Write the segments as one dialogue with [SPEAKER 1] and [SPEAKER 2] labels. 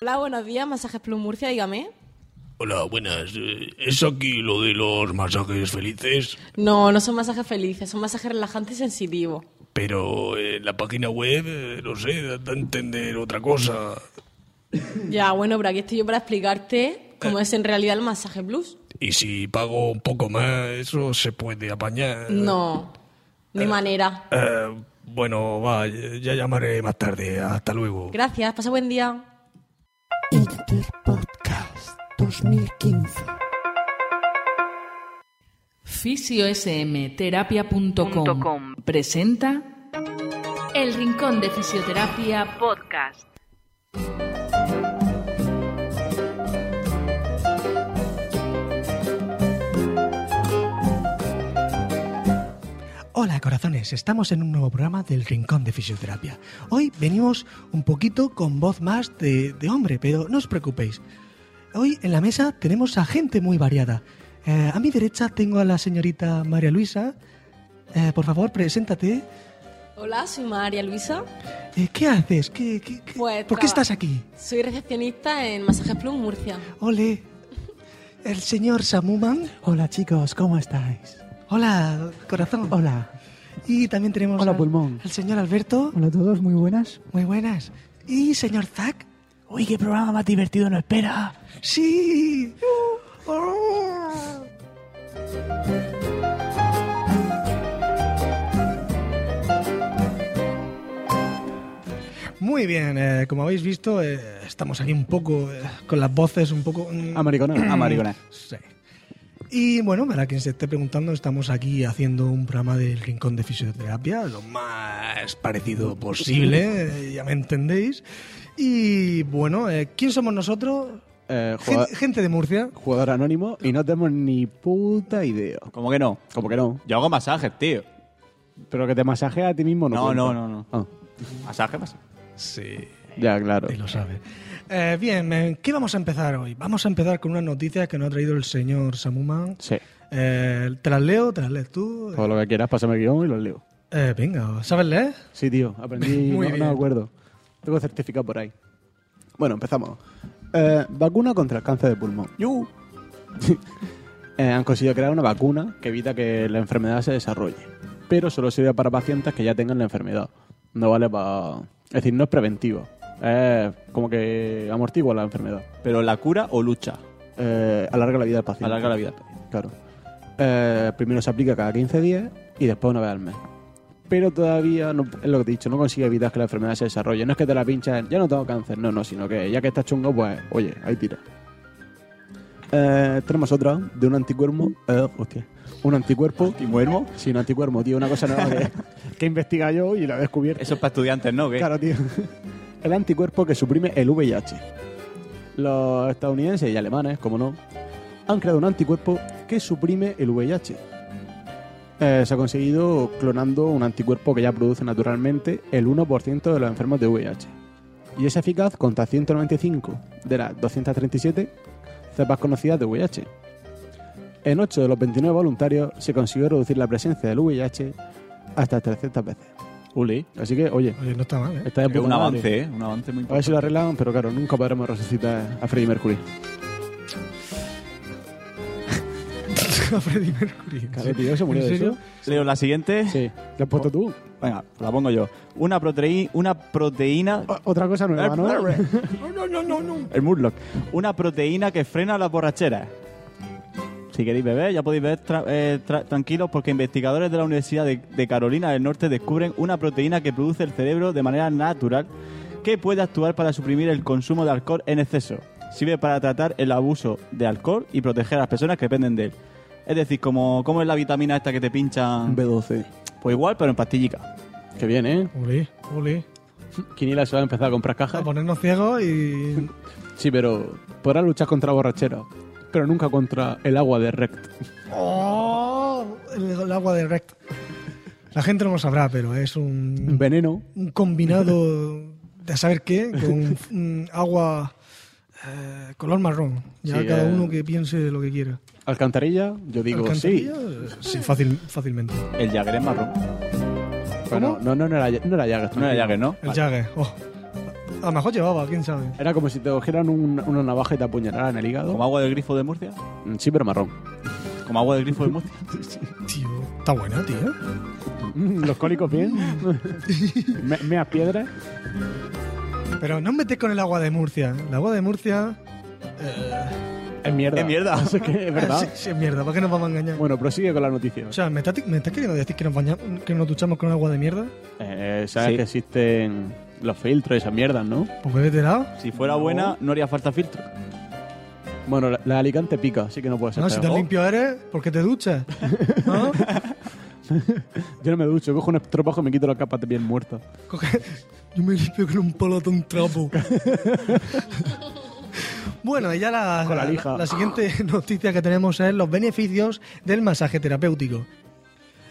[SPEAKER 1] Hola, buenos días, Masajes Plus Murcia, dígame.
[SPEAKER 2] Hola, buenas. Eh, ¿Es aquí lo de los masajes felices?
[SPEAKER 1] No, no son masajes felices, son masajes relajantes y sensitivos.
[SPEAKER 2] Pero en la página web, eh, no sé, da da a entender otra cosa.
[SPEAKER 3] Mm.
[SPEAKER 1] Ya, bueno, pero aquí estoy yo para explicarte
[SPEAKER 3] Eh.
[SPEAKER 1] cómo es en realidad el masaje blues.
[SPEAKER 2] Y si pago un poco más, eso se puede
[SPEAKER 3] Eh.
[SPEAKER 2] apañar.
[SPEAKER 1] Mm. No, de manera.
[SPEAKER 2] Eh, bueno, va, ya llamaré más tarde. Hasta luego.
[SPEAKER 1] Gracias, pasa buen día.
[SPEAKER 3] Interpodcast 2015.
[SPEAKER 4] fisiosmterapia.com presenta El Rincón de Fisioterapia Podcast.
[SPEAKER 3] Hola corazones, estamos en un nuevo programa del Rincón de Fisioterapia. Hoy venimos un poquito con voz más de, de hombre, pero no os preocupéis. Hoy en la mesa tenemos a gente muy variada. Eh, a mi derecha tengo a la señorita María Luisa. Eh, por favor, preséntate.
[SPEAKER 1] Hola, soy María Luisa.
[SPEAKER 3] Eh, ¿Qué haces? ¿Qué, qué- qué-
[SPEAKER 1] Pues
[SPEAKER 3] ¿Por qué
[SPEAKER 1] traba-
[SPEAKER 3] estás aquí?
[SPEAKER 1] Soy recepcionista en Masajes Plus Murcia.
[SPEAKER 3] Ole. El señor Samuman.
[SPEAKER 5] Hola chicos, ¿cómo estáis?
[SPEAKER 3] Hola, corazón.
[SPEAKER 5] Hola.
[SPEAKER 3] Y también tenemos
[SPEAKER 5] Hola,
[SPEAKER 3] al-
[SPEAKER 5] pulmón.
[SPEAKER 3] al señor Alberto.
[SPEAKER 5] Hola a todos, muy buenas.
[SPEAKER 3] Muy buenas. ¿Y señor Zack?
[SPEAKER 5] Uy, qué programa más divertido, no espera. Uh.
[SPEAKER 3] Sí. Oh. Muy bien, eh, como habéis visto, eh, estamos aquí un poco eh, con las voces un poco... mm,
[SPEAKER 5] Amaricona, amaricona.
[SPEAKER 3] Sí. Y bueno, para quien se esté preguntando, estamos aquí haciendo un programa del Rincón de Fisioterapia, lo más parecido posible, eh, ya me entendéis. Y bueno, eh, ¿quién somos nosotros?
[SPEAKER 6] Eh,
[SPEAKER 3] Gen-
[SPEAKER 6] jugador,
[SPEAKER 3] Gente, de Murcia.
[SPEAKER 6] jugador anónimo y no tenemos ni puta idea.
[SPEAKER 7] ¿Cómo que no?
[SPEAKER 6] Como que no.
[SPEAKER 7] Yo hago masajes, tío.
[SPEAKER 6] Pero que te masajes a ti mismo no.
[SPEAKER 7] No,
[SPEAKER 6] cuenta.
[SPEAKER 7] no, no, no.
[SPEAKER 6] Ah,
[SPEAKER 7] ¿Masaje, masaje?
[SPEAKER 3] Sí,
[SPEAKER 6] ya, claro.
[SPEAKER 3] lo sabe. Eh, bien, eh, ¿qué vamos a empezar hoy? Vamos a empezar con una noticia que nos ha traído el señor Samuman.
[SPEAKER 6] Sí.
[SPEAKER 3] Eh, ¿Te las leo? ¿Te las lees tú?
[SPEAKER 6] Todo lo que quieras, pásame el guión y lo leo.
[SPEAKER 3] Eh, venga, ¿sabes leer?
[SPEAKER 6] Sí, tío, aprendí,
[SPEAKER 3] Muy
[SPEAKER 6] no,
[SPEAKER 3] bien.
[SPEAKER 6] no me acuerdo. Tengo certificado por ahí. Bueno, empezamos. Eh, vacuna contra el cáncer de pulmón. Eh, han conseguido crear una vacuna que evita que la enfermedad se desarrolle, pero solo sirve para pacientes que ya tengan la enfermedad. No vale para... Es decir, no es preventivo. Es como que amortigua la enfermedad.
[SPEAKER 7] ¿Pero la cura o lucha?
[SPEAKER 6] Eh, alarga la vida del paciente.
[SPEAKER 7] Alarga la vida.
[SPEAKER 6] Claro. Eh, primero se aplica cada 15 días y después una vez al mes. Pero todavía, no, es lo que te he dicho, no consigue evitar que la enfermedad se desarrolle. No es que te la pinchas, ya no tengo cáncer, no, no, sino que ya que estás chungo, pues, oye, ahí tira. Eh, tenemos otra de un anticuerpo. eh, hostia. Un anticuerpo. ¿Anticuerpo? Sí, un anticuerpo, tío. Una cosa nueva que, que he investigado yo y la he descubierto.
[SPEAKER 7] Eso es para estudiantes, ¿no? ¿Qué?
[SPEAKER 6] Claro, tío. El anticuerpo que suprime el VIH. Los estadounidenses y alemanes, como no, han creado un anticuerpo que suprime el VIH. eh, se ha conseguido clonando un anticuerpo que ya produce naturalmente el 1% de los enfermos de VIH. Y es eficaz contra 195 de las 237 cepas conocidas de VIH. En 8 de los 29 voluntarios se consiguió reducir la presencia del VIH hasta 300 veces.
[SPEAKER 7] Uli.
[SPEAKER 6] Así que, oye,
[SPEAKER 3] Oye, no está mal, ¿eh?
[SPEAKER 6] está de
[SPEAKER 7] Es un
[SPEAKER 6] puta madre.
[SPEAKER 7] avance, ¿eh? Un avance
[SPEAKER 6] A ver
[SPEAKER 7] muy importante.
[SPEAKER 6] si lo arreglan, pero claro, nunca podremos resucitar a Freddie Mercury.
[SPEAKER 3] Freddie Mercury.
[SPEAKER 6] Claro, tío, se murió
[SPEAKER 3] ¿En
[SPEAKER 6] de
[SPEAKER 3] serio?
[SPEAKER 6] eso.
[SPEAKER 7] Leo la siguiente.
[SPEAKER 6] Sí. ¿Lo has puesto tú?
[SPEAKER 7] Venga, la pongo yo. Una, proteí- una proteína. Eh,
[SPEAKER 6] O- otra cosa nueva, ¿no?
[SPEAKER 7] El Murloc. Una proteína que frena las borracheras. Si queréis beber, ya podéis beber tra- eh, tra- tranquilos porque investigadores de la Universidad de, de Carolina del Norte descubren una proteína que produce el cerebro de manera natural que puede actuar para suprimir el consumo de alcohol en exceso. Sirve para tratar el abuso de alcohol y proteger a las personas que dependen de él. Es decir, como, como es la vitamina esta que te pinchan?
[SPEAKER 6] B12.
[SPEAKER 7] Pues igual, pero en pastillica.
[SPEAKER 6] Qué bien, ¿eh?
[SPEAKER 3] Uli, Uli.
[SPEAKER 6] Quiniela se va a empezar a comprar
[SPEAKER 3] A
[SPEAKER 6] cajas.
[SPEAKER 3] ponernos ciegos y.
[SPEAKER 6] Sí, pero podrá luchar contra borracheros, pero nunca contra el agua de Rect.
[SPEAKER 3] ¡Oh! El, el agua de recto. La gente no lo sabrá, pero es un,
[SPEAKER 6] Veneno.
[SPEAKER 3] un combinado de a saber qué, con mm, agua eh, color marrón. Ya
[SPEAKER 6] Sí,
[SPEAKER 3] cada
[SPEAKER 6] eh.
[SPEAKER 3] uno que piense lo que quiera.
[SPEAKER 6] Alcantarilla, yo digo
[SPEAKER 3] ¿Alcantarilla?
[SPEAKER 6] sí.
[SPEAKER 3] Sí, fácil, fácilmente.
[SPEAKER 7] El Jagger es marrón.
[SPEAKER 6] Bueno, no, no, no era, no era llagas,
[SPEAKER 7] No era
[SPEAKER 6] tranquilo.
[SPEAKER 7] Jagger, ¿no?
[SPEAKER 3] El Jagger. Oh. A lo mejor llevaba, quién sabe.
[SPEAKER 6] Era como si te cogieran un- una navaja y te apuñalaran el
[SPEAKER 7] Como
[SPEAKER 6] hígado.
[SPEAKER 7] agua del grifo de Murcia.
[SPEAKER 6] Mm, Sí, pero marrón.
[SPEAKER 7] Como agua del grifo de Murcia.
[SPEAKER 3] Tío, está buena, tío.
[SPEAKER 6] Mm, Los cólicos bien. me, mea piedra.
[SPEAKER 3] Pero no os metéis con el agua de Murcia. El agua de Murcia.
[SPEAKER 6] Es mierda.
[SPEAKER 7] Es mierda.
[SPEAKER 6] Eso es que es
[SPEAKER 3] Sí,
[SPEAKER 6] verdad.
[SPEAKER 3] sí, es mierda, ¿para qué nos vamos a engañar?
[SPEAKER 6] Bueno, prosigue con la noticia.
[SPEAKER 3] O sea, ¿me estás, me estás queriendo decir que nos, bañamos, que nos duchamos con agua de mierda?
[SPEAKER 6] Eh, sabes
[SPEAKER 7] Sí.
[SPEAKER 6] que existen los filtros y esas mierdas, ¿no?
[SPEAKER 3] Pues bebete lado.
[SPEAKER 7] Si fuera
[SPEAKER 6] No.
[SPEAKER 7] buena, no haría falta filtro.
[SPEAKER 6] Bueno, la, la de Alicante pica, así que no puede ser.
[SPEAKER 3] No, si
[SPEAKER 6] peor.
[SPEAKER 3] tan limpio eres, ¿por qué te duchas? ¿No?
[SPEAKER 6] Oh, Yo no me ducho, cojo un estropajo y me quito la capa de piel muerta.
[SPEAKER 3] Coge- Yo me limpio con un palo de un trapo. Bueno, y ya la,
[SPEAKER 6] Con la lija.
[SPEAKER 3] la siguiente noticia que tenemos es los beneficios del masaje terapéutico.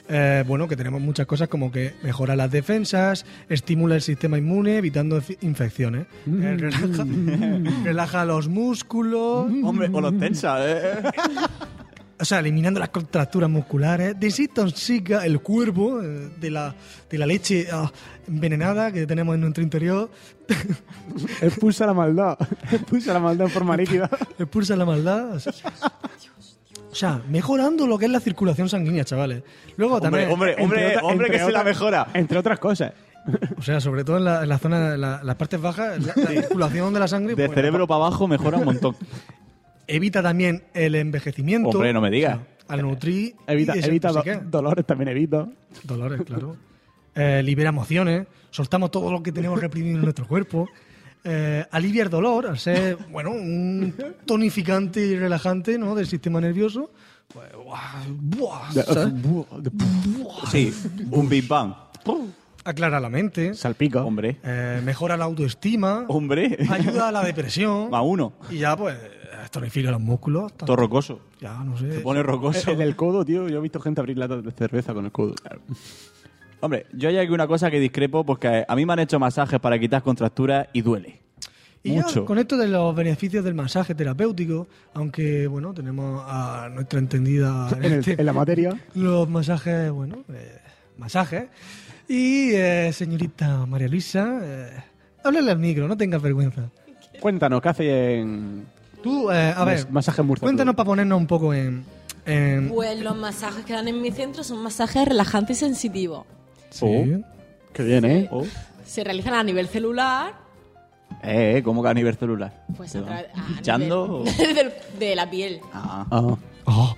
[SPEAKER 3] Eh, bueno, que tenemos muchas cosas como que mejora las defensas, estimula el sistema inmune evitando inf- infecciones, Eh, relaja, eh, relaja los músculos,
[SPEAKER 7] Hombre, o los tensa, ¿eh?
[SPEAKER 3] O sea, eliminando las contracturas musculares, desintoxica el cuerpo eh, de la, de la leche ah, envenenada que tenemos en nuestro interior,
[SPEAKER 6] Expulsa la maldad. Expulsa la maldad en forma líquida.
[SPEAKER 3] expulsa la maldad. O sea, o sea, mejorando lo que es la circulación sanguínea, chavales. Luego
[SPEAKER 7] Hombre,
[SPEAKER 3] también,
[SPEAKER 7] hombre, hombre,
[SPEAKER 6] otra-
[SPEAKER 7] hombre que
[SPEAKER 6] entre
[SPEAKER 7] se la
[SPEAKER 6] otra-
[SPEAKER 7] mejora.
[SPEAKER 6] Entre otras cosas.
[SPEAKER 3] o sea, sobre todo en, la, en la zona, en la- las partes bajas, la, la circulación de la sangre
[SPEAKER 7] De
[SPEAKER 3] pues,
[SPEAKER 7] cerebro para abajo mejora un montón.
[SPEAKER 3] evita también el envejecimiento.
[SPEAKER 7] Hombre, no me digas.
[SPEAKER 3] O sea, Al nutrir y
[SPEAKER 6] Evita,
[SPEAKER 3] desen-
[SPEAKER 6] evita
[SPEAKER 3] no sé
[SPEAKER 6] do-
[SPEAKER 3] qué.
[SPEAKER 6] dolores, también evito.
[SPEAKER 3] Dolores, claro. Eh, libera emociones, soltamos todo lo que tenemos reprimido en nuestro cuerpo. Eh, alivia el dolor, al ser, bueno, un tonificante y relajante, ¿no? Del sistema nervioso. Pues, ¡buah! ¡buah! ¿sabes?
[SPEAKER 7] Sí, un Big Bang.
[SPEAKER 3] Aclara la mente,
[SPEAKER 6] Salpica.
[SPEAKER 7] Hombre,
[SPEAKER 3] eh, mejora la autoestima,
[SPEAKER 7] hombre.
[SPEAKER 3] ayuda a la depresión.
[SPEAKER 7] Más uno.
[SPEAKER 3] Y ya, pues, tonifica los músculos.
[SPEAKER 7] Todo rocoso.
[SPEAKER 3] Ya, no sé. Eh,
[SPEAKER 7] Se pone rocoso.
[SPEAKER 6] El del codo, tío. Yo he visto gente abrir latas de cerveza con el codo.
[SPEAKER 7] Hombre, yo hay aquí una cosa que discrepo porque a mí me han hecho masajes para quitar contracturas y duele.
[SPEAKER 3] Y
[SPEAKER 7] Mucho.
[SPEAKER 3] ya con esto de los beneficios del masaje terapéutico, aunque bueno, tenemos a nuestra entendida este
[SPEAKER 6] En, el- en la materia.
[SPEAKER 3] los masajes, bueno, eh, masajes. Y eh, señorita María Luisa, eh, háblale al micro, no tengas vergüenza.
[SPEAKER 6] Cuéntanos, ¿qué hace en
[SPEAKER 3] Tú, eh, a
[SPEAKER 6] mas-
[SPEAKER 3] ver,
[SPEAKER 6] masaje en Murcia?
[SPEAKER 3] cuéntanos
[SPEAKER 6] tú?
[SPEAKER 3] para ponernos un poco en... en-
[SPEAKER 1] Pues los masajes que dan en mi centro son masajes relajantes y sensitivos.
[SPEAKER 6] Oh.
[SPEAKER 3] Sí.
[SPEAKER 6] Qué bien, ¿eh?
[SPEAKER 7] Oh.
[SPEAKER 1] Se realizan a nivel celular,
[SPEAKER 7] Eh, eh, ¿cómo que a nivel celular?
[SPEAKER 1] pues
[SPEAKER 7] ¿Te
[SPEAKER 1] a
[SPEAKER 7] van
[SPEAKER 1] través a
[SPEAKER 7] pinchando? o-
[SPEAKER 1] nivel del- de la piel.
[SPEAKER 7] Ah,
[SPEAKER 6] Ah.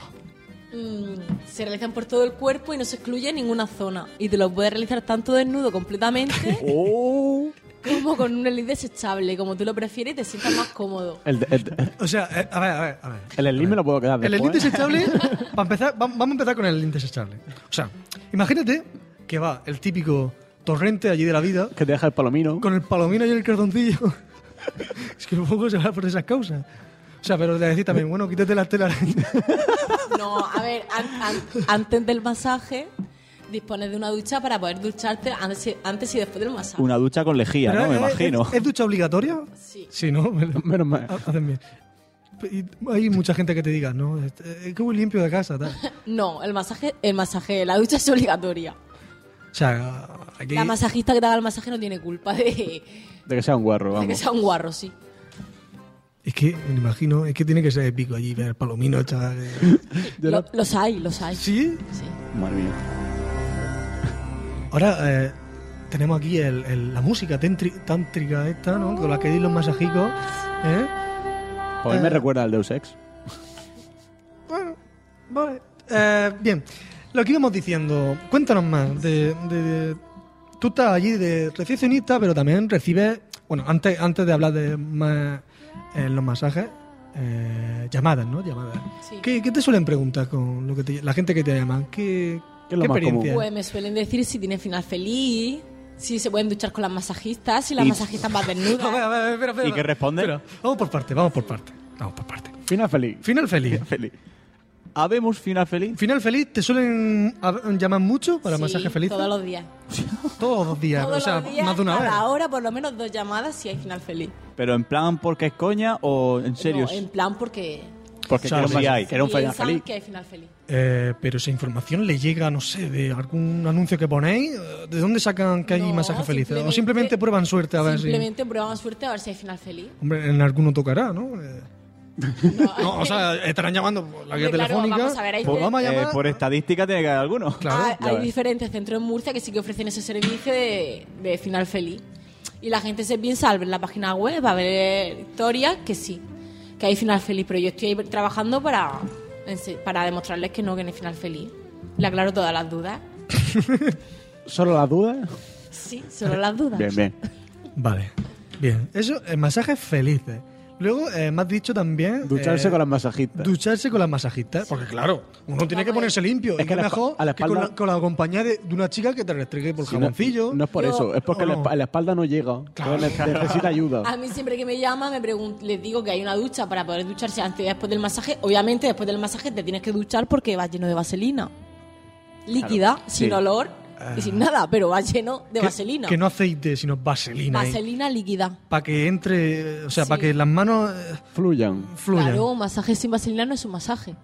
[SPEAKER 1] Mm, se realizan por todo el cuerpo y no se excluye ninguna zona. Y te lo puedes realizar tanto desnudo completamente
[SPEAKER 3] Oh.
[SPEAKER 1] como con un elite desechable, como tú lo prefieres y te sientas más cómodo.
[SPEAKER 6] El, el,
[SPEAKER 3] O sea, eh, a ver, a ver, a ver.
[SPEAKER 6] el slim me lo puedo quedar
[SPEAKER 3] El
[SPEAKER 6] después.
[SPEAKER 3] elite desechable, para empezar, va- vamos a empezar con el elite desechable. O sea, imagínate que va el típico torrente allí de la vida,
[SPEAKER 6] Que te deja el palomino.
[SPEAKER 3] con el palomino y el cardoncillo. es que un poco se va por esas causas. O sea, pero le decís también, bueno, quítate las telas.
[SPEAKER 1] No, a ver, an- an- antes del masaje dispones de una ducha para poder ducharte antes, y- antes y después del masaje.
[SPEAKER 7] Una ducha con lejía,
[SPEAKER 3] Pero,
[SPEAKER 7] ¿no? Me
[SPEAKER 3] eh,
[SPEAKER 7] imagino.
[SPEAKER 3] ¿es, es ducha obligatoria?
[SPEAKER 1] Sí.
[SPEAKER 3] Sí, ¿no?
[SPEAKER 6] Menos mal.
[SPEAKER 3] Ha- Hacen bien. Y hay mucha gente que te diga, no, este, eh, que voy limpio de casa, tal.
[SPEAKER 1] No, el masaje, el masaje, la ducha es obligatoria.
[SPEAKER 3] O sea, aquí...
[SPEAKER 1] La masajista que te haga el masaje no tiene culpa de,
[SPEAKER 6] De que sea un guarro,
[SPEAKER 1] de que
[SPEAKER 6] vamos.
[SPEAKER 1] sea un guarro, sí.
[SPEAKER 3] Es que, me imagino, es que tiene que ser épico allí, ver palomino, chaval.
[SPEAKER 6] Yo
[SPEAKER 1] Lo-
[SPEAKER 6] no-
[SPEAKER 1] los hay, los hay.
[SPEAKER 3] ¿Sí?
[SPEAKER 1] Sí.
[SPEAKER 6] Madre mía.
[SPEAKER 3] Ahora eh, tenemos aquí el- el- la música tentri- tántrica esta, ¿no? Con la que di los masajicos. ¿eh?
[SPEAKER 6] Pues él me recuerda al Deus Ex.
[SPEAKER 3] Bueno, vale. Eh, bien, lo que íbamos diciendo, cuéntanos más. De, de- de- tú estás allí de recepcionista, pero también recibes, bueno, antes, antes de hablar de más, eh, los masajes, eh, llamadas, ¿no? Llamadas.
[SPEAKER 1] Sí.
[SPEAKER 3] ¿Qué, qué te suelen preguntar con lo que te- la gente que te llama? ¿Qué,
[SPEAKER 6] ¿Qué es lo más
[SPEAKER 3] experiencia?
[SPEAKER 1] Pues me suelen decir si tiene final feliz, si se pueden duchar con las masajistas, si las
[SPEAKER 7] Y-
[SPEAKER 1] masajistas van
[SPEAKER 3] A ver,
[SPEAKER 1] desnudas.
[SPEAKER 3] a ver, espera, espera.
[SPEAKER 7] ¿Y qué responde?
[SPEAKER 3] Espera, Vamos por parte, vamos por parte. Vamos por parte.
[SPEAKER 6] Final feliz.
[SPEAKER 3] Final feliz.
[SPEAKER 7] Feliz. ¿Habemos final feliz?
[SPEAKER 3] Final feliz, ¿te suelen hab- llamar mucho para
[SPEAKER 1] Sí,
[SPEAKER 3] masajes felices?
[SPEAKER 1] Todos los días.
[SPEAKER 3] Todos los días,
[SPEAKER 1] Todos
[SPEAKER 3] o sea,
[SPEAKER 1] los días,
[SPEAKER 3] más de una vez.
[SPEAKER 1] cada hora por lo menos dos llamadas si hay final feliz.
[SPEAKER 7] ¿Pero en plan porque es coña o en serio?
[SPEAKER 1] No, en plan porque
[SPEAKER 7] Porque
[SPEAKER 3] O sea,
[SPEAKER 7] quiero
[SPEAKER 3] sí
[SPEAKER 7] más-
[SPEAKER 6] hay.
[SPEAKER 7] quiero-
[SPEAKER 6] un final
[SPEAKER 1] piensan
[SPEAKER 6] feliz.
[SPEAKER 1] que hay final feliz.
[SPEAKER 3] Eh, pero esa información le llega, no sé, de algún anuncio que ponéis. eh, ¿De dónde sacan que hay
[SPEAKER 1] No,
[SPEAKER 3] masajes felices? o simplemente prueban suerte a ver si.
[SPEAKER 1] Simplemente prueban suerte a ver si hay final feliz.
[SPEAKER 3] Hombre, en alguno tocará, ¿no? Eh, no, o sea, Eh, estarán llamando por la guía
[SPEAKER 1] Hombre, claro,
[SPEAKER 3] telefónica.
[SPEAKER 1] vamos a ver, hay
[SPEAKER 3] pues
[SPEAKER 1] que-
[SPEAKER 3] vamos a
[SPEAKER 7] Eh,
[SPEAKER 3] llamar.
[SPEAKER 7] por estadística tiene que haber alguno.
[SPEAKER 3] Claro.
[SPEAKER 1] hay,
[SPEAKER 7] ya
[SPEAKER 1] Ah, hay
[SPEAKER 7] ves.
[SPEAKER 1] diferentes centros en Murcia que sí que ofrecen ese servicio de, de final feliz. Y la gente se piensa al ver la página web, a ver historias, que sí, que hay final feliz. Pero yo estoy ahí trabajando para, ense- para demostrarles que no, que no hay final feliz. Le aclaro todas las dudas.
[SPEAKER 6] ¿Solo las dudas?
[SPEAKER 1] Sí, solo las dudas.
[SPEAKER 6] Bien, bien.
[SPEAKER 3] Vale, bien. Eso, eh, masajes felices. Luego, eh, me has dicho también.
[SPEAKER 6] Ducharse
[SPEAKER 3] eh,
[SPEAKER 6] con las masajistas.
[SPEAKER 3] Ducharse con las masajistas, porque claro, uno tiene que ponerse limpio.
[SPEAKER 6] Es
[SPEAKER 3] y
[SPEAKER 6] que a
[SPEAKER 3] qué
[SPEAKER 6] la espa-
[SPEAKER 3] mejor
[SPEAKER 6] a la
[SPEAKER 3] que con
[SPEAKER 6] espalda-
[SPEAKER 3] la, con la compañía de, de una chica que te restregue por
[SPEAKER 6] Si no-
[SPEAKER 3] jaboncillo.
[SPEAKER 6] No, es por
[SPEAKER 1] Yo-
[SPEAKER 6] eso, es porque
[SPEAKER 3] no.
[SPEAKER 6] la, espa- la espalda no llega. Entonces ne- necesita
[SPEAKER 1] A
[SPEAKER 6] ayuda.
[SPEAKER 1] mí siempre que me llama me pregun- les digo que hay una ducha para poder ducharse antes y después del masaje. Obviamente después del masaje te tienes que duchar porque vas lleno de vaselina. Líquida, sin
[SPEAKER 7] sí.
[SPEAKER 1] olor y sin nada, pero vas lleno de
[SPEAKER 3] Ah. Que-
[SPEAKER 1] vaselina.
[SPEAKER 3] Que no aceite, sino vaselina.
[SPEAKER 1] Vaselina líquida.
[SPEAKER 3] Para que entre, o sea,
[SPEAKER 1] Sí.
[SPEAKER 3] para que las manos eh,
[SPEAKER 6] Fluyan.
[SPEAKER 3] fluyan.
[SPEAKER 1] Claro, un masaje sin vaselina no es un masaje.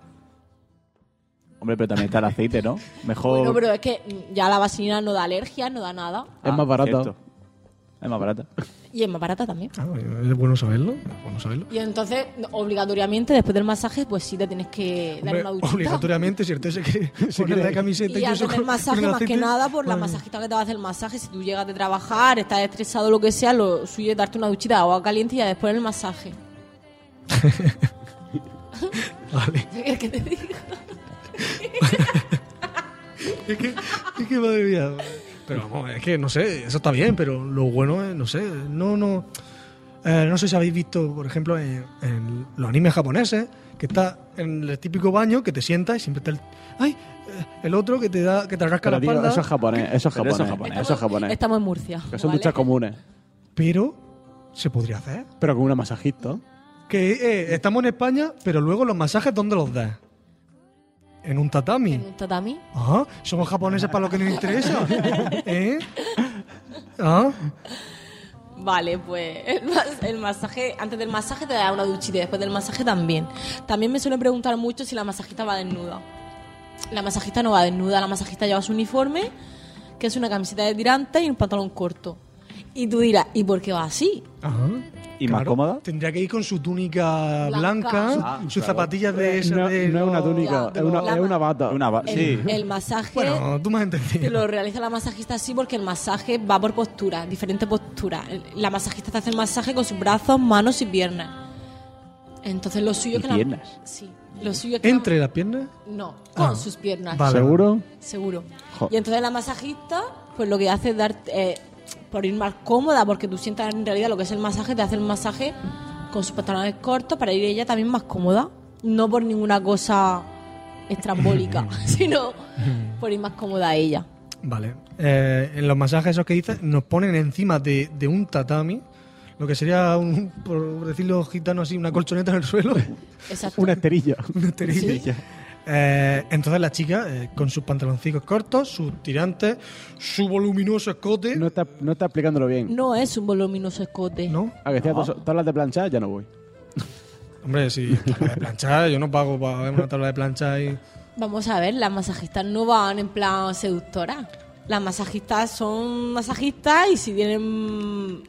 [SPEAKER 7] Hombre, pero también está el aceite, ¿no? Mejor.
[SPEAKER 1] Bueno, pero es que mm, ya la vaselina no da alergia, no da nada. Ah,
[SPEAKER 6] Es más barata.
[SPEAKER 7] Ah, cierto. Es más barata.
[SPEAKER 1] Y es más barata también.
[SPEAKER 3] Ah, es bueno saberlo, es bueno saberlo.
[SPEAKER 1] Y entonces, no, obligatoriamente, después del masaje, pues sí te tienes que dar
[SPEAKER 3] Hombre,
[SPEAKER 1] una duchita.
[SPEAKER 3] obligatoriamente, ¿cierto? Se que se
[SPEAKER 6] quiere-
[SPEAKER 3] la camiseta
[SPEAKER 1] Y
[SPEAKER 3] incluso
[SPEAKER 1] antes del
[SPEAKER 3] con-
[SPEAKER 1] masaje,
[SPEAKER 3] con el
[SPEAKER 1] más que
[SPEAKER 3] aceite.
[SPEAKER 1] nada, por la
[SPEAKER 3] Madre mía.
[SPEAKER 1] masajista que te va a hacer el masaje. Si tú llegas de trabajar, estás estresado, lo que sea, lo suyo es darte una duchita de agua caliente y ya después el masaje.
[SPEAKER 3] Vale.
[SPEAKER 1] ¿Qué te digo?
[SPEAKER 3] Es que, es que madre mía. Pero vamos, es que no sé, eso está bien, pero lo bueno es, no sé, no, no. eh, no sé si habéis visto, por ejemplo, en, en los animes japoneses, que está en el típico baño que te sientas y siempre está el. ¡Ay! eh, El otro que te da, que te rasca
[SPEAKER 6] Pero
[SPEAKER 3] la
[SPEAKER 6] tío,
[SPEAKER 3] espalda.
[SPEAKER 6] eso es japonés, eso es
[SPEAKER 7] Pero
[SPEAKER 6] japonés,
[SPEAKER 7] eso
[SPEAKER 6] eso es
[SPEAKER 7] es japonés.
[SPEAKER 6] japonés. Eso es japonés.
[SPEAKER 1] Estamos en Murcia.
[SPEAKER 3] Pues
[SPEAKER 6] que son
[SPEAKER 1] ¿vale?
[SPEAKER 6] duchas comunes.
[SPEAKER 3] Pero se podría hacer.
[SPEAKER 6] Pero con una masajista.
[SPEAKER 3] Que eh, estamos en España, pero luego los masajes, ¿dónde los das? En un
[SPEAKER 1] En
[SPEAKER 3] tatami.
[SPEAKER 1] un tatami.
[SPEAKER 3] Ah, somos japoneses para lo que nos interesa. ¿Eh? Ah,
[SPEAKER 1] Vale, pues el, mas- el masaje, antes del masaje te da una duchita y después del masaje también. También me suelen preguntar mucho si la masajista va desnuda. La masajista no va desnuda, la masajista lleva su uniforme, que es una camiseta de tirantes y un pantalón corto. Y tú dirás, ¿y por qué va así?
[SPEAKER 3] ah.
[SPEAKER 7] ¿Y más
[SPEAKER 3] Claro,
[SPEAKER 7] cómoda?
[SPEAKER 3] Tendría que ir con su túnica
[SPEAKER 1] Blanca.
[SPEAKER 3] blanca,
[SPEAKER 7] Ah,
[SPEAKER 3] sus
[SPEAKER 7] claro.
[SPEAKER 3] zapatillas de esas
[SPEAKER 6] No,
[SPEAKER 3] de
[SPEAKER 6] no es una
[SPEAKER 3] los-
[SPEAKER 6] túnica,
[SPEAKER 1] de
[SPEAKER 6] es una,
[SPEAKER 1] los-
[SPEAKER 6] es una bata.
[SPEAKER 7] Una va- sí.
[SPEAKER 1] El, el masaje
[SPEAKER 3] Bueno, tú me has
[SPEAKER 1] te
[SPEAKER 3] entendido.
[SPEAKER 1] lo realiza la masajista así porque el masaje va por postura, diferente postura. La masajista te hace el masaje con sus brazos, manos y piernas. Entonces lo suyo
[SPEAKER 7] ¿Y
[SPEAKER 1] es que la-
[SPEAKER 7] piernas?
[SPEAKER 1] sí, lo suyo es que la-
[SPEAKER 3] Entre las piernas.
[SPEAKER 1] No, con
[SPEAKER 3] Ah,
[SPEAKER 1] sus piernas.
[SPEAKER 3] vale.
[SPEAKER 6] ¿Seguro?
[SPEAKER 1] Seguro.
[SPEAKER 6] Jo.
[SPEAKER 1] Y entonces la masajista, pues lo que hace es darte, eh, por ir más cómoda, porque tú sientas en realidad lo que es el masaje, te hace el masaje con sus pantalones cortos para ir ella también más cómoda. No por ninguna cosa estrambólica, sino por ir más cómoda a ella.
[SPEAKER 3] Vale. Eh, en los masajes esos que dices, nos ponen encima de, de un tatami, lo que sería, un, por decirlo gitano así, una colchoneta en el suelo.
[SPEAKER 1] Exacto.
[SPEAKER 6] Una esterilla.
[SPEAKER 3] Una esterilla. Eh, entonces la chica, eh, con sus pantaloncicos cortos, sus tirantes, su voluminoso escote.
[SPEAKER 6] No está, no está explicándolo bien.
[SPEAKER 1] No es un voluminoso escote.
[SPEAKER 3] ¿No?
[SPEAKER 6] A Ah, que sea
[SPEAKER 7] Ah.
[SPEAKER 6] tablas- tablas de planchar, ya no voy.
[SPEAKER 3] Hombre, si tabla de planchar, yo no pago para ver una tabla de planchar y.
[SPEAKER 1] Vamos a ver, las masajistas no van en plan seductora. Las masajistas son masajistas y si tienen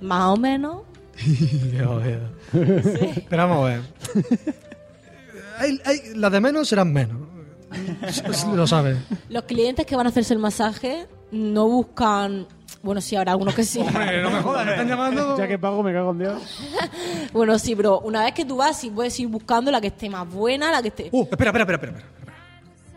[SPEAKER 1] más o menos.
[SPEAKER 3] Dios, Dios. Pero vamos a ver. Hay- hay- las de menos serán menos. Lo sabes.
[SPEAKER 1] Los clientes que van a hacerse el masaje no buscan. Bueno, sí, habrá algunos que sí.
[SPEAKER 3] Hombre, no me jodas, me están llamando.
[SPEAKER 6] Ya que pago, me cago en Dios.
[SPEAKER 1] bueno, sí, pero una vez que tú vas, sí puedes ir buscando la que esté más buena, la que esté.
[SPEAKER 3] Uh, espera, espera, espera, espera. espera.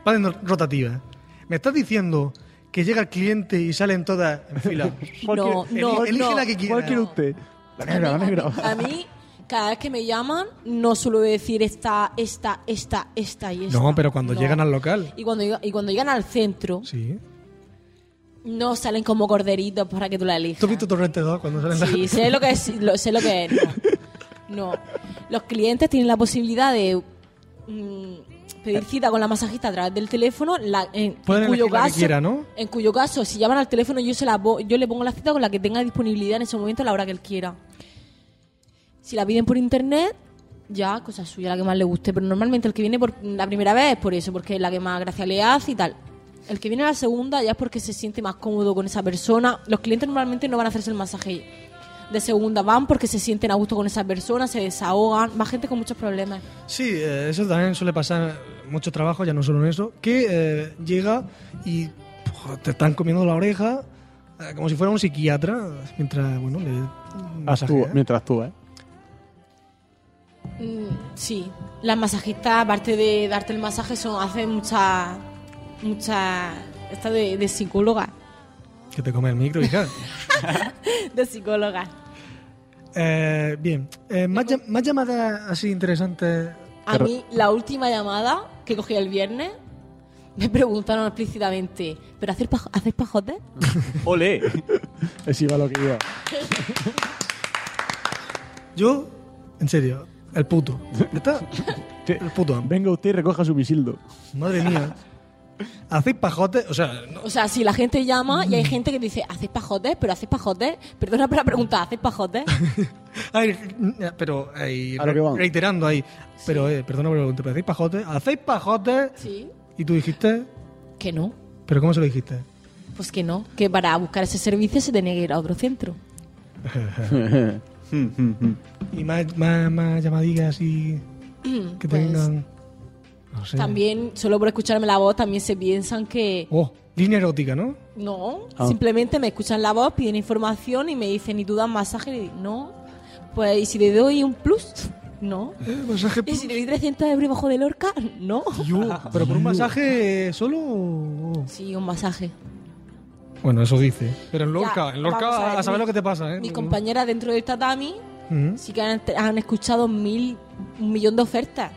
[SPEAKER 3] Va en rotativa. ¿Me estás diciendo que llega el cliente y salen todas en fila?
[SPEAKER 1] no,
[SPEAKER 3] Eli-
[SPEAKER 1] no,
[SPEAKER 3] elige
[SPEAKER 1] no.
[SPEAKER 3] la que
[SPEAKER 6] ¿Cuál
[SPEAKER 3] quieras.
[SPEAKER 6] quiere usted? La negra, la negra.
[SPEAKER 1] A mí, cada vez que me llaman, no suelo decir esta, esta, esta, esta y esta.
[SPEAKER 3] No, pero cuando
[SPEAKER 1] No.
[SPEAKER 3] llegan al local.
[SPEAKER 1] Y cuando, llega- y cuando llegan al centro,
[SPEAKER 3] Sí.
[SPEAKER 1] no salen como corderitos para que tú la elijas.
[SPEAKER 3] ¿Tú has visto Torrente 2 cuando salen
[SPEAKER 1] Sí, sé lo que es. lo- sé lo que es. No. No. Los clientes tienen la posibilidad de mm, pedir cita con la masajista a través del teléfono. la- en,
[SPEAKER 3] Pueden
[SPEAKER 1] en cuyo
[SPEAKER 3] elegir la que
[SPEAKER 1] caso,
[SPEAKER 3] quiera, ¿no?
[SPEAKER 1] En cuyo caso, si llaman al teléfono, yo, se la, po- yo le pongo la cita con la que tenga disponibilidad en ese momento a la hora que él quiera. Si la piden por internet, ya, cosa suya, la que más le guste. Pero normalmente el que viene por la primera vez es por eso, porque es la que más gracia le hace y tal. El que viene la segunda ya es porque se siente más cómodo con esa persona. Los clientes normalmente no van a hacerse el masaje de segunda, van porque se sienten a gusto con esa persona, se desahogan. Va gente con muchos problemas.
[SPEAKER 3] Sí, eh, eso también suele pasar mucho trabajo, ya no solo en eso, que eh, llega y puf, te están comiendo la oreja eh, como si fuera un psiquiatra mientras, bueno, le Ah,
[SPEAKER 6] Actúa,
[SPEAKER 3] masajea.
[SPEAKER 6] mientras tú, ¿eh?
[SPEAKER 1] Mm, sí, las masajistas, aparte de darte el masaje, son hacen muchas. muchas. esta de, de psicóloga.
[SPEAKER 3] Que te come el micro, hija.
[SPEAKER 1] De psicóloga.
[SPEAKER 3] Eh, bien, Eh, más, llam- más llamadas así interesantes.
[SPEAKER 1] A mí, la última llamada que cogí el viernes, me preguntaron explícitamente: ¿pero hacer paj- hacéis pajotes?
[SPEAKER 7] ¡Ole!
[SPEAKER 6] Eso iba lo que iba.
[SPEAKER 3] Yo, en serio, el puto. ¿Está? El puto hambre.
[SPEAKER 6] Venga usted y recoja su misildo.
[SPEAKER 3] Madre mía. ¿Hacéis pajotes? O sea, no-
[SPEAKER 1] O sea, si la gente llama
[SPEAKER 3] Mm.
[SPEAKER 1] y hay gente que dice: ¿hacéis pajotes? ¿pero hacéis pajotes? Perdona por la pregunta: ¿hacéis pajotes?
[SPEAKER 3] ay, pero ay,
[SPEAKER 6] A lo que van.
[SPEAKER 3] reiterando ahí. Pero, eh, perdona por la pregunta, ¿pero ¿hacéis pajotes? ¿Hacéis pajotes?
[SPEAKER 1] sí.
[SPEAKER 3] Y tú dijiste,
[SPEAKER 1] Que no.
[SPEAKER 3] ¿pero cómo se lo dijiste?
[SPEAKER 1] Pues que no, que para buscar ese servicio se tenía que ir a otro centro.
[SPEAKER 6] Hmm,
[SPEAKER 3] Y más, más, más llamadillas y que
[SPEAKER 1] Pues,
[SPEAKER 3] tengan. No sé.
[SPEAKER 1] También, solo por escucharme la voz, también se piensan que...
[SPEAKER 3] Oh, línea erótica, ¿no?
[SPEAKER 1] No,
[SPEAKER 6] Ah.
[SPEAKER 1] simplemente me escuchan la voz, piden información y me dicen, ¿y tú das masaje? Y digo, no. Pues, ¿y si le doy un plus? No.
[SPEAKER 3] Eh, masaje.
[SPEAKER 1] ¿Y si le doy 300 euros bajo del orca? No.
[SPEAKER 3] Yo, pero por un masaje solo. o-
[SPEAKER 1] Sí, un masaje.
[SPEAKER 3] Bueno, eso dice. Pero en Lorca,
[SPEAKER 1] Ya,
[SPEAKER 3] en Lorca
[SPEAKER 1] vamos ver,
[SPEAKER 3] a, saber
[SPEAKER 1] mi-
[SPEAKER 3] lo que te pasa, ¿eh?
[SPEAKER 1] Mi
[SPEAKER 3] No-
[SPEAKER 1] compañera dentro del tatami
[SPEAKER 3] Ujú.
[SPEAKER 1] sí que han, han escuchado mil, un millón de ofertas.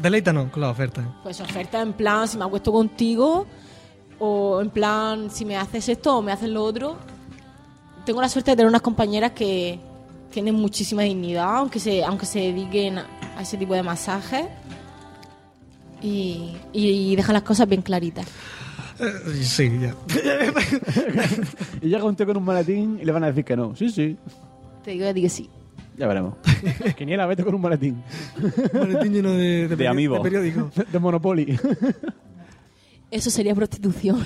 [SPEAKER 3] Deleítanos con la oferta.
[SPEAKER 1] Pues ofertas en plan, si me acuesto contigo, o en plan, si me haces esto o me haces lo otro. Tengo la suerte de tener unas compañeras que tienen muchísima dignidad, aunque se, aunque se dediquen a, a ese tipo de masajes. Y, y dejan las cosas bien claritas.
[SPEAKER 3] Eh, sí, ya.
[SPEAKER 6] Y llega usted con un maletín y le van a decir que no. Sí, sí.
[SPEAKER 1] Te digo, yo digo sí.
[SPEAKER 6] Ya veremos. que ni la vete con un maletín.
[SPEAKER 3] Maletín lleno de, de,
[SPEAKER 7] De
[SPEAKER 3] peri-
[SPEAKER 7] amiibo.
[SPEAKER 3] de periódico.
[SPEAKER 6] De, de Monopoly.
[SPEAKER 1] Eso sería prostitución.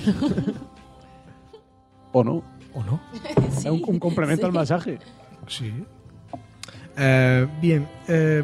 [SPEAKER 6] ¿O no?
[SPEAKER 3] ¿O no?
[SPEAKER 6] es un, un complemento al masaje.
[SPEAKER 3] Sí. Eh, bien. eh,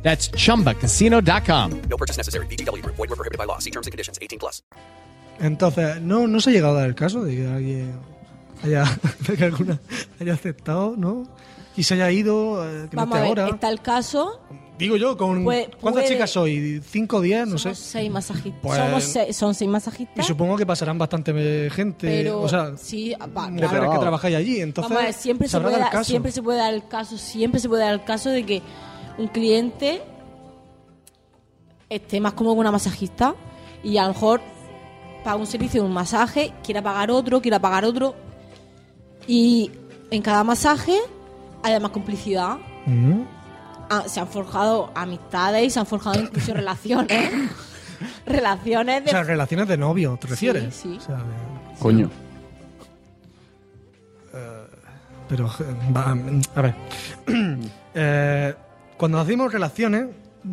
[SPEAKER 8] That's chumbacasino.com.
[SPEAKER 9] No purchase necessary. VGW Group. Void were prohibited by law. See terms and conditions. 18 plus.
[SPEAKER 3] Entonces, no, no se ha llegado a dar el caso de que alguien haya, de que alguna haya aceptado, ¿no? Y se haya ido, eh, que
[SPEAKER 1] Vamos
[SPEAKER 3] no
[SPEAKER 1] a
[SPEAKER 3] esté
[SPEAKER 1] ver,
[SPEAKER 3] ahora.
[SPEAKER 1] está el caso.
[SPEAKER 3] Digo yo, con
[SPEAKER 1] Puede-
[SPEAKER 3] ¿cuántas
[SPEAKER 1] puede-
[SPEAKER 3] chicas soy? ¿Cinco, diez? No
[SPEAKER 1] Somos
[SPEAKER 3] sé.
[SPEAKER 1] seis masajistas.
[SPEAKER 3] Pues-
[SPEAKER 1] Somos seis- son seis
[SPEAKER 3] Y
[SPEAKER 1] masajistas.
[SPEAKER 3] supongo que pasarán bastante gente,
[SPEAKER 1] pero
[SPEAKER 3] o sea,
[SPEAKER 1] sí, va-
[SPEAKER 3] mujeres
[SPEAKER 1] claro.
[SPEAKER 3] que trabajáis allí. Entonces,
[SPEAKER 1] Vamos a ver, siempre se,
[SPEAKER 3] sabrá
[SPEAKER 1] puede
[SPEAKER 3] del
[SPEAKER 1] dar,
[SPEAKER 3] caso.
[SPEAKER 1] siempre se puede dar el caso, siempre se puede dar el caso de que un cliente esté más cómodo que una masajista y a lo mejor paga un servicio de un masaje, quiera pagar otro, quiera pagar otro. Y en cada masaje hay además complicidad.
[SPEAKER 3] Mm.
[SPEAKER 1] Ah, se han forjado amistades y se han forjado incluso relaciones. relaciones
[SPEAKER 3] O
[SPEAKER 1] de
[SPEAKER 3] sea, relaciones de novio, ¿te refieres?
[SPEAKER 1] sí.
[SPEAKER 3] O sea, de-
[SPEAKER 6] Coño.
[SPEAKER 3] pero, eh, va, a ver. Eh, cuando hacemos relaciones,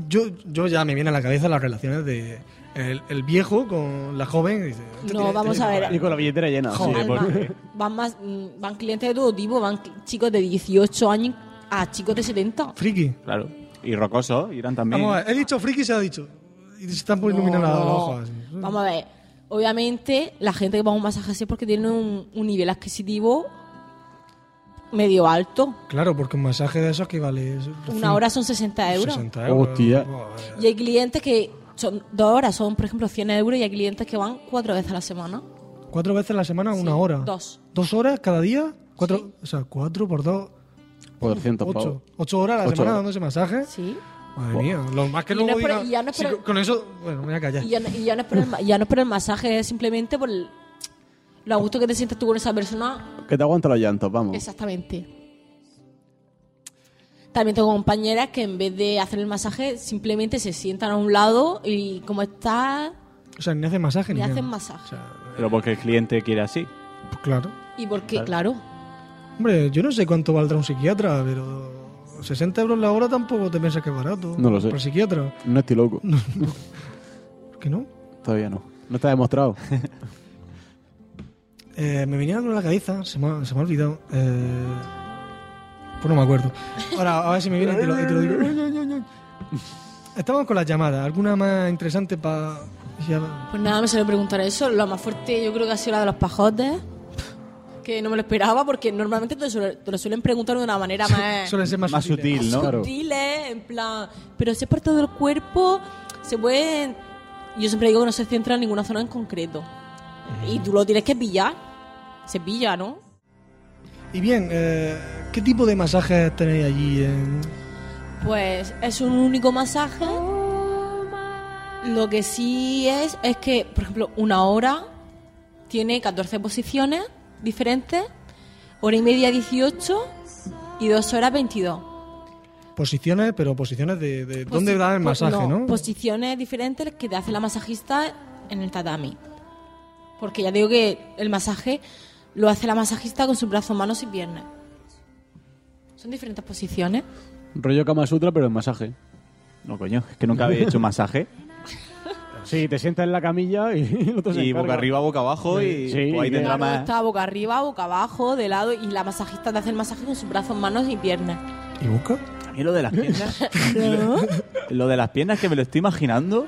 [SPEAKER 3] yo, yo ya me viene a la cabeza las relaciones de el, el viejo con la joven. y dice, "Este
[SPEAKER 1] No,
[SPEAKER 3] tiene-
[SPEAKER 1] vamos
[SPEAKER 3] tiene
[SPEAKER 1] a ver.
[SPEAKER 3] novia".
[SPEAKER 6] Y con la billetera llena. sí,
[SPEAKER 1] Van,
[SPEAKER 6] porque-
[SPEAKER 1] van más, mm, van clientes de todo tipo, van cl- chicos de 18 años a chicos de 70.
[SPEAKER 3] Friki.
[SPEAKER 7] Claro. Y rocoso, irán también.
[SPEAKER 3] Vamos a ver, he dicho friki, se ha dicho. Y se están por iluminar
[SPEAKER 1] No,
[SPEAKER 3] las
[SPEAKER 1] no.
[SPEAKER 3] hojas.
[SPEAKER 1] Vamos a ver. Obviamente, la gente que va a un masaje así es porque tiene un, un nivel adquisitivo medio alto.
[SPEAKER 3] Claro, porque un masaje de esos que vale. es-
[SPEAKER 1] Una hora son 60 euros.
[SPEAKER 3] 60 euros.
[SPEAKER 6] Hostia.
[SPEAKER 3] Joder.
[SPEAKER 1] Y hay clientes que son dos horas, son por ejemplo 100 euros, y hay clientes que van cuatro veces a la semana.
[SPEAKER 3] Cuatro veces a la semana, una hora.
[SPEAKER 1] dos.
[SPEAKER 3] ¿Dos horas cada día? Cuatro, O sea, cuatro por dos.
[SPEAKER 6] Por 200 pavos.
[SPEAKER 3] Ocho. Ocho horas a la
[SPEAKER 6] Ocho
[SPEAKER 3] semana
[SPEAKER 6] horas.
[SPEAKER 3] dándose masaje.
[SPEAKER 1] Sí.
[SPEAKER 3] Madre mía. Lo más que
[SPEAKER 1] Y
[SPEAKER 3] luego
[SPEAKER 1] no es por-
[SPEAKER 3] diga-
[SPEAKER 1] y ya no es
[SPEAKER 3] si
[SPEAKER 1] por-
[SPEAKER 3] con- con eso. Bueno, me voy a callar.
[SPEAKER 1] Y ya, no- y ya no es por el, ma- ya no es por el masaje, es simplemente por el- lo a gusto que te sientas tú con esa persona
[SPEAKER 6] Que te aguanta los llantos, vamos.
[SPEAKER 1] Exactamente. También tengo compañeras que en vez de hacer el masaje simplemente se sientan a un lado y como está
[SPEAKER 3] O sea, ni hacen masaje ni
[SPEAKER 1] le hacen
[SPEAKER 3] nada. O
[SPEAKER 1] masaje.
[SPEAKER 3] sea,
[SPEAKER 7] Pero porque el cliente quiere así.
[SPEAKER 3] pues claro.
[SPEAKER 1] ¿Y por qué? Claro.
[SPEAKER 3] Hombre, yo no sé cuánto valdrá un psiquiatra, pero. 60 euros la hora tampoco te piensas que es barato.
[SPEAKER 6] No lo sé.
[SPEAKER 3] Para psiquiatra.
[SPEAKER 6] No estoy loco.
[SPEAKER 3] ¿Por qué no?
[SPEAKER 6] Todavía no. No está demostrado.
[SPEAKER 3] Eh, me venía algo a la cabeza, se me ha, se me ha olvidado. Eh, pues no me acuerdo. Ah, Ahora, a ver si me viene y te lo, y te lo digo. Estamos con las llamadas. ¿Alguna más interesante para.?
[SPEAKER 1] Pues nada, me salió preguntar eso. Lo más fuerte yo creo que ha sido la de los pajotes. Que no me lo esperaba porque normalmente te, suele- te lo suelen preguntar de una manera más
[SPEAKER 3] Suelen ser más,
[SPEAKER 7] Más
[SPEAKER 3] sutiles.
[SPEAKER 7] sutil, ¿no?
[SPEAKER 1] sutiles, eh, en plan, pero si es por todo el cuerpo, se pueden... Yo siempre digo que no se centra en ninguna zona en concreto. Y tú lo tienes que pillar. Se pilla, ¿no?
[SPEAKER 3] Y bien, eh, ¿qué tipo de masajes tenéis allí? en-
[SPEAKER 1] Pues es un único masaje. Lo que sí es, es que, por ejemplo, una hora tiene 14 posiciones diferentes, hora y media 18 y dos horas 22.
[SPEAKER 3] Posiciones, pero posiciones de. de ¿Dónde
[SPEAKER 1] Posi-
[SPEAKER 3] dan el
[SPEAKER 1] po-
[SPEAKER 3] masaje, no?
[SPEAKER 1] Posiciones diferentes que te hace la masajista en el tatami. Porque ya digo que el masaje lo hace la masajista con sus brazos, manos y piernas. Son diferentes posiciones.
[SPEAKER 6] Rollo Kama Sutra, pero en masaje.
[SPEAKER 7] No, coño, es que nunca había hecho masaje.
[SPEAKER 6] Sí, te sientas en la camilla y el otro se
[SPEAKER 7] y
[SPEAKER 6] encarga.
[SPEAKER 7] boca arriba, boca abajo, y
[SPEAKER 6] Sí,
[SPEAKER 7] pues ahí
[SPEAKER 6] y-
[SPEAKER 7] tendrá
[SPEAKER 1] Claro,
[SPEAKER 7] más.
[SPEAKER 1] está boca arriba, boca abajo, de lado, y la masajista te hace el masaje con sus brazos, manos y piernas.
[SPEAKER 3] ¿Y busca?
[SPEAKER 7] A mí lo de las piernas. lo, lo de las piernas que me lo estoy imaginando.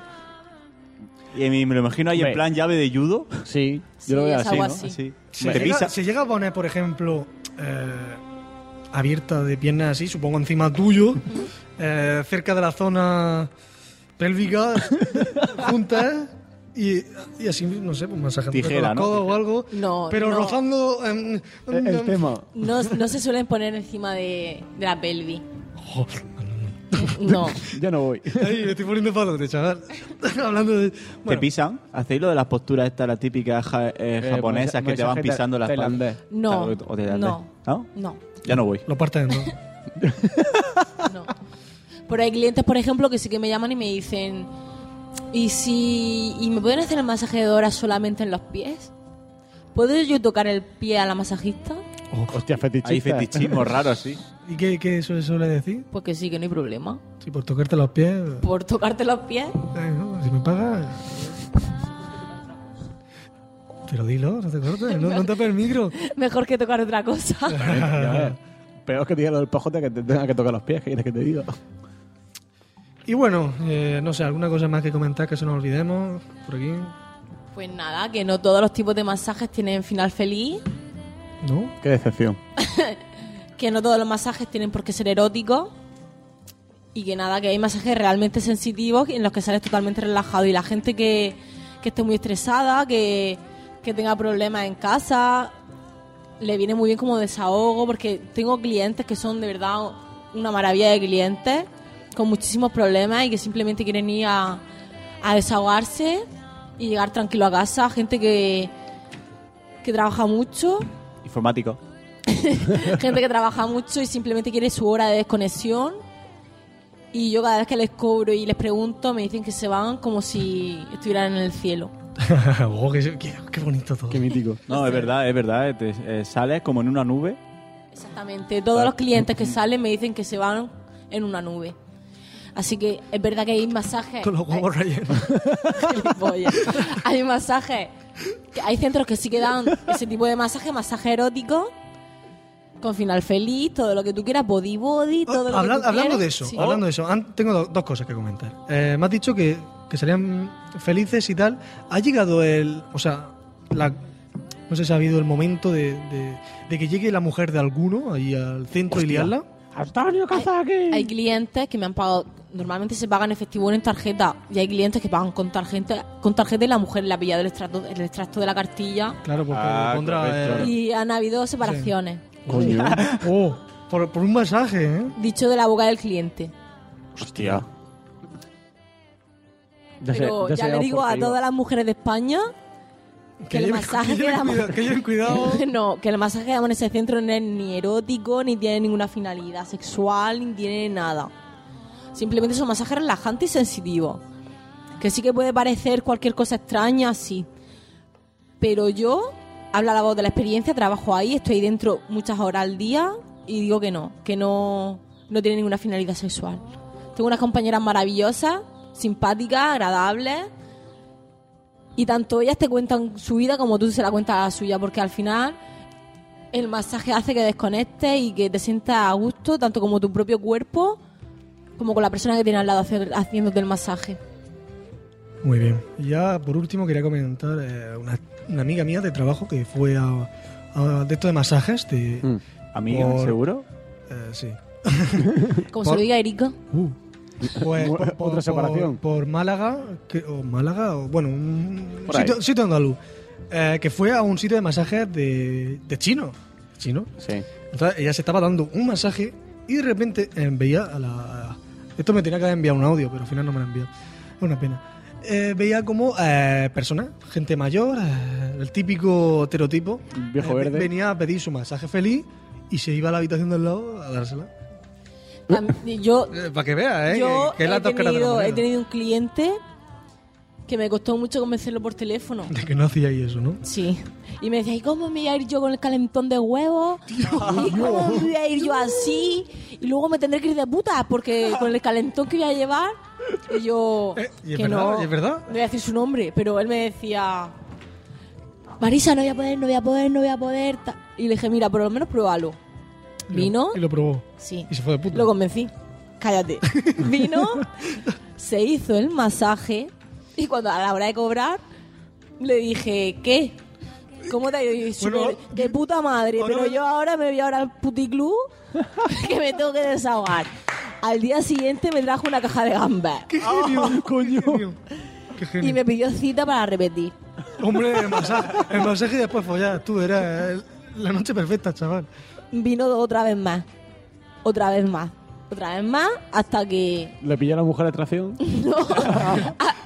[SPEAKER 7] Y a mí me lo imagino ahí en
[SPEAKER 6] Hombre.
[SPEAKER 7] plan llave de judo.
[SPEAKER 6] Sí, yo
[SPEAKER 1] Sí,
[SPEAKER 6] lo veo
[SPEAKER 1] es
[SPEAKER 6] así,
[SPEAKER 1] algo
[SPEAKER 6] ¿no?
[SPEAKER 1] así.
[SPEAKER 7] Así.
[SPEAKER 3] Se
[SPEAKER 7] Te
[SPEAKER 3] llega,
[SPEAKER 7] pisa.
[SPEAKER 3] se llega a poner, por ejemplo, eh, abierta de piernas así, supongo encima tuyo, eh, cerca de la zona pélvica, juntas, y, y así, no sé, pues masajeando
[SPEAKER 7] Tijera,
[SPEAKER 3] los
[SPEAKER 7] ¿no?
[SPEAKER 3] codos o algo,
[SPEAKER 1] No,
[SPEAKER 3] pero
[SPEAKER 1] no.
[SPEAKER 3] rozando... em,
[SPEAKER 6] El, el
[SPEAKER 3] em,
[SPEAKER 6] tema.
[SPEAKER 1] No, no se suelen poner encima de, de la pelvis.
[SPEAKER 3] jo,
[SPEAKER 1] No.
[SPEAKER 7] ya no voy.
[SPEAKER 3] Ay, me estoy poniendo palote, chaval. Hablando de.
[SPEAKER 7] ¿Te pisan? ¿Hacéis lo de las posturas estas, las típicas ja- eh,
[SPEAKER 6] pues
[SPEAKER 3] Eh,
[SPEAKER 7] japonesas
[SPEAKER 3] masaje-
[SPEAKER 7] que te van
[SPEAKER 3] masaje
[SPEAKER 7] pisando las
[SPEAKER 3] tailandés.
[SPEAKER 1] No,
[SPEAKER 7] O tailandés.
[SPEAKER 1] no.
[SPEAKER 7] ¿No?
[SPEAKER 1] No.
[SPEAKER 7] Ya no voy.
[SPEAKER 3] Lo parten, ¿no?
[SPEAKER 1] Pero hay clientes, por ejemplo, que sí que me llaman y me dicen, ¿y si y me pueden hacer el masaje de horas solamente en los pies? ¿Puedo yo tocar el pie a la masajista?
[SPEAKER 6] Oh, Hostia, fetichista.
[SPEAKER 7] Hay fetichismo raro, sí.
[SPEAKER 3] ¿Y qué, qué suele, suele decir?
[SPEAKER 1] Pues que sí, que no hay problema.
[SPEAKER 3] Si por tocarte los pies.
[SPEAKER 1] ¿Por tocarte los pies?
[SPEAKER 3] eh, no, si me pagas. Pero dilo, no te cortes, no, no tapes el micro.
[SPEAKER 1] Mejor que tocar otra cosa.
[SPEAKER 6] Peor que diga lo del pajote que te tenga que tocar los pies, ¿qué quieres que te diga?
[SPEAKER 3] Y bueno, eh, no sé, alguna cosa más que comentar que se nos olvidemos por aquí.
[SPEAKER 1] pues nada, que no todos los tipos de masajes tienen final feliz,
[SPEAKER 3] ¿No?
[SPEAKER 6] Qué decepción.
[SPEAKER 1] que no todos los masajes tienen por qué ser eróticos y que nada, que hay masajes realmente sensitivos en los que sales totalmente relajado y la gente que, que esté muy estresada, que, que tenga problemas en casa, le viene muy bien como desahogo porque tengo clientes que son de verdad una maravilla de clientes con muchísimos problemas y que simplemente quieren ir a, a desahogarse y llegar tranquilo a casa, gente que, que trabaja mucho
[SPEAKER 7] Informático.
[SPEAKER 1] gente que trabaja mucho y simplemente quiere su hora de desconexión. Y yo cada vez que les cobro y les pregunto, me dicen que se van como si estuvieran en el cielo.
[SPEAKER 3] Oh, qué, qué- qué bonito todo. Qué
[SPEAKER 6] mítico.
[SPEAKER 7] No, es verdad, es verdad. eh, te- eh, sales como en una nube.
[SPEAKER 1] Exactamente. Todos los clientes que salen me dicen que se van en una nube. Así que es verdad que hay masajes.
[SPEAKER 3] Con los huevos rellenos.
[SPEAKER 1] gilipollas. hay masajes. que Hay centros que sí que dan ese tipo de masaje, masaje erótico, con final feliz, todo lo que tú quieras, body body, todo lo
[SPEAKER 3] Ah, Habla-
[SPEAKER 1] que tú
[SPEAKER 3] hablando
[SPEAKER 1] quieras.
[SPEAKER 3] de eso,
[SPEAKER 1] Sí.
[SPEAKER 3] hablando de eso, an- tengo do- dos cosas que comentar. Eh, me has dicho que, que serían felices y tal. ¿Ha llegado el. O sea, la- no sé si ha habido el momento de, de- de que llegue la mujer de alguno ahí al centro y liarla?
[SPEAKER 6] ¡Antonio Kazaki!
[SPEAKER 1] Hay clientes que me han pagado. Normalmente se pagan efectivo en tarjeta. Y hay clientes que pagan con tarjeta, con tarjeta y la mujer le ha pillado el extracto, el extracto de la cartilla.
[SPEAKER 3] Claro, porque
[SPEAKER 7] Ah,
[SPEAKER 3] pondrá.
[SPEAKER 7] correcto.
[SPEAKER 3] eh,
[SPEAKER 1] Y han habido separaciones.
[SPEAKER 6] Coño.
[SPEAKER 3] oh, por, por un masaje, ¿eh?
[SPEAKER 1] Dicho de la boca del cliente.
[SPEAKER 6] Hostia.
[SPEAKER 1] Pero ya, le digo a todas las mujeres de España que, el
[SPEAKER 3] lleven-
[SPEAKER 1] masaje
[SPEAKER 3] que
[SPEAKER 1] de la
[SPEAKER 3] lleven cuida- que lleven cuidado.
[SPEAKER 1] no, que el masaje de en ese centro no es ni erótico, ni tiene ninguna finalidad sexual, ni tiene nada. Simplemente es un masaje relajante y sensitivo. Que sí que puede parecer cualquier cosa extraña, sí. Pero yo, habla la voz de la experiencia, trabajo ahí, estoy dentro muchas horas al día y digo que no, que no, no tiene ninguna finalidad sexual. Tengo unas compañeras maravillosas, simpáticas, agradables. Y tanto ellas te cuentan su vida como tú se la cuentas a la suya, porque al final el masaje hace que desconectes y que te sientas a gusto, tanto como tu propio cuerpo, como con la persona que tiene al lado hacer- haciéndote el masaje.
[SPEAKER 3] Muy bien. Y Ya por último quería comentar eh, una, una amiga mía de trabajo que fue a, a- de esto de masajes. De,
[SPEAKER 6] Mm.
[SPEAKER 7] Amiga,
[SPEAKER 3] Por-
[SPEAKER 7] seguro.
[SPEAKER 3] eh, sí.
[SPEAKER 1] Como se
[SPEAKER 3] Por-
[SPEAKER 1] lo diga Erika.
[SPEAKER 3] Pues,
[SPEAKER 6] Otra separación.
[SPEAKER 3] Por, Málaga, que- o Málaga, o bueno, un
[SPEAKER 6] Por ahí.
[SPEAKER 3] sitio, sitio andaluz, eh, que fue a un sitio de masajes de, de chino. Chino.
[SPEAKER 6] Sí.
[SPEAKER 3] Entonces ella se estaba dando un masaje y de repente eh, veía a la. Esto me tenía que haber enviado un audio, pero al final no me lo envió. Es una pena. Eh, veía como eh, personas, gente mayor, eh, el típico heterotipo.
[SPEAKER 6] Viejo
[SPEAKER 3] eh, ve-
[SPEAKER 6] verde.
[SPEAKER 3] Venía a pedir su masaje feliz y se iba a la habitación del lado a dársela.
[SPEAKER 1] Tam- Yo,
[SPEAKER 3] Para que vea, ¿eh?
[SPEAKER 1] yo
[SPEAKER 3] que, que es
[SPEAKER 1] he,
[SPEAKER 3] las dos caras de la
[SPEAKER 1] tenido, he
[SPEAKER 3] moneda.
[SPEAKER 1] tenido un cliente que me costó mucho convencerlo por teléfono.
[SPEAKER 3] De que no hacía ahí eso, ¿no?
[SPEAKER 1] Sí. Y me decía, ¿y cómo me voy a ir yo con el calentón de huevos? ¿Y cómo me voy a ir yo así? Y luego me tendré que ir de puta porque con el calentón que voy a llevar. Y yo.
[SPEAKER 3] Eh, y es
[SPEAKER 1] que
[SPEAKER 3] verdad,
[SPEAKER 1] no,
[SPEAKER 3] y es verdad.
[SPEAKER 1] No voy a decir su nombre, pero él me decía. Marisa, no voy a poder, no voy a poder, no voy a poder. ta- Y le dije, mira, por lo menos pruébalo. Vino.
[SPEAKER 3] Y lo probó.
[SPEAKER 1] Sí.
[SPEAKER 3] Y se fue de puta.
[SPEAKER 1] Lo convencí. Cállate. Vino, se hizo el masaje y cuando a la hora de cobrar le dije, ¿qué? ¿Cómo te ha ido? Y yo,
[SPEAKER 3] Bueno,
[SPEAKER 1] "Súper, de puta madre,
[SPEAKER 3] ahora-
[SPEAKER 1] pero yo ahora me voy ahora al puticlub que me tengo que desahogar. Al día siguiente me trajo una caja de gambas
[SPEAKER 3] ¡Qué genio! coño! ¡Qué genio! Qué genio.
[SPEAKER 1] y me pidió cita para repetir.
[SPEAKER 3] Hombre, el masaje, el masaje y después follar. Tú eh, eras el- la noche perfecta, chaval.
[SPEAKER 1] Vino otra vez más. Otra vez más. otra vez más, hasta que
[SPEAKER 6] ¿Le pilló a la mujer de atracción?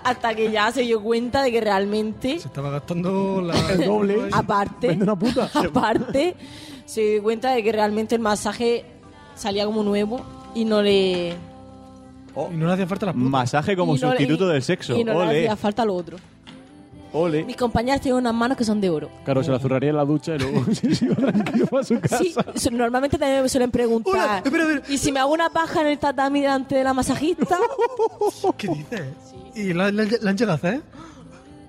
[SPEAKER 1] hasta que ya se dio cuenta de que realmente
[SPEAKER 3] Estaba gastando la...
[SPEAKER 6] El doble.
[SPEAKER 1] aparte
[SPEAKER 6] Vende una puta.
[SPEAKER 1] aparte se dio cuenta de que realmente el masaje salía como nuevo y no le
[SPEAKER 3] Oh. Y no le hacían falta las putas.
[SPEAKER 7] Masaje como
[SPEAKER 1] y no le-
[SPEAKER 7] sustituto
[SPEAKER 1] y-
[SPEAKER 7] del sexo.
[SPEAKER 1] y no le
[SPEAKER 7] ole,
[SPEAKER 1] hacía falta lo otro
[SPEAKER 7] ole.
[SPEAKER 1] mis compañeras tienen unas manos que son de oro
[SPEAKER 6] Claro, se la zurraría en la ducha y luego se iba tranquilo para su casa.
[SPEAKER 1] Sí, su- normalmente también me suelen preguntar. ¿Y si me hago una paja en el tatami delante de la masajista?
[SPEAKER 3] ¿Qué dices? ¿Y la, la- la han llegado a hacer?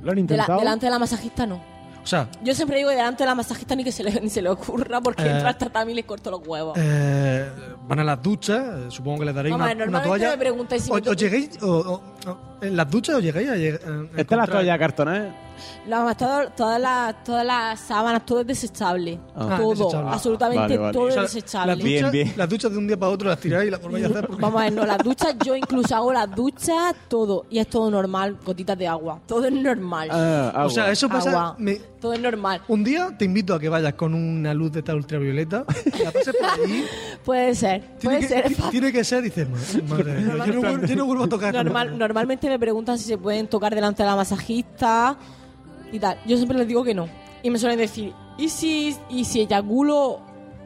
[SPEAKER 6] ¿Lo han
[SPEAKER 1] De la- delante de la masajista no.
[SPEAKER 3] O sea,
[SPEAKER 1] Yo siempre digo que delante de la masajista ni que se le, ni se le ocurra porque
[SPEAKER 3] Eh.
[SPEAKER 1] entro al tatami y le corto los huevos.
[SPEAKER 3] eh, van a las duchas, eh, supongo que les daréis
[SPEAKER 1] Hombre,
[SPEAKER 3] una, una
[SPEAKER 1] normalmente
[SPEAKER 3] toalla.
[SPEAKER 1] me preguntáis si
[SPEAKER 3] o,
[SPEAKER 1] me-
[SPEAKER 3] o lleguéis, o- o- o- en las duchas os llegáis a llegar. eh,
[SPEAKER 6] Está la toalla cartonada.
[SPEAKER 1] Las- todo- todas, las, todas las sábanas, todo es desechable.
[SPEAKER 6] Ah.
[SPEAKER 3] Ah,
[SPEAKER 1] todo,
[SPEAKER 3] desechable.
[SPEAKER 1] absolutamente
[SPEAKER 6] Vale, vale.
[SPEAKER 1] todo
[SPEAKER 6] O
[SPEAKER 3] sea,
[SPEAKER 1] es desechable.
[SPEAKER 3] las
[SPEAKER 7] Bien,
[SPEAKER 3] duchas,
[SPEAKER 7] bien.
[SPEAKER 3] las duchas de un día para otro las tiráis y las volvéis a hacer. porque-
[SPEAKER 1] Vamos a ver, no, las duchas, yo incluso hago las duchas, todo. Y es todo normal, gotitas de agua. Todo es normal.
[SPEAKER 6] Ah, agua.
[SPEAKER 3] o sea, eso pasa.
[SPEAKER 1] Agua.
[SPEAKER 3] me-
[SPEAKER 1] Todo es normal.
[SPEAKER 3] un día te invito a que vayas con una luz de esta ultravioleta, la pases por allí.
[SPEAKER 1] Puede ser,
[SPEAKER 3] Tiene
[SPEAKER 1] puede
[SPEAKER 3] que,
[SPEAKER 1] ser.
[SPEAKER 3] ti- tiene que ser, dices, "Ma- madre, de Dios, yo, no, vuel- yo no vuelvo a tocar. esto".
[SPEAKER 1] Normal- normalmente me preguntan si se pueden tocar delante de la masajista y tal. Yo siempre les digo que no. Y me suelen decir, ¿y si, y si eyaculo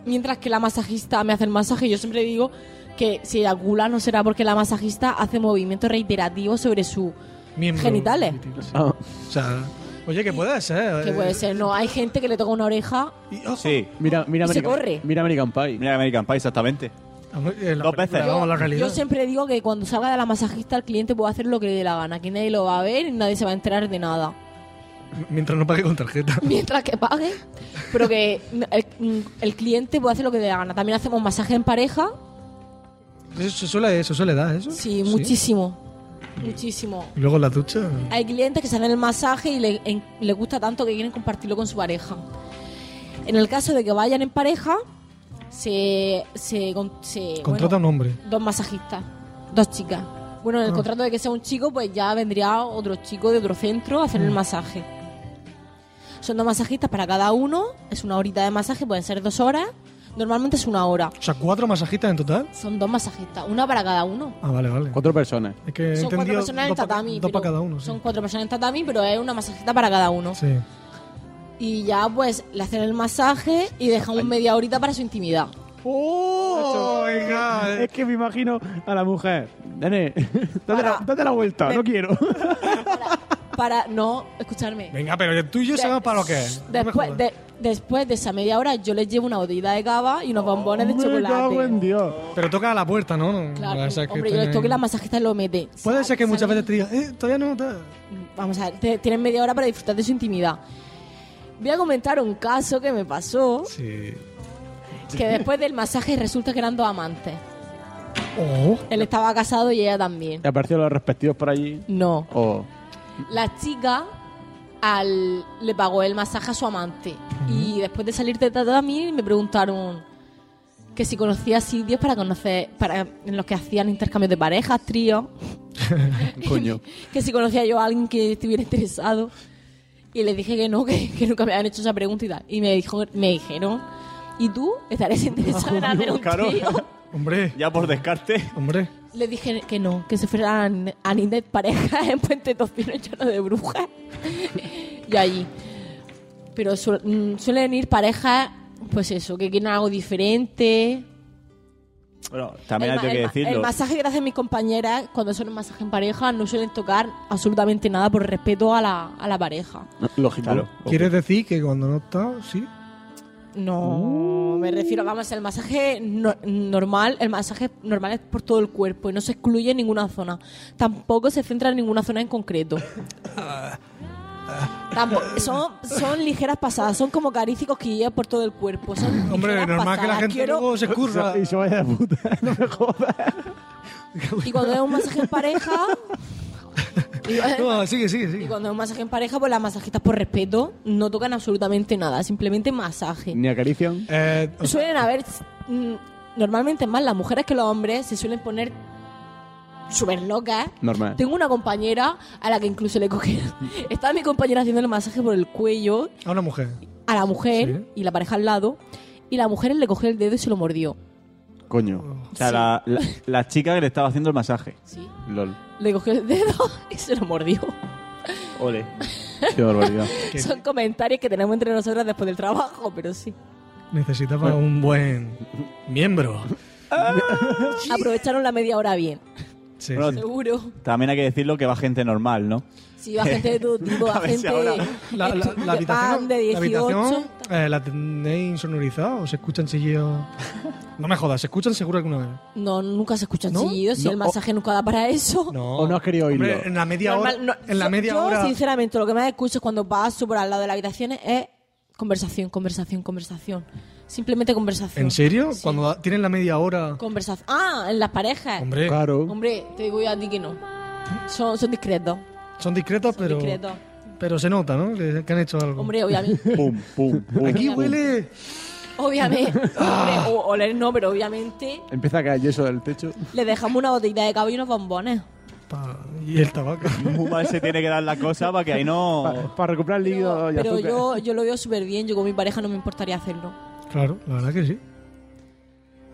[SPEAKER 1] mientras que la masajista me hace el masaje? Yo siempre digo que si eyacula no será porque la masajista hace movimientos reiterativos sobre su...
[SPEAKER 3] Miembro
[SPEAKER 1] genitales.
[SPEAKER 3] positivo, sí.
[SPEAKER 6] Ah,
[SPEAKER 3] O sea, oye, que puede ser.
[SPEAKER 1] Que
[SPEAKER 3] eh,
[SPEAKER 1] puede ser, no, hay gente que le toca una oreja.
[SPEAKER 3] y, ojo,
[SPEAKER 7] Sí.
[SPEAKER 6] mira, mira,
[SPEAKER 1] Y se
[SPEAKER 6] American,
[SPEAKER 1] corre.
[SPEAKER 6] mira American Pie.
[SPEAKER 7] Mira American Pie, exactamente.
[SPEAKER 3] a ver, eh, la
[SPEAKER 7] Dos
[SPEAKER 3] película,
[SPEAKER 7] veces.
[SPEAKER 3] Vamos, la
[SPEAKER 1] Yo
[SPEAKER 3] realidad.
[SPEAKER 1] siempre digo que cuando salga de la masajista el cliente puede hacer lo que le dé la gana, que nadie lo va a ver y nadie se va a enterar de nada.
[SPEAKER 3] Mientras no pague con tarjeta.
[SPEAKER 1] mientras que pague, pero que mm, el, el cliente puede hacer lo que le da gana. También hacemos masaje en pareja.
[SPEAKER 3] Eso se suele, se suele dar, eso.
[SPEAKER 1] Sí, muchísimo. Muchísimo.
[SPEAKER 3] Y luego la ducha.
[SPEAKER 1] Hay clientes que se hacen el masaje y le, en- le gusta tanto que quieren compartirlo con su pareja. En el caso de que vayan en pareja, se, se, con- se-
[SPEAKER 3] Contrata a
[SPEAKER 1] bueno,
[SPEAKER 3] un hombre.
[SPEAKER 1] dos masajistas, dos chicas. Bueno, en el
[SPEAKER 3] Ah.
[SPEAKER 1] contrato de que sea un chico, pues ya vendría otro chico de otro centro a hacer
[SPEAKER 3] Mm.
[SPEAKER 1] el masaje. Son dos masajistas para cada uno, es una horita de masaje, pueden ser dos horas, normalmente es una hora.
[SPEAKER 3] O sea, cuatro masajistas en total.
[SPEAKER 1] Son dos masajistas, una para cada uno.
[SPEAKER 3] Ah, vale, vale.
[SPEAKER 6] Cuatro personas.
[SPEAKER 3] Es que he
[SPEAKER 1] Son cuatro
[SPEAKER 3] entendido
[SPEAKER 1] personas en
[SPEAKER 3] dos pa-
[SPEAKER 1] tatami.
[SPEAKER 3] Dos para
[SPEAKER 1] pero
[SPEAKER 3] cada uno. sí.
[SPEAKER 1] Son cuatro personas en tatami, pero es una masajista para cada uno.
[SPEAKER 3] Sí.
[SPEAKER 1] Y ya pues le hacen el masaje y dejan un media horita para su intimidad.
[SPEAKER 3] ¡Oh, my God!
[SPEAKER 6] Es que me imagino a la mujer. Nene, date,
[SPEAKER 1] Para.
[SPEAKER 6] la, date la vuelta, no quiero.
[SPEAKER 1] Para no escucharme.
[SPEAKER 3] Venga, pero tú y yo sabemos para lo que es. No me
[SPEAKER 1] Después
[SPEAKER 3] jodas.
[SPEAKER 1] de, después de esa media hora yo les llevo una botella de cava y unos bombones de
[SPEAKER 6] Me cago en
[SPEAKER 1] chocolate.
[SPEAKER 6] Dios.
[SPEAKER 3] Pero toca a la puerta, ¿no? No,
[SPEAKER 1] Claro,
[SPEAKER 3] o sea, que
[SPEAKER 1] hombre, yo les
[SPEAKER 3] tienen-
[SPEAKER 1] toque la masajista y lo mete.
[SPEAKER 3] Puede ser que muchas veces
[SPEAKER 1] Salen-
[SPEAKER 3] te digan, eh, todavía no. tal.
[SPEAKER 1] Vamos a ver, te- tienen media hora para disfrutar de su intimidad. Voy a comentar un caso que me pasó,
[SPEAKER 3] Sí.
[SPEAKER 1] que después del masaje resulta que eran dos amantes.
[SPEAKER 3] Oh.
[SPEAKER 1] Él estaba casado y ella también.
[SPEAKER 6] ¿Te aparecieron los respectivos por allí?
[SPEAKER 1] No.
[SPEAKER 6] O
[SPEAKER 1] La chica al, le pagó el masaje a su amante. Y después de salir de tatami me preguntaron que si conocía sitios para conocer, para, en los que hacían intercambios de parejas, tríos.
[SPEAKER 6] coño.
[SPEAKER 1] que si conocía yo a alguien que estuviera interesado. Y le dije que no, que, que nunca me habían hecho esa pregunta y tal. Y me, dijo, me dijeron, ¿y tú estarías interesado en hacer un
[SPEAKER 7] claro.
[SPEAKER 1] trío?
[SPEAKER 3] Hombre,
[SPEAKER 7] Ya por descarte.
[SPEAKER 3] hombre.
[SPEAKER 1] Le dije que no, que se fueran a Ninet pareja en Puente Tocino lleno de brujas. y allí. Pero su- mm, suelen ir parejas, pues eso, que quieren algo diferente.
[SPEAKER 7] Bueno, también
[SPEAKER 1] El
[SPEAKER 7] hay
[SPEAKER 1] ma-
[SPEAKER 7] que
[SPEAKER 1] el ma- El
[SPEAKER 7] decirlo.
[SPEAKER 1] masaje que hacen mis compañeras cuando son un masaje en pareja no suelen tocar absolutamente nada por respeto a la, a la pareja.
[SPEAKER 6] Lógico.
[SPEAKER 7] Claro.
[SPEAKER 3] ¿Quieres decir que cuando no está, sí?
[SPEAKER 7] Uh.
[SPEAKER 1] No, me refiero, vamos, el masaje no- normal, el masaje normal es por todo el cuerpo y no se excluye ninguna zona. Tampoco se centra en ninguna zona en concreto.
[SPEAKER 2] Ah,
[SPEAKER 1] Tampo- son, son ligeras pasadas, son como caríficos que llevan por todo el cuerpo. Son
[SPEAKER 3] Hombre,
[SPEAKER 1] ligeras
[SPEAKER 3] normal que la
[SPEAKER 1] pasadas.
[SPEAKER 3] gente
[SPEAKER 1] Quiero-
[SPEAKER 3] luego se curra.
[SPEAKER 6] Y se vaya de puta. No me jodas.
[SPEAKER 1] Y cuando es un masaje en pareja... y-
[SPEAKER 3] No, sigue, sigue,
[SPEAKER 1] Y
[SPEAKER 3] sigue.
[SPEAKER 1] cuando es un masaje en pareja, pues las masajistas, por respeto, no tocan absolutamente nada, simplemente masaje.
[SPEAKER 6] Ni acarician.
[SPEAKER 3] Eh, o sea,
[SPEAKER 1] Suelen haber, mm, normalmente más las mujeres que los hombres, se suelen poner súper locas.
[SPEAKER 6] Normal.
[SPEAKER 1] Tengo una compañera a la que incluso le cogieron. Estaba mi compañera haciendo el masaje por el cuello
[SPEAKER 3] a una mujer.
[SPEAKER 1] a la mujer
[SPEAKER 3] Sí.
[SPEAKER 1] y la pareja al lado, y la mujer le cogió el dedo y se lo mordió.
[SPEAKER 7] Coño. O sea,
[SPEAKER 1] Sí.
[SPEAKER 7] la, la- la chica que le estaba haciendo el masaje.
[SPEAKER 1] Sí.
[SPEAKER 7] LOL.
[SPEAKER 1] Le cogió el dedo y se lo mordió.
[SPEAKER 7] Ole. Qué barbaridad.
[SPEAKER 1] Son comentarios que tenemos entre nosotras después del trabajo, pero sí.
[SPEAKER 3] Necesitaba un buen miembro.
[SPEAKER 1] Aprovecharon la media hora bien.
[SPEAKER 7] Bueno,
[SPEAKER 1] Seguro.
[SPEAKER 7] También hay que decirlo que va gente normal, ¿no?
[SPEAKER 1] Sí, va gente de todo tipo, va
[SPEAKER 7] A ver si
[SPEAKER 1] gente
[SPEAKER 7] ahora-
[SPEAKER 3] La, la- la
[SPEAKER 1] de pan,
[SPEAKER 3] habitación,
[SPEAKER 1] de
[SPEAKER 3] la,
[SPEAKER 1] 18.
[SPEAKER 3] habitación eh, ¿la tenéis insonorizada o se escuchan chillidos? No me jodas, se escuchan seguro alguna vez.
[SPEAKER 1] No, nunca se escuchan
[SPEAKER 3] ¿No?
[SPEAKER 1] chillidos, si
[SPEAKER 3] No,
[SPEAKER 1] el masaje nunca da para eso.
[SPEAKER 3] No.
[SPEAKER 6] ¿O no has querido oírlo?
[SPEAKER 3] Hombre, en la media
[SPEAKER 1] Normal,
[SPEAKER 3] hora.
[SPEAKER 1] no.
[SPEAKER 3] en la
[SPEAKER 1] Yo-
[SPEAKER 3] media
[SPEAKER 1] yo,
[SPEAKER 3] hora.
[SPEAKER 1] sinceramente, lo que más escucho es cuando paso por al lado de las habitaciones es conversación, conversación, conversación. Simplemente conversación.
[SPEAKER 3] ¿En serio? Cuando tienen la media hora.
[SPEAKER 1] Conversación. Ah, en las parejas.
[SPEAKER 3] Hombre,
[SPEAKER 1] Hombre, te digo yo a ti que no. Son, son discretos.
[SPEAKER 3] son discretos, pero.
[SPEAKER 1] Discretos.
[SPEAKER 3] Pero se nota, ¿no? Que, que han hecho algo.
[SPEAKER 1] Hombre, obviamente.
[SPEAKER 7] pum, pum, pum.
[SPEAKER 3] Aquí huele.
[SPEAKER 1] obviamente. Hombre, o, oler no, pero obviamente
[SPEAKER 6] Empieza a caer yeso del techo.
[SPEAKER 1] le dejamos una botellita de cabo y unos bombones.
[SPEAKER 3] Y el tabaco.
[SPEAKER 7] Muy mal se tiene que dar la cosa para que ahí no.
[SPEAKER 6] Para recuperar el líquido y
[SPEAKER 1] Pero
[SPEAKER 6] azúcar.
[SPEAKER 1] yo, yo lo veo súper bien. Yo con mi pareja no me importaría hacerlo.
[SPEAKER 3] Claro, la verdad que sí.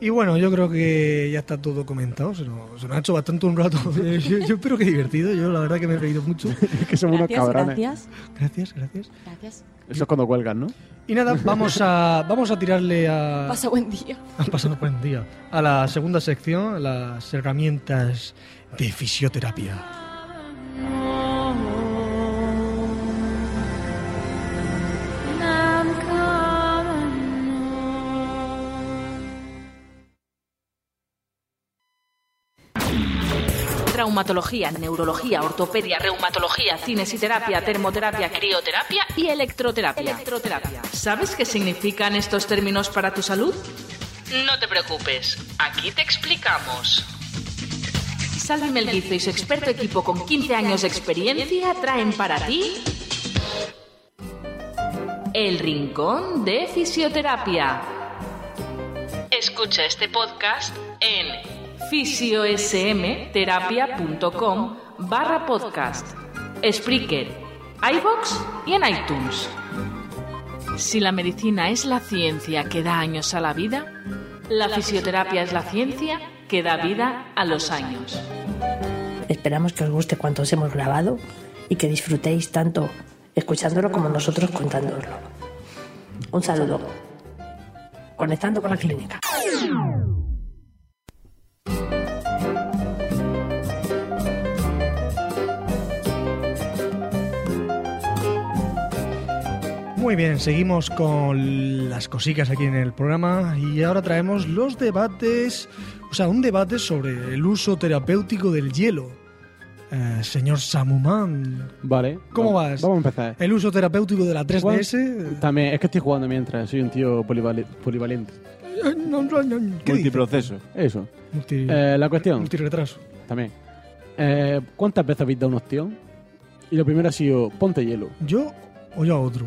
[SPEAKER 3] Y bueno, yo creo que ya está todo comentado. Se nos, se nos ha hecho bastante un rato. Yo, yo espero que divertido. Yo la verdad que me he reído mucho.
[SPEAKER 6] Es que somos
[SPEAKER 1] Gracias,
[SPEAKER 6] unos cabrones.
[SPEAKER 1] gracias.
[SPEAKER 3] Gracias, gracias.
[SPEAKER 1] Gracias.
[SPEAKER 6] Eso es cuando cuelgan, ¿no?
[SPEAKER 3] Y nada, vamos a, vamos a tirarle a...
[SPEAKER 1] Pasa buen día.
[SPEAKER 3] a pasar buen día. A la segunda sección, a las herramientas de fisioterapia.
[SPEAKER 4] Traumatología, neurología, ortopedia, reumatología, cinesiterapia, termoterapia, crioterapia y electroterapia. ¿Sabes qué significan estos términos para tu salud? No te preocupes, aquí te explicamos. Salvi Melguizo y su experto equipo con 15 años de experiencia traen para ti El Rincón de Fisioterapia. Escucha este podcast en fisiosmterapia.com barra podcast, Spreaker, iBox y en iTunes. Si la medicina es la ciencia que da años a la vida, la fisioterapia es la ciencia que da vida a los años.
[SPEAKER 10] Esperamos que os guste cuanto os hemos grabado y que disfrutéis tanto escuchándolo como nosotros contándolo. Un saludo. Conectando con la clínica.
[SPEAKER 3] Muy bien, seguimos con las cositas aquí en el programa y ahora traemos los debates, o sea, un debate sobre el uso terapéutico del hielo. Eh, señor Samumán,
[SPEAKER 6] Vale.
[SPEAKER 3] ¿Cómo
[SPEAKER 6] Vamos-
[SPEAKER 3] vas?
[SPEAKER 6] Vamos a empezar.
[SPEAKER 3] el uso terapéutico de la 3DS...
[SPEAKER 6] También, es que estoy jugando mientras, soy un tío polivali- polivalente.
[SPEAKER 3] Eh, no, no, no, ¿qué dices?
[SPEAKER 7] Multiproceso.
[SPEAKER 6] Eso.
[SPEAKER 3] Multi-
[SPEAKER 6] Eh, la cuestión,
[SPEAKER 3] multiretraso.
[SPEAKER 6] también. Eh, ¿Cuántas veces habéis dado un ostión? Y lo primero ha sido, ponte hielo.
[SPEAKER 3] ¿Yo o yo a otro?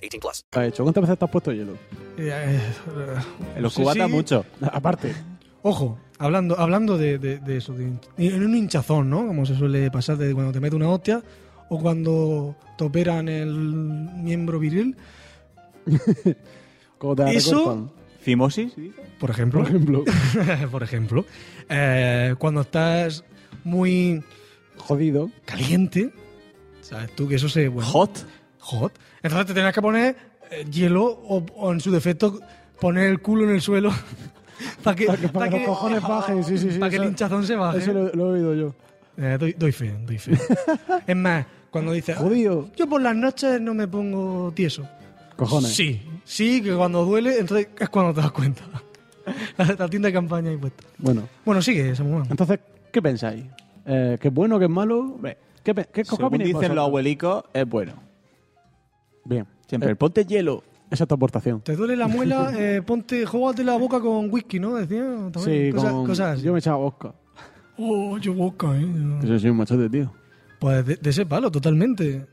[SPEAKER 9] 18 plus.
[SPEAKER 6] ¿Has hecho? ¿Cuántas veces te has puesto hielo? Eh, En los
[SPEAKER 3] Sí,
[SPEAKER 6] cubatas
[SPEAKER 3] sí.
[SPEAKER 6] mucho. Aparte.
[SPEAKER 3] Ojo, hablando, hablando de, de- de eso, de hin- en un hinchazón, ¿no? Como se suele pasar de cuando te mete una hostia o cuando te operan el miembro viril. eso,
[SPEAKER 7] ¿Fimosis?
[SPEAKER 3] por ejemplo. Por
[SPEAKER 6] ejemplo.
[SPEAKER 3] por ejemplo. eh, cuando estás muy.
[SPEAKER 6] Jodido.
[SPEAKER 3] Caliente. Sabes tú que eso se. bueno,
[SPEAKER 7] hot.
[SPEAKER 3] Hot. Entonces te tenías que poner eh, hielo o, o en su defecto poner el culo en el suelo. Para que,
[SPEAKER 6] Para que- para que los cojones bajen, sí, sí, sí,
[SPEAKER 3] Para que el
[SPEAKER 6] eso-
[SPEAKER 3] hinchazón se baje. Eh,
[SPEAKER 6] eso lo- he oído yo.
[SPEAKER 3] doy, doy fe, doy fe. es más, cuando dices.
[SPEAKER 6] Jodido.
[SPEAKER 3] Yo por las noches no me pongo tieso.
[SPEAKER 6] Cojones.
[SPEAKER 3] Sí, sí, que cuando duele, entonces es cuando te das cuenta. la, la tienda de campaña ahí puesta.
[SPEAKER 6] Bueno.
[SPEAKER 3] Bueno, sigue, Samuel.
[SPEAKER 6] Entonces, ¿qué pensáis? Eh, ¿Qué es bueno, qué es malo? Hombre, ¿Qué, pe- qué cojones
[SPEAKER 7] Según
[SPEAKER 6] opináis
[SPEAKER 7] dicen los
[SPEAKER 6] vosotros?
[SPEAKER 7] abuelicos, es bueno.
[SPEAKER 6] Bien.
[SPEAKER 7] Siempre,
[SPEAKER 6] Eh,
[SPEAKER 7] ponte hielo.
[SPEAKER 6] Esa es tu aportación.
[SPEAKER 3] Te duele la muela, eh, ponte, jógate la boca con whisky, ¿no? Decía
[SPEAKER 6] Sí,
[SPEAKER 3] también. cosas,
[SPEAKER 6] con-
[SPEAKER 3] cosas así.
[SPEAKER 6] Yo me echaba vodka.
[SPEAKER 3] Oh, yo boca, ¿eh?
[SPEAKER 6] Yo soy un machote, tío.
[SPEAKER 3] Pues de, de ese palo, totalmente.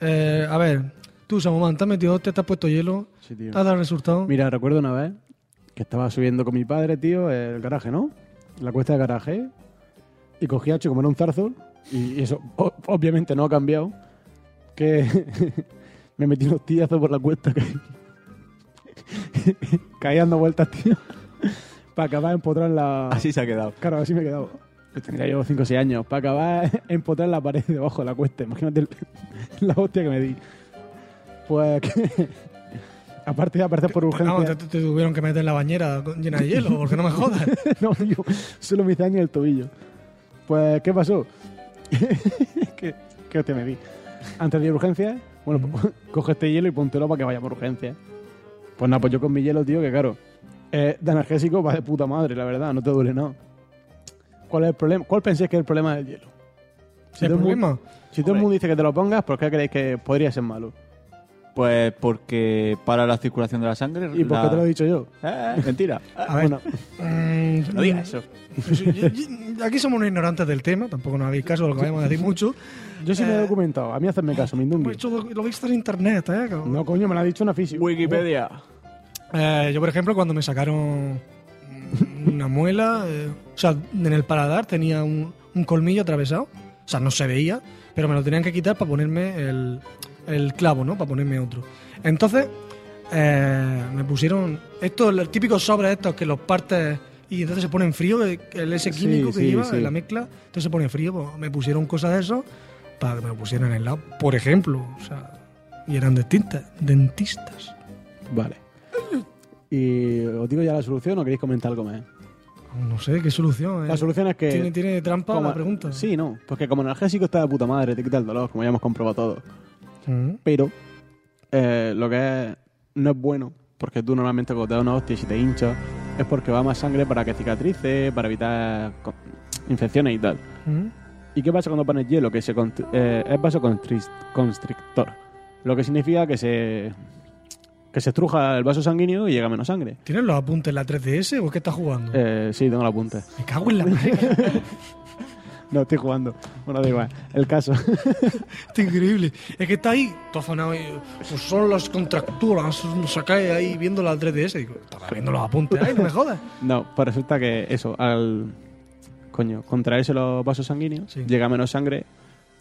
[SPEAKER 3] Eh, a ver, tú, Samuel, te has metido hostia, te has puesto hielo,
[SPEAKER 6] Sí,
[SPEAKER 3] te
[SPEAKER 6] tío.
[SPEAKER 3] has dado el resultado.
[SPEAKER 6] Mira, recuerdo una vez que estaba subiendo con mi padre, tío, el garaje, ¿no? La cuesta de garaje. Y cogí a Hacho como era un zarzo. Y eso, o- obviamente, no ha cambiado. Que me metí unos tillazos por la cuesta. caí- Caí dando vueltas, tío. Para acabar empotrado en la.
[SPEAKER 7] Así se ha quedado.
[SPEAKER 6] Claro, así me he quedado. Pues Tendría yo 5 o 6 años. Para acabar empotrar la pared debajo de la cuesta. Imagínate el- la hostia que me di. Pues que- Aparte de aparecer por urgencia.
[SPEAKER 3] Vamos, te, te tuvieron que meter en la bañera con- llena de hielo, porque no me jodas.
[SPEAKER 6] no, tío, solo me hice daño en el tobillo. Pues, ¿qué pasó? que, que hostia me di. Antes de ir a urgencia,
[SPEAKER 3] Mm.
[SPEAKER 6] bueno, pues, coge este hielo y póntelo para que vaya por urgencia. Pues nada, pues yo con mi hielo, tío, que claro. eh, de analgésico va de puta madre, la verdad, no te duele nada. ¿Cuál es el problema? ¿Cuál pensáis que es el problema del hielo?
[SPEAKER 3] ¿El
[SPEAKER 6] todo el mu-
[SPEAKER 3] problema?
[SPEAKER 6] si todo el mundo dice que te lo pongas, ¿por qué creéis que podría ser malo?
[SPEAKER 7] Pues porque para la circulación de la sangre.
[SPEAKER 6] ¿Y por
[SPEAKER 7] la-
[SPEAKER 6] qué te lo he dicho yo?
[SPEAKER 7] Eh, mentira.
[SPEAKER 3] A ver.
[SPEAKER 6] Bueno,
[SPEAKER 3] Mm,
[SPEAKER 7] No digas eso.
[SPEAKER 3] yo- yo- yo- aquí somos unos ignorantes del tema, tampoco nos habéis caso, lo que vayamos a decir mucho.
[SPEAKER 6] yo sí me
[SPEAKER 3] Eh,
[SPEAKER 6] he documentado. A mí hacedme caso, Mindungui.
[SPEAKER 3] Pues, yo lo, lo he visto en internet, ¿eh? cabrón.
[SPEAKER 6] No, coño, me lo ha dicho una física.
[SPEAKER 7] Wikipedia.
[SPEAKER 3] Eh, yo, por ejemplo, cuando me sacaron una muela, eh, o sea, en el paladar tenía un, un colmillo atravesado, o sea, no se veía, pero me lo tenían que quitar para ponerme el, el clavo, ¿no? Para ponerme otro. Entonces, eh, me pusieron estos, los típicos sobres estos que los partes y entonces se ponen frío, el el ese
[SPEAKER 6] Sí,
[SPEAKER 3] químico que
[SPEAKER 6] sí,
[SPEAKER 3] lleva,
[SPEAKER 6] sí.
[SPEAKER 3] la mezcla, entonces se pone frío, pues, me pusieron cosas de eso para que me lo pusieran en el lado, por ejemplo, o sea, y eran dentistas, dentistas.
[SPEAKER 6] Vale. Y os digo ya la solución o queréis comentar algo más.
[SPEAKER 3] No sé, ¿qué solución? eh?
[SPEAKER 6] La solución es que.
[SPEAKER 3] ¿Tiene, tiene trampa
[SPEAKER 6] como-
[SPEAKER 3] la pregunta?
[SPEAKER 6] Sí, no. Porque como analgésico está de puta madre, te quita el dolor, como ya hemos comprobado todo.
[SPEAKER 3] Mm.
[SPEAKER 6] Pero eh, lo que es, no es bueno, porque tú normalmente cuando te da una hostia y si te hinchas, es porque va más sangre para que cicatrice, para evitar co- infecciones y tal.
[SPEAKER 3] Mm.
[SPEAKER 6] ¿Y qué pasa cuando pones hielo? Que se cont- eh, es vasoconstrictor. Lo que significa que se. que se estruja el vaso sanguíneo y llega menos sangre.
[SPEAKER 3] ¿Tienes los apuntes en la 3DS o qué estás jugando?
[SPEAKER 6] Eh, sí, tengo la punta.
[SPEAKER 3] Me cago en la madre.
[SPEAKER 6] No, estoy jugando. Bueno, da igual. El caso.
[SPEAKER 3] Está increíble. Es que está ahí, todo afanado. y, Pues son las contracturas. no sé qué, ahí viendo la 3DS. Digo, estaba viendo los apuntes. Ay, no me jodas.
[SPEAKER 6] No, pues resulta que eso, al. Coño, contraerse los vasos sanguíneos,
[SPEAKER 3] Sí.
[SPEAKER 6] llega menos sangre.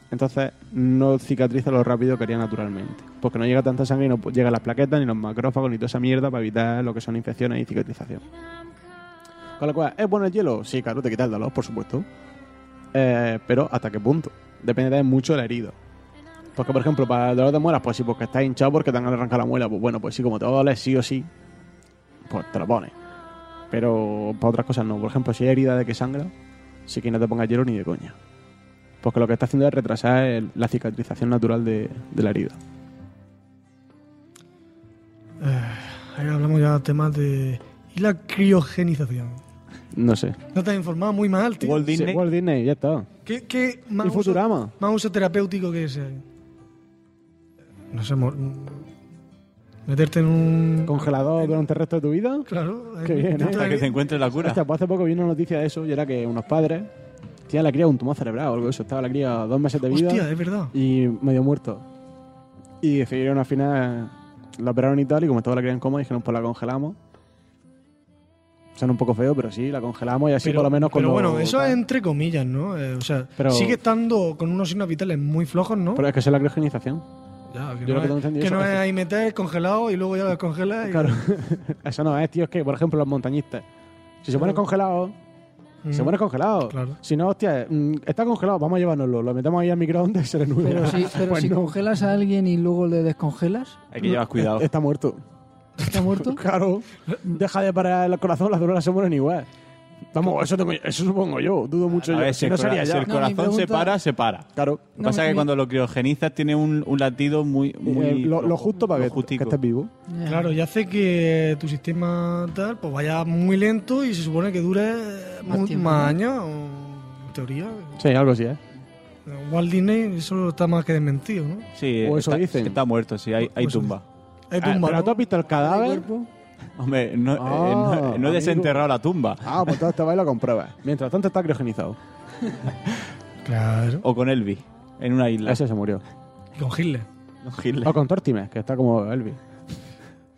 [SPEAKER 6] Entonces no cicatriza lo rápido que haría naturalmente. Porque no llega tanta sangre y no pu- llega a las plaquetas, ni los macrófagos, ni toda esa mierda para evitar lo que son infecciones y cicatrización. Con lo cual, ¿es bueno el hielo? Sí, claro, te quita el dolor, por supuesto. Eh, pero ¿hasta qué punto? Depende de mucho de la herida. Porque, por ejemplo, para el dolor de muelas, pues sí, porque estás hinchado porque te han arrancado la muela. Pues bueno, pues sí, como te duele sí o sí, pues te lo pones. Pero para otras cosas no. Por ejemplo, si hay herida de que sangra, sí que no te pongas hielo ni de coña. Porque lo que está haciendo es retrasar el- la cicatrización natural de, de la herida.
[SPEAKER 3] Eh, ahí hablamos ya de temas de. Y la criogenización.
[SPEAKER 6] No sé.
[SPEAKER 3] No te has informado muy mal, tío.
[SPEAKER 6] Sí, Walt Disney, ya está.
[SPEAKER 3] ¿Qué, qué más
[SPEAKER 6] ¿Y
[SPEAKER 3] uso-
[SPEAKER 6] Futurama?
[SPEAKER 3] más uso terapéutico que eh? ese. No sé, mo- meterte en un...
[SPEAKER 6] ¿Congelador durante el resto de tu vida?
[SPEAKER 3] Claro.
[SPEAKER 6] Qué bien, ¿eh?
[SPEAKER 7] Hasta que se encuentre la cura.
[SPEAKER 6] Hostia, pues hace poco vi una noticia de eso y era que unos padres tenían la cría un tumor cerebral o algo de eso. Estaba la cría dos meses de vida
[SPEAKER 3] Hostia, es verdad.
[SPEAKER 6] y medio muerto. Y decidieron al final, la operaron y tal, y como estaba la cría en coma, dijeron pues la congelamos. Son un poco feo, pero sí, la congelamos y así por lo menos
[SPEAKER 3] Pero
[SPEAKER 6] cuando-
[SPEAKER 3] bueno, eso es entre comillas, ¿no? Eh, o sea,
[SPEAKER 6] Pero-
[SPEAKER 3] sigue estando con unos signos vitales muy flojos, ¿no?
[SPEAKER 6] Pero es que eso es la criogenización.
[SPEAKER 3] Ya, que
[SPEAKER 6] Yo lo que
[SPEAKER 3] no, es,
[SPEAKER 6] tengo entendido
[SPEAKER 3] que
[SPEAKER 6] eso
[SPEAKER 3] no
[SPEAKER 6] es
[SPEAKER 3] es
[SPEAKER 6] así.
[SPEAKER 3] ahí meter congelado y luego ya lo descongelas. y-
[SPEAKER 6] Claro. Eso no es, tío. Es que, por ejemplo, los montañistas. Si se
[SPEAKER 3] Claro.
[SPEAKER 6] ponen congelados,
[SPEAKER 3] Mm.
[SPEAKER 6] se ponen congelados.
[SPEAKER 3] Claro.
[SPEAKER 6] Si no, hostia, mm, está congelado, vamos a llevárnoslo. Lo metemos ahí al microondas y se renueva.
[SPEAKER 11] Pero si, pero
[SPEAKER 6] Pues
[SPEAKER 11] si
[SPEAKER 6] no,
[SPEAKER 11] congelas a alguien y luego le descongelas,
[SPEAKER 7] Hay que llevar cuidado.
[SPEAKER 6] está muerto.
[SPEAKER 11] ¿está muerto?
[SPEAKER 6] Claro. Deja de parar el corazón, las células se mueren igual. Vamos, eso, tengo- Eh, eso supongo yo. Dudo mucho
[SPEAKER 7] A
[SPEAKER 6] yo.
[SPEAKER 7] ver,
[SPEAKER 6] si
[SPEAKER 7] si,
[SPEAKER 6] no
[SPEAKER 7] el, cora-
[SPEAKER 6] sería
[SPEAKER 7] si
[SPEAKER 6] ya.
[SPEAKER 7] el corazón se para, se para.
[SPEAKER 6] Claro.
[SPEAKER 7] Lo que pasa es que cuando lo criogenizas tiene un, un latido muy... muy
[SPEAKER 6] Eh, lo, lo justo para
[SPEAKER 7] lo
[SPEAKER 6] que, que
[SPEAKER 7] justico.
[SPEAKER 6] estés vivo.
[SPEAKER 3] Claro, y hace que tu sistema tal pues vaya muy lento y se supone que dure mu- más,
[SPEAKER 11] tiempo, ¿no?
[SPEAKER 3] años, o- en teoría.
[SPEAKER 6] Sí, algo así, ¿eh?
[SPEAKER 3] Walt Disney eso está más que desmentido, ¿no?
[SPEAKER 7] Sí,
[SPEAKER 6] O eso
[SPEAKER 7] está,
[SPEAKER 6] dicen. Pues
[SPEAKER 7] está muerto, sí, hay, hay tumba.
[SPEAKER 3] Hay
[SPEAKER 6] Ah,
[SPEAKER 3] tumba,
[SPEAKER 6] pero
[SPEAKER 3] ¿no?
[SPEAKER 6] tú has visto el cadáver.
[SPEAKER 7] Hombre, no, eh,
[SPEAKER 6] Ah,
[SPEAKER 7] no- no he
[SPEAKER 6] amigo.
[SPEAKER 7] desenterrado la tumba.
[SPEAKER 6] Ah, pues todo esto va y lo compruebas. Mientras tanto está criogenizado.
[SPEAKER 3] Claro.
[SPEAKER 7] O con Elvis, en una isla.
[SPEAKER 6] Ese se murió.
[SPEAKER 3] Y con Hitler.
[SPEAKER 7] Con Hitler.
[SPEAKER 6] O con Tortimer, que está como Elvis.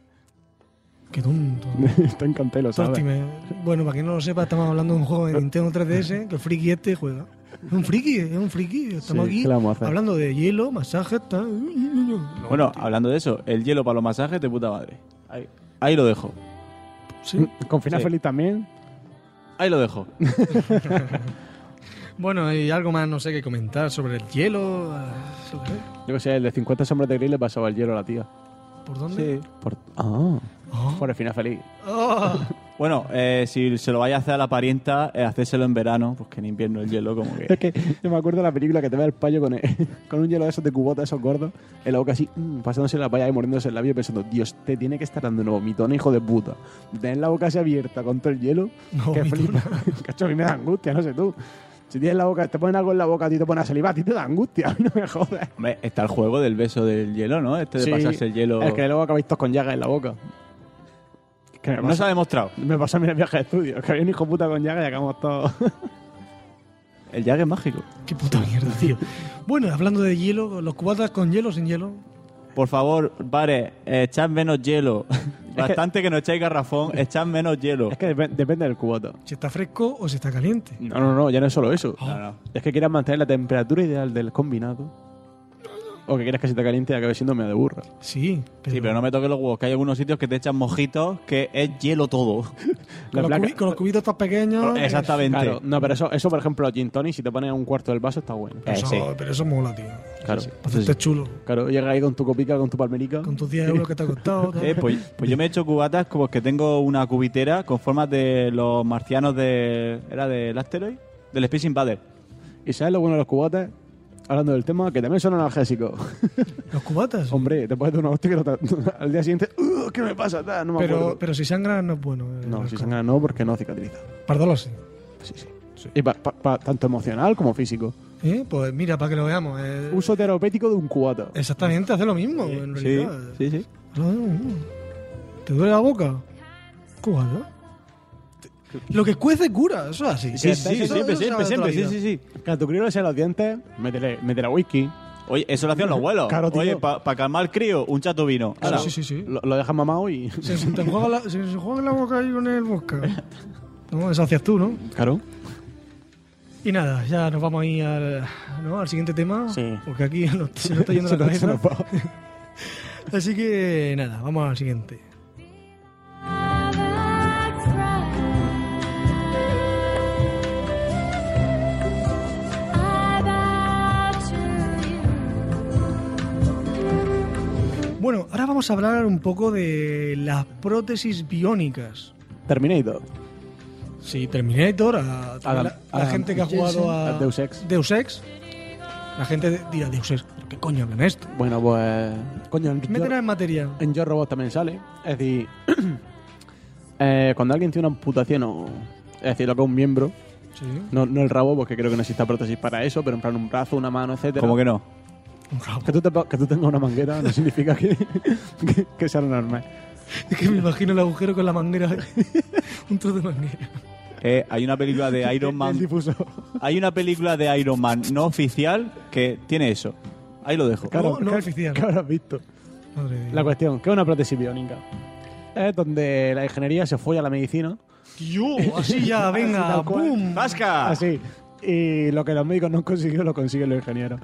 [SPEAKER 3] Qué tonto.
[SPEAKER 6] está encantado, ¿sabes?
[SPEAKER 3] Tortimer. Pues Bueno, para quien no lo sepa, estamos hablando de un juego de Nintendo 3DS que el friki este juega. Es un friki, es un friki. Estamos
[SPEAKER 6] Sí,
[SPEAKER 3] aquí
[SPEAKER 6] ¿qué le vamos a hacer?
[SPEAKER 3] hablando de hielo, masajes, tal.
[SPEAKER 7] Bueno, hablando de eso, el hielo para los masajes de puta madre. Ahí, ahí lo dejo.
[SPEAKER 3] Sí.
[SPEAKER 6] Con final
[SPEAKER 7] Sí.
[SPEAKER 6] feliz también.
[SPEAKER 7] Ahí lo dejo.
[SPEAKER 3] Bueno, y algo más, no sé qué comentar sobre el hielo. ah, sobre-
[SPEAKER 6] Yo que sé, el de 50 sombras de Grey le pasaba el hielo a la tía.
[SPEAKER 3] ¿Por dónde?
[SPEAKER 6] Por, ah,
[SPEAKER 3] Ah.
[SPEAKER 6] por el final feliz.
[SPEAKER 3] Ah.
[SPEAKER 7] Bueno, eh, si se lo vais a hacer a la parienta, eh, hacérselo en verano, pues que en invierno el hielo como
[SPEAKER 6] Es
[SPEAKER 7] que...
[SPEAKER 6] que yo me acuerdo de la película que te ve el payo con, con un hielo de esos de cubota, esos gordos, en la boca así, mm, pasándose la paya y mordiéndose el labio y pensando, Dios, te tiene que estar dando un vomitón, hijo de puta. Tener la boca así abierta con todo el hielo,
[SPEAKER 3] No,
[SPEAKER 6] que
[SPEAKER 3] vomitón.
[SPEAKER 6] flipa. Cacho, a mí me da angustia, no sé tú. Si tienes la boca, te ponen algo en la boca, a ti te pones a salivar, a ti te da angustia, a mí no me jodas.
[SPEAKER 7] Hombre, está el juego del beso del hielo, ¿no? Este de
[SPEAKER 6] Sí,
[SPEAKER 7] pasarse el hielo...
[SPEAKER 6] Es que luego acabáis todos con llagas en la boca. Que me
[SPEAKER 7] No se
[SPEAKER 6] pasa-
[SPEAKER 7] ha demostrado.
[SPEAKER 6] Me pasó a mí en el viaje de estudio, que había un hijo puta con llaga y acabamos todos.
[SPEAKER 7] El llague es mágico.
[SPEAKER 3] Qué puta mierda, tío. Bueno, hablando de hielo, los cubatas con hielo o sin hielo.
[SPEAKER 7] Por favor, bares, eh, echad menos hielo. Bastante que no echáis garrafón, echad menos hielo.
[SPEAKER 6] es que depe- depende del cubota.
[SPEAKER 3] Si está fresco o si está caliente.
[SPEAKER 6] No, no, no, ya no es solo eso.
[SPEAKER 7] No, no.
[SPEAKER 6] Es que quieras mantener la temperatura ideal del combinado. O que quieras que se te caliente y acabe siendo medio de burra.
[SPEAKER 3] Sí, pero,
[SPEAKER 7] Sí, pero no me toques los huevos, que hay algunos sitios que te echan mojitos que es hielo todo.
[SPEAKER 3] con, los cubi- con los cubitos tan pequeños.
[SPEAKER 7] Exactamente.
[SPEAKER 6] Claro, no, pero eso, eso por ejemplo, gin tonic, si te pones un cuarto del vaso, está bueno.
[SPEAKER 7] Eh,
[SPEAKER 3] Eso-
[SPEAKER 7] sí.
[SPEAKER 3] Pero eso mola, tío.
[SPEAKER 6] Claro,
[SPEAKER 3] Para hacerte chulo.
[SPEAKER 6] claro, llega ahí con tu copica, con tu palmerica.
[SPEAKER 3] Con tus 10 euros que te ha costado. tal.
[SPEAKER 7] Eh, pues, pues yo me he hecho cubatas como que tengo una cubitera con formas de los marcianos de. ¿Era del Asteroid? Del Space Invader.
[SPEAKER 6] ¿Y sabes lo bueno de los cubatas? Hablando del tema, que también son analgésicos.
[SPEAKER 3] Los cubatas.
[SPEAKER 6] Hombre, te puedes dar una hostia que no te- al día siguiente, "Ugh, ¿qué me pasa? Ta, No me
[SPEAKER 3] Pero,
[SPEAKER 6] acuerdo.
[SPEAKER 3] pero si sangran no es bueno. eh,
[SPEAKER 6] no,
[SPEAKER 3] las
[SPEAKER 6] si
[SPEAKER 3] cosas.
[SPEAKER 6] sangra no, porque no cicatriza.
[SPEAKER 3] Pardolo sí.
[SPEAKER 6] Sí, sí. Y pa- pa- pa- tanto emocional como físico.
[SPEAKER 3] Eh, Pues mira, para que lo veamos. eh,
[SPEAKER 6] Uso terapéutico de un cubata.
[SPEAKER 3] Exactamente, hace lo mismo, en realidad.
[SPEAKER 7] sí, sí.
[SPEAKER 3] Lo mismo. ¿Te duele la boca? Cubata. Lo que cuece cura, eso es así.
[SPEAKER 7] Sí, sí,
[SPEAKER 3] Eso-
[SPEAKER 7] sí,
[SPEAKER 3] eso
[SPEAKER 7] siempre,
[SPEAKER 3] se
[SPEAKER 7] siempre,
[SPEAKER 3] sabe toda
[SPEAKER 7] siempre,
[SPEAKER 3] la
[SPEAKER 7] sí,
[SPEAKER 3] vida.
[SPEAKER 7] sí, sí.
[SPEAKER 6] Que a tu crío le sean los dientes, métele, métele whisky.
[SPEAKER 7] Oye, eso lo hacían los abuelos.
[SPEAKER 6] Claro, tío.
[SPEAKER 7] Oye, para calmar al crío, un chato vino.
[SPEAKER 3] Claro,
[SPEAKER 7] Ala.
[SPEAKER 3] sí, sí, sí.
[SPEAKER 6] Lo, lo dejas mamado y.
[SPEAKER 3] Se, se te enjuaga la, se, se juega la boca ahí con el bosca. No, eso hacías tú, ¿no?
[SPEAKER 6] Claro.
[SPEAKER 3] Y nada, ya nos vamos a ir al, ¿no? al siguiente tema.
[SPEAKER 6] Sí.
[SPEAKER 3] Porque aquí no- se nos está yendo
[SPEAKER 6] Se
[SPEAKER 3] la
[SPEAKER 6] nos- se
[SPEAKER 3] cabeza.
[SPEAKER 6] nos va.
[SPEAKER 3] Así que nada, vamos al siguiente. Bueno, ahora vamos a hablar un poco de las prótesis biónicas.
[SPEAKER 6] Terminator.
[SPEAKER 3] Sí, Terminator, a, a
[SPEAKER 6] Adam-
[SPEAKER 3] la, a la
[SPEAKER 6] Adam
[SPEAKER 3] gente que ha
[SPEAKER 11] Jensen.
[SPEAKER 3] jugado a
[SPEAKER 6] A Deus Ex.
[SPEAKER 3] Deus Ex. La gente dirá, Deus Ex, ¿pero ¿qué coño hablan esto?
[SPEAKER 6] Bueno, pues. Coño, en yo,
[SPEAKER 3] Meten en materia.
[SPEAKER 6] en Yo Robot también sale. Es decir. eh, cuando alguien tiene una amputación o. es decir, lo que es un miembro.
[SPEAKER 3] Sí.
[SPEAKER 6] No, no el rabo, porque creo que necesita prótesis para eso, pero en plan un brazo, una mano, etcétera.
[SPEAKER 7] ¿Cómo que no?
[SPEAKER 6] Que tú, te pa- que tú tengas una manguera no significa que, que, que sea lo normal.
[SPEAKER 3] Es que me imagino el agujero con la manguera. Un trozo de manguera.
[SPEAKER 7] Eh, hay una película de Iron Man. Hay una película de Iron Man no oficial que tiene eso. Ahí lo dejo.
[SPEAKER 6] Claro,
[SPEAKER 3] Oh, no
[SPEAKER 6] ¿qué-
[SPEAKER 3] oficial.
[SPEAKER 6] ¿Qué habrás visto? La cuestión, ¿qué es una prótesis biónica? Es donde la ingeniería se folla a la medicina.
[SPEAKER 3] Yo, así ya, venga,
[SPEAKER 6] Tal cual.
[SPEAKER 3] ¡pum!
[SPEAKER 6] Así. Y lo que los médicos no han conseguido lo consiguen los ingenieros.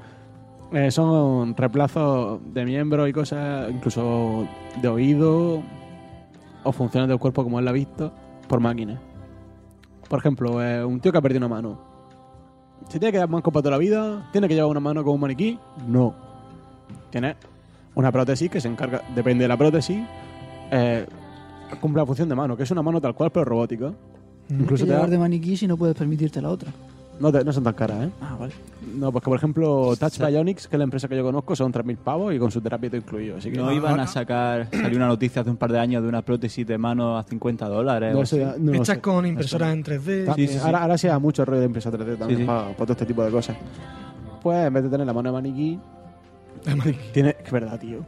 [SPEAKER 6] Eh, son reemplazos de miembros y cosas, incluso de oído o funciones del cuerpo como es la vista, por máquinas. Por ejemplo, eh, un tío que ha perdido una mano. ¿Se tiene que dar manco para toda la vida? ¿Tiene que llevar una mano como un maniquí? No. Tiene una prótesis que se encarga, depende de la prótesis, eh, cumple la función de mano, que es una mano tal cual pero robótica. Incluso
[SPEAKER 3] Mm.
[SPEAKER 11] Incluso
[SPEAKER 6] te da-
[SPEAKER 11] llevar de maniquí si no puedes permitirte la otra. Mm,
[SPEAKER 6] no, te- no son tan caras, ¿eh?
[SPEAKER 11] Ah, vale.
[SPEAKER 6] No, pues que por ejemplo Touch Bionics, que es la empresa que yo conozco, son 3.000 pavos y con su terapia todo incluido. Así que
[SPEAKER 7] No iban a sacar. Salió una noticia hace un par de años de una prótesis de mano a 50 dólares.
[SPEAKER 6] No,
[SPEAKER 7] o
[SPEAKER 6] eso
[SPEAKER 7] así.
[SPEAKER 6] ya- no lo
[SPEAKER 3] Hechas
[SPEAKER 6] sé.
[SPEAKER 3] con impresoras en 3D.
[SPEAKER 6] También,
[SPEAKER 7] Sí, sí, sí.
[SPEAKER 6] Ahora, ahora se da mucho rollo de empresa 3D también
[SPEAKER 7] Sí, sí.
[SPEAKER 6] Para, para todo este tipo de cosas. Pues en vez de tener la mano de maniquí, tiene, es verdad, tío.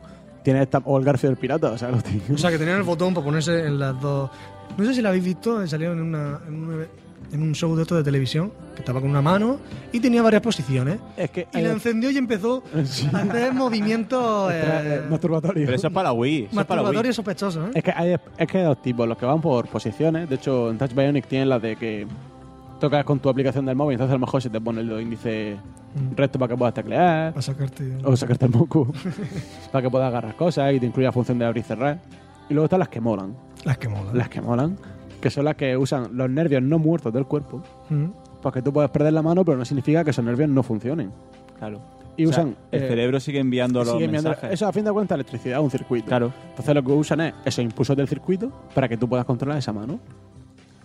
[SPEAKER 6] Tiene esta, o el garfio del pirata, o sea, lo tío.
[SPEAKER 3] O sea, que tenían el botón para ponerse en las dos. No sé si la habéis visto, eh, salió en, una, en, una- en un show de esto de televisión, que estaba con una mano y tenía varias posiciones.
[SPEAKER 6] Es que.
[SPEAKER 5] Eh,
[SPEAKER 3] Y la encendió y empezó a hacer movimientos eh,
[SPEAKER 6] masturbatorio.
[SPEAKER 7] Pero eso es para la Wii. Eso es para la Wii.
[SPEAKER 3] masturbatorios sospechosos. ¿eh?
[SPEAKER 6] Es que, hay, es que hay dos tipos, los que van por posiciones. De hecho, en Touch Bionic tienen las de que tocas con tu aplicación del móvil, entonces a lo mejor se te pone el dedo índice recto para que puedas teclear.
[SPEAKER 3] Mm. Para sacarte.
[SPEAKER 6] O sacarte el moco. para que puedas agarrar cosas y te incluye la función de abrir y cerrar. Y luego están las que molan.
[SPEAKER 3] Las que molan.
[SPEAKER 6] Las que molan. Que son las que usan los nervios no muertos del cuerpo.
[SPEAKER 3] Mm.
[SPEAKER 6] Porque tú puedes perder la mano, pero no significa que esos nervios no funcionen.
[SPEAKER 7] Claro.
[SPEAKER 6] Y
[SPEAKER 7] O sea,
[SPEAKER 6] usan.
[SPEAKER 7] el
[SPEAKER 6] eh,
[SPEAKER 7] cerebro sigue enviando los
[SPEAKER 6] sigue enviando-
[SPEAKER 7] mensajes.
[SPEAKER 6] Eso, a fin de cuentas, electricidad es un circuito.
[SPEAKER 7] Claro.
[SPEAKER 6] Entonces, lo que usan es esos impulsos del circuito para que tú puedas controlar esa mano.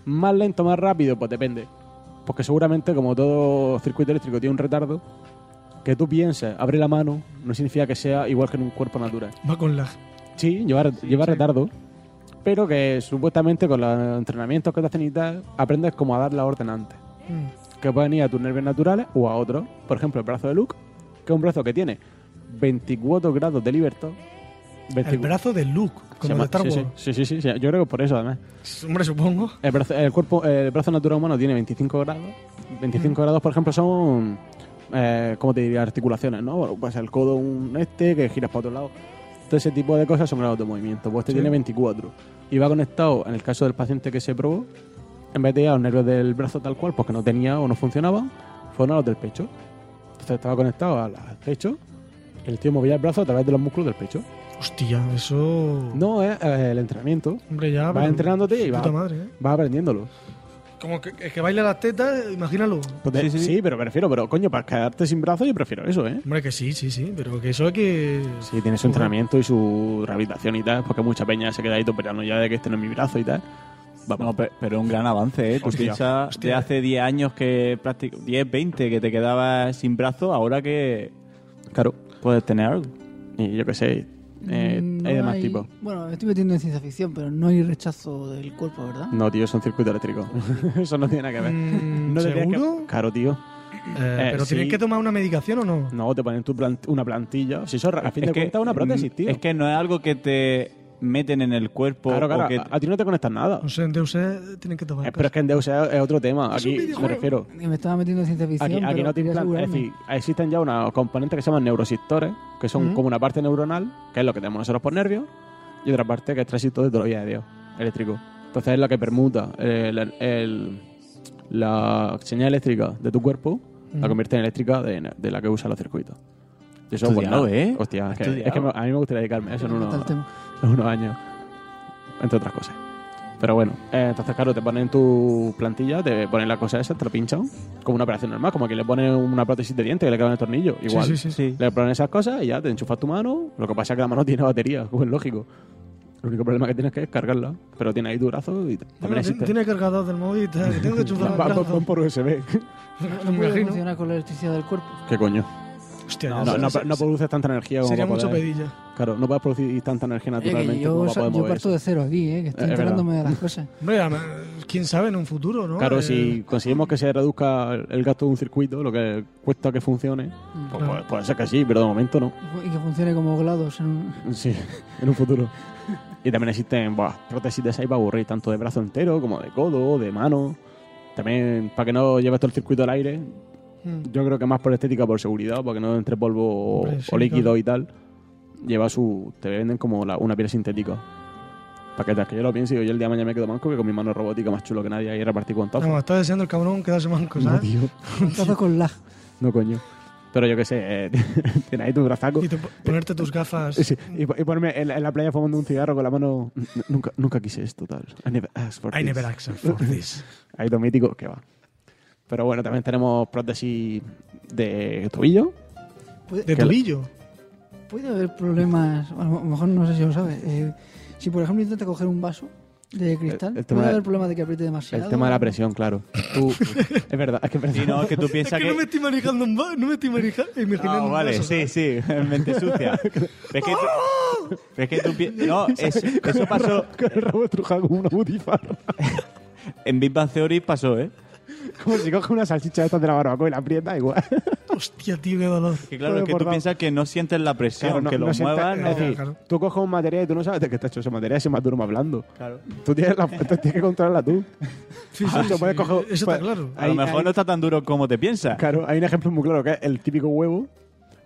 [SPEAKER 6] Más lento, más rápido, pues depende. Porque seguramente, como todo circuito eléctrico tiene un retardo, que tú pienses, abre la mano, no significa que sea igual que en un cuerpo natural.
[SPEAKER 3] Va con lag.
[SPEAKER 6] Sí, llevar, lleva retardo. Pero que supuestamente con los entrenamientos que te hacen y tal, aprendes como a dar la orden antes.
[SPEAKER 3] Mm.
[SPEAKER 6] Que pueden ir a tus nervios naturales o a otros. Por ejemplo, el brazo de Luke, que es un brazo que tiene 24 grados de libertad.
[SPEAKER 3] El
[SPEAKER 6] 24
[SPEAKER 3] brazo de Luke,
[SPEAKER 6] se
[SPEAKER 3] como de
[SPEAKER 6] llama-
[SPEAKER 3] Star
[SPEAKER 6] sí,
[SPEAKER 3] Wars.
[SPEAKER 6] sí, sí, sí, sí, sí. Yo creo que por eso, además.
[SPEAKER 3] Hombre, supongo.
[SPEAKER 6] El brazo, el cuerpo, el brazo natural humano tiene 25 grados.
[SPEAKER 3] Mm.
[SPEAKER 6] 25 grados, por ejemplo, son. Eh, ¿Cómo te diría? Articulaciones, ¿no? Bueno, Pues el codo, un este, que giras para otro lado. Todo ese tipo de cosas son grados de movimiento. Pues este
[SPEAKER 3] Sí.
[SPEAKER 6] tiene 24. Y va conectado, en el caso del paciente que se probó, en vez de ir a los nervios del brazo tal cual, porque no tenía o no funcionaban, fueron a los del pecho. Entonces estaba conectado al al pecho. El tío movía el brazo a través de los músculos del pecho.
[SPEAKER 3] Hostia, eso.
[SPEAKER 6] No es eh, el entrenamiento.
[SPEAKER 3] Oh. Hombre, ya.
[SPEAKER 6] Vas
[SPEAKER 3] pero-
[SPEAKER 6] entrenándote y
[SPEAKER 3] puta
[SPEAKER 6] vas-
[SPEAKER 3] madre, ¿eh?
[SPEAKER 6] Vas aprendiéndolo.
[SPEAKER 3] Como que, es que baila las tetas, imagínalo.
[SPEAKER 6] Pues de- sí, pero prefiero, pero coño, para quedarte sin brazos yo prefiero eso, ¿eh?
[SPEAKER 3] Hombre, que sí, sí, sí, pero que eso es que.
[SPEAKER 6] Sí, tiene su entrenamiento y su rehabilitación y tal, porque mucha peña se queda ahí toperando ya de que este no es mi brazo y tal.
[SPEAKER 7] No, pe- pero un gran avance, ¿eh? Tú
[SPEAKER 6] Hostia,
[SPEAKER 7] piensas de hace 10 años que prácticamente 10, 20 que te quedabas sin brazo, ahora
[SPEAKER 3] Eh,
[SPEAKER 7] que
[SPEAKER 6] Claro.
[SPEAKER 7] puedes tener algo.
[SPEAKER 6] Y yo qué sé, eh,
[SPEAKER 11] Mm, No
[SPEAKER 6] hay de más
[SPEAKER 11] hay-
[SPEAKER 6] tipo.
[SPEAKER 11] Bueno, me estoy metiendo en ciencia ficción, pero no hay rechazo del cuerpo, ¿verdad?
[SPEAKER 6] No, tío, son circuitos eléctricos. eso no tiene nada que ver.
[SPEAKER 3] Mm,
[SPEAKER 6] no tendría que-
[SPEAKER 3] ¿seguro?
[SPEAKER 6] Claro, tío.
[SPEAKER 3] Eh, pero
[SPEAKER 6] sí.
[SPEAKER 3] tienen que tomar una medicación o no?
[SPEAKER 6] No, te ponen tu plant- una plantilla. Si eso, a fin
[SPEAKER 7] Es
[SPEAKER 6] de
[SPEAKER 7] que,
[SPEAKER 6] cuentas, es una prótesis,
[SPEAKER 7] mm,
[SPEAKER 6] tío.
[SPEAKER 7] Es que no es algo que te meten en el cuerpo.
[SPEAKER 6] claro, claro,
[SPEAKER 7] o que-
[SPEAKER 6] a, a ti no te conectas nada.
[SPEAKER 3] No sé, en Deus Ex tienen que tomar.
[SPEAKER 6] Eh, pero es que en Deus Ex es otro tema. Aquí me refiero.
[SPEAKER 11] Que me estaba metiendo en ciencia ficción.
[SPEAKER 6] Aquí, aquí
[SPEAKER 11] pero
[SPEAKER 6] no te
[SPEAKER 11] quería
[SPEAKER 6] implantan. Es
[SPEAKER 11] asegurarme.
[SPEAKER 6] decir, existen ya unos componentes que se llaman neurosistores, que son
[SPEAKER 11] Ujú.
[SPEAKER 6] como una parte neuronal, que es lo que tenemos nosotros por nervios, y otra parte que es tránsito de toda la vida de Dios, eléctrico. Entonces es lo que permuta el- el- la señal eléctrica de tu cuerpo, la
[SPEAKER 3] Ujú.
[SPEAKER 6] convierte en eléctrica de, de la que usan los circuitos. Y eso pues,
[SPEAKER 7] Estudiado,
[SPEAKER 6] nada.
[SPEAKER 7] ¿eh?
[SPEAKER 6] Hostia, es que,
[SPEAKER 7] Estudiado.
[SPEAKER 6] es que me- a mí me gustaría dedicarme a eso en
[SPEAKER 11] ¿Qué tal
[SPEAKER 6] unos,
[SPEAKER 11] el tema?
[SPEAKER 6] en unos años, entre otras cosas. Pero bueno, eh, entonces claro, te ponen tu plantilla, te ponen la cosa esa, te lo pinchan, como una operación normal, como que le ponen una prótesis de diente que le clavan el tornillo, igual.
[SPEAKER 3] Sí, sí, sí.
[SPEAKER 6] Le ponen esas cosas y ya te enchufas tu mano, lo que pasa es que la mano tiene batería, como es lógico. El único problema que tienes que es cargarla, pero tiene ahí tu brazo y t-
[SPEAKER 3] Bueno,
[SPEAKER 6] también existe.
[SPEAKER 3] tiene cargador del móvil, y tal, que tengo que chupar el
[SPEAKER 6] Va- va-
[SPEAKER 3] brazo.
[SPEAKER 6] pon por USB.
[SPEAKER 11] No, no
[SPEAKER 3] Me
[SPEAKER 11] puede
[SPEAKER 3] imagino.
[SPEAKER 6] Ah,
[SPEAKER 11] funcionar con la electricidad del cuerpo.
[SPEAKER 6] ¿Qué coño?
[SPEAKER 3] Hostia,
[SPEAKER 6] no,
[SPEAKER 3] ya
[SPEAKER 6] no,
[SPEAKER 3] sé.
[SPEAKER 6] no produces tanta energía como
[SPEAKER 3] Sería
[SPEAKER 6] para
[SPEAKER 3] mucho
[SPEAKER 6] poder-
[SPEAKER 3] pedillo.
[SPEAKER 6] Claro, no puedes producir tanta energía
[SPEAKER 11] Oye, que
[SPEAKER 6] naturalmente
[SPEAKER 11] yo,
[SPEAKER 6] como para
[SPEAKER 11] so-
[SPEAKER 6] poder
[SPEAKER 11] yo
[SPEAKER 6] mover
[SPEAKER 11] parto
[SPEAKER 6] eso.
[SPEAKER 11] de cero aquí, ¿eh? que estoy
[SPEAKER 6] Es verdad.
[SPEAKER 11] enterándome de las cosas.
[SPEAKER 3] Hombre, ama- quién sabe en un futuro, ¿no?
[SPEAKER 6] Claro,
[SPEAKER 3] Eh,
[SPEAKER 6] si conseguimos que se reduzca el gasto de un circuito, lo que cuesta que funcione, pues,
[SPEAKER 11] Claro.
[SPEAKER 6] puede- puede ser que sí, pero de momento no.
[SPEAKER 11] Y que funcione como GLaDOS. en un-
[SPEAKER 6] Sí, en un futuro. Y también existen buah, prótesis de seis para aburrir, tanto de brazo entero como de codo, de mano. También para que no lleves todo el circuito al aire. Yo creo que más por estética, por seguridad, para que no entre polvo o-
[SPEAKER 7] Hombre, sí,
[SPEAKER 6] o líquido y tal. Lleva su. Te venden como la- una piel sintética. Para que, tras que yo lo piense y yo el día de mañana me quedo manco que con mi mano robótica más chulo que nadie ahí repartir guantazos.
[SPEAKER 3] Vamos, está deseando el cabrón quedarse manco, ¿sabes?
[SPEAKER 11] Todo con lag.
[SPEAKER 6] No, coño. Pero yo qué sé, eh, tienes ahí tu brazaco. Y
[SPEAKER 3] Ponerte tus gafas.
[SPEAKER 6] Sí, y, po- y ponerme en, la- en la playa fumando un cigarro con la mano. "N- n- Nunca, nunca quise esto, tal. I never asked for
[SPEAKER 3] I
[SPEAKER 6] this.
[SPEAKER 3] never asked for this.
[SPEAKER 6] Ahí dos míticos que va. Pero bueno, también tenemos prótesis de tobillo.
[SPEAKER 11] Puede-
[SPEAKER 6] Que la-
[SPEAKER 11] Puede haber problemas, a lo mejor no sé si lo sabes. eh, si por ejemplo intenta coger un vaso de cristal,
[SPEAKER 6] el tema
[SPEAKER 11] puede
[SPEAKER 6] de-
[SPEAKER 11] haber problemas de que apriete demasiado.
[SPEAKER 6] El tema de la presión, claro. Tú- es verdad, es que es verdad.
[SPEAKER 7] Sí, no, es que tú piensas
[SPEAKER 3] Es que no me estoy manejando un va- no me estoy maneja- imaginando
[SPEAKER 7] No,
[SPEAKER 3] un
[SPEAKER 7] Ah, vale,
[SPEAKER 3] vaso,
[SPEAKER 7] sí, sí, mente sucia. Pero es que
[SPEAKER 6] ¡Ah!
[SPEAKER 7] tú, pero es que tú pi- No, eso, eso pasó.
[SPEAKER 6] Con el rabo estrujado como una butifarra.
[SPEAKER 7] En Big Bang Theory pasó, ¿eh?
[SPEAKER 6] Como si coge una salchicha de estas de la barbacoa y la aprieta, igual.
[SPEAKER 3] Hostia, tío, qué dolor.
[SPEAKER 7] Que claro, es que tú piensas que no sientes la presión,
[SPEAKER 6] Claro, no-
[SPEAKER 7] que lo
[SPEAKER 6] no sientes-
[SPEAKER 7] muevan.
[SPEAKER 6] es decir, tú coges un material y tú no sabes de qué está hecho ese material, ese es más duro, más blando.
[SPEAKER 7] Claro.
[SPEAKER 6] Tú tienes, la, tú tienes que controlarla tú.
[SPEAKER 3] Sí,
[SPEAKER 7] sí,
[SPEAKER 6] Tú
[SPEAKER 7] sí,
[SPEAKER 6] puedes coger-
[SPEAKER 7] eso está
[SPEAKER 6] pues,
[SPEAKER 7] claro. A
[SPEAKER 6] hay-
[SPEAKER 7] lo mejor
[SPEAKER 6] hay-
[SPEAKER 7] no está tan duro como te piensas.
[SPEAKER 6] Claro, hay un ejemplo muy claro que es el típico huevo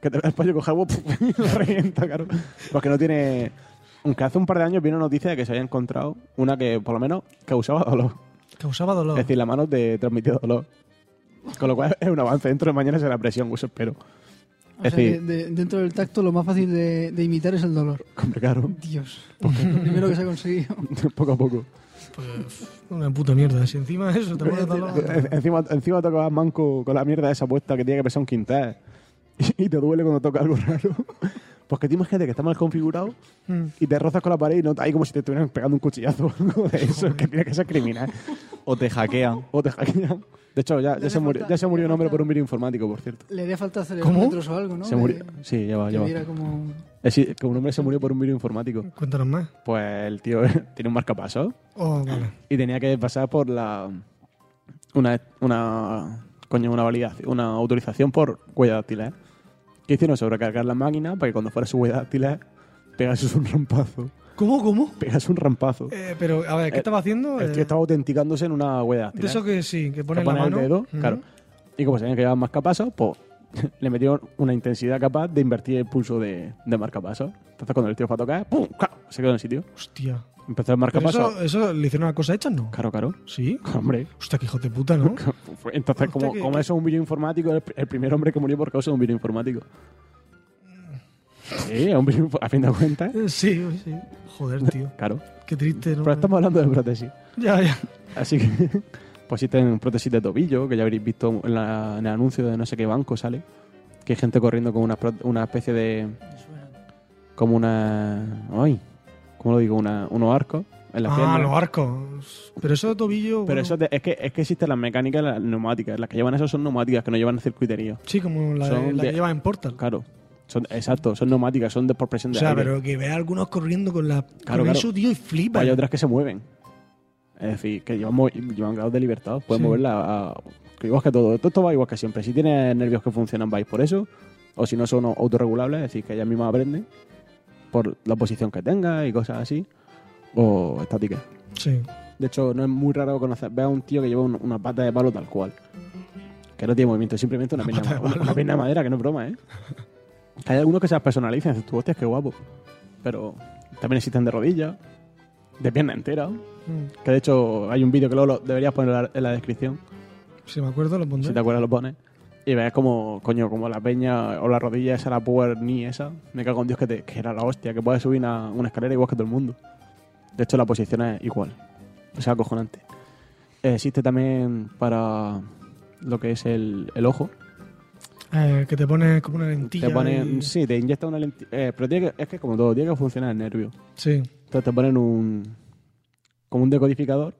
[SPEAKER 6] que te el pollo coge el huevo ¡puf! y lo revienta, claro. Porque no tiene. Aunque hace un par de años vino noticia de que se había encontrado una que por lo menos causaba dolor.
[SPEAKER 3] Causaba dolor.
[SPEAKER 6] Es decir, la mano te transmitía dolor. Con lo cual es un avance. Dentro de mañana será presión, eso espero.
[SPEAKER 11] O
[SPEAKER 6] es
[SPEAKER 11] sea que
[SPEAKER 6] decir,
[SPEAKER 11] de- dentro del tacto lo más fácil de, de imitar es el dolor.
[SPEAKER 6] hombre, claro,
[SPEAKER 11] Dios, lo primero que se ha conseguido.
[SPEAKER 6] poco a poco.
[SPEAKER 3] Pues, Una puta mierda. Si encima eso te pones
[SPEAKER 6] En-
[SPEAKER 3] dolor.
[SPEAKER 6] Encima, encima tocabas manco con la mierda esa puesta que tiene que pesar un quintal. Y te duele cuando toca algo raro. Porque te imaginas que está mal configurado
[SPEAKER 3] Mm.
[SPEAKER 6] y te rozas con la pared y no ahí como si te estuvieran pegando un cuchillazo o algo de eso, que tiene que ser criminal.
[SPEAKER 7] O te hackean.
[SPEAKER 6] O te hackean. De hecho, ya, ya se, murió, ya se murió un hombre por un virus informático, por cierto.
[SPEAKER 11] Le haría falta acelerómetros o algo, ¿no?
[SPEAKER 6] Se murió. Sí, ya va,
[SPEAKER 11] Que
[SPEAKER 6] ya va.
[SPEAKER 11] viera como-
[SPEAKER 6] Es decir, que un hombre se murió por un virus informático.
[SPEAKER 3] Cuéntanos más.
[SPEAKER 6] Pues el tío tiene un marcapaso
[SPEAKER 3] Oh, vale.
[SPEAKER 6] y tenía que pasar por la una una coño una validación una autorización por huella dactilar ¿Qué hicieron sobrecargar la máquina para que cuando fuera su huella dactilar pegases un rampazo
[SPEAKER 3] ¿Cómo, cómo?
[SPEAKER 6] pegas un rampazo
[SPEAKER 3] Eh, pero, a ver, ¿qué estaba haciendo?
[SPEAKER 6] el
[SPEAKER 3] Eh,
[SPEAKER 6] tío estaba autenticándose en una huella dactilar
[SPEAKER 3] de eso que sí, que pone
[SPEAKER 6] Que
[SPEAKER 3] la
[SPEAKER 6] pone
[SPEAKER 3] mano. Mm.
[SPEAKER 6] el dedo
[SPEAKER 3] Ujú.
[SPEAKER 6] claro y como sabían que llevaban marcapasos pues le metieron una intensidad capaz de invertir el pulso de, de marcapasos entonces cuando el tío fue a tocar ¡pum! ¡ca! se quedó en el sitio
[SPEAKER 3] Hostia.
[SPEAKER 6] empezó el
[SPEAKER 3] Pero
[SPEAKER 6] marcapasos
[SPEAKER 3] eso, eso le hicieron una cosa hecha, ¿no?
[SPEAKER 6] Claro, claro.
[SPEAKER 3] Sí.
[SPEAKER 6] Hombre.
[SPEAKER 3] Hostia, qué hijo de puta, ¿no?
[SPEAKER 6] Fue- Pues, Entonces,
[SPEAKER 3] Hostia,
[SPEAKER 6] como,
[SPEAKER 3] que-
[SPEAKER 6] como eso es un virus informático, el, el primer hombre que murió por causa de un virus informático. Sí, es un virus, info- a fin de cuentas.
[SPEAKER 3] Eh, Sí, sí. Joder, tío.
[SPEAKER 6] Claro.
[SPEAKER 3] Qué triste, ¿no?
[SPEAKER 6] Pero estamos hablando de prótesis.
[SPEAKER 3] Ya, ya.
[SPEAKER 6] Así que, pues sí, tienen prótesis de tobillo, que ya habréis visto en, la- en el anuncio de no sé qué banco sale. Que hay gente corriendo con una, pró- una especie de. Como una. Ay, ¿cómo lo digo? Una, unos arcos en la
[SPEAKER 3] ah,
[SPEAKER 6] pierna.
[SPEAKER 3] los arcos. Pero eso de tobillo.
[SPEAKER 6] Pero
[SPEAKER 3] bueno,
[SPEAKER 6] eso te- es, que, es que existen las mecánicas, las neumáticas. Las que llevan eso son neumáticas, que no llevan circuitería.
[SPEAKER 3] Sí, como la,
[SPEAKER 6] Son
[SPEAKER 3] la
[SPEAKER 6] de-
[SPEAKER 3] que llevas en Portal.
[SPEAKER 6] Claro. Son, exacto, son neumáticas, son de por presión
[SPEAKER 3] O
[SPEAKER 6] de
[SPEAKER 3] sea,
[SPEAKER 6] aire.
[SPEAKER 3] pero que ve a algunos corriendo con la
[SPEAKER 6] Claro,
[SPEAKER 3] con
[SPEAKER 6] claro.
[SPEAKER 3] eso, tío, y flipa.
[SPEAKER 6] Hay otras que se mueven. Es decir, que llevan, mo- llevan grados de libertad. Pueden
[SPEAKER 3] Sí.
[SPEAKER 6] moverla a- que igual que todo. Todo esto va igual que siempre. Si tienes nervios que funcionan, vais por eso. O si no, son autorregulables, es decir, que ellas mismas aprenden por la posición que tengas y cosas así. O estáticas.
[SPEAKER 3] Sí.
[SPEAKER 6] De hecho, no es muy raro conocer. Ve a un tío que lleva un- una pata de palo tal cual. Que no tiene movimiento, es simplemente una, pierna,
[SPEAKER 3] pata de
[SPEAKER 6] una-
[SPEAKER 3] palo.
[SPEAKER 6] una pierna de madera, que no es broma, ¿eh? Que Hay algunos que se las personalizan, dices tú, hostias, qué guapo. Pero también existen de rodilla, de pierna entera.
[SPEAKER 3] Mm.
[SPEAKER 6] Que de hecho, hay un vídeo que luego lo deberías poner en la, en la descripción.
[SPEAKER 3] Si me acuerdo, lo pondré.
[SPEAKER 6] Si te acuerdas, lo pones. Y ves como, coño, como la peña o la rodilla esa, la power knee esa. Me cago en Dios que, te- que era la hostia, que puedes subir una, una escalera igual que todo el mundo. De hecho, la posición es igual. O sea, acojonante. Eh, Existe también para lo que es el, el ojo.
[SPEAKER 3] Eh, que te pones como una lentilla.
[SPEAKER 6] Te ponen,
[SPEAKER 3] y-
[SPEAKER 6] Sí, te inyecta una lentilla. pero tiene que- es que como todo, tiene que funcionar el nervio.
[SPEAKER 3] Sí.
[SPEAKER 6] Entonces te ponen un. como un decodificador.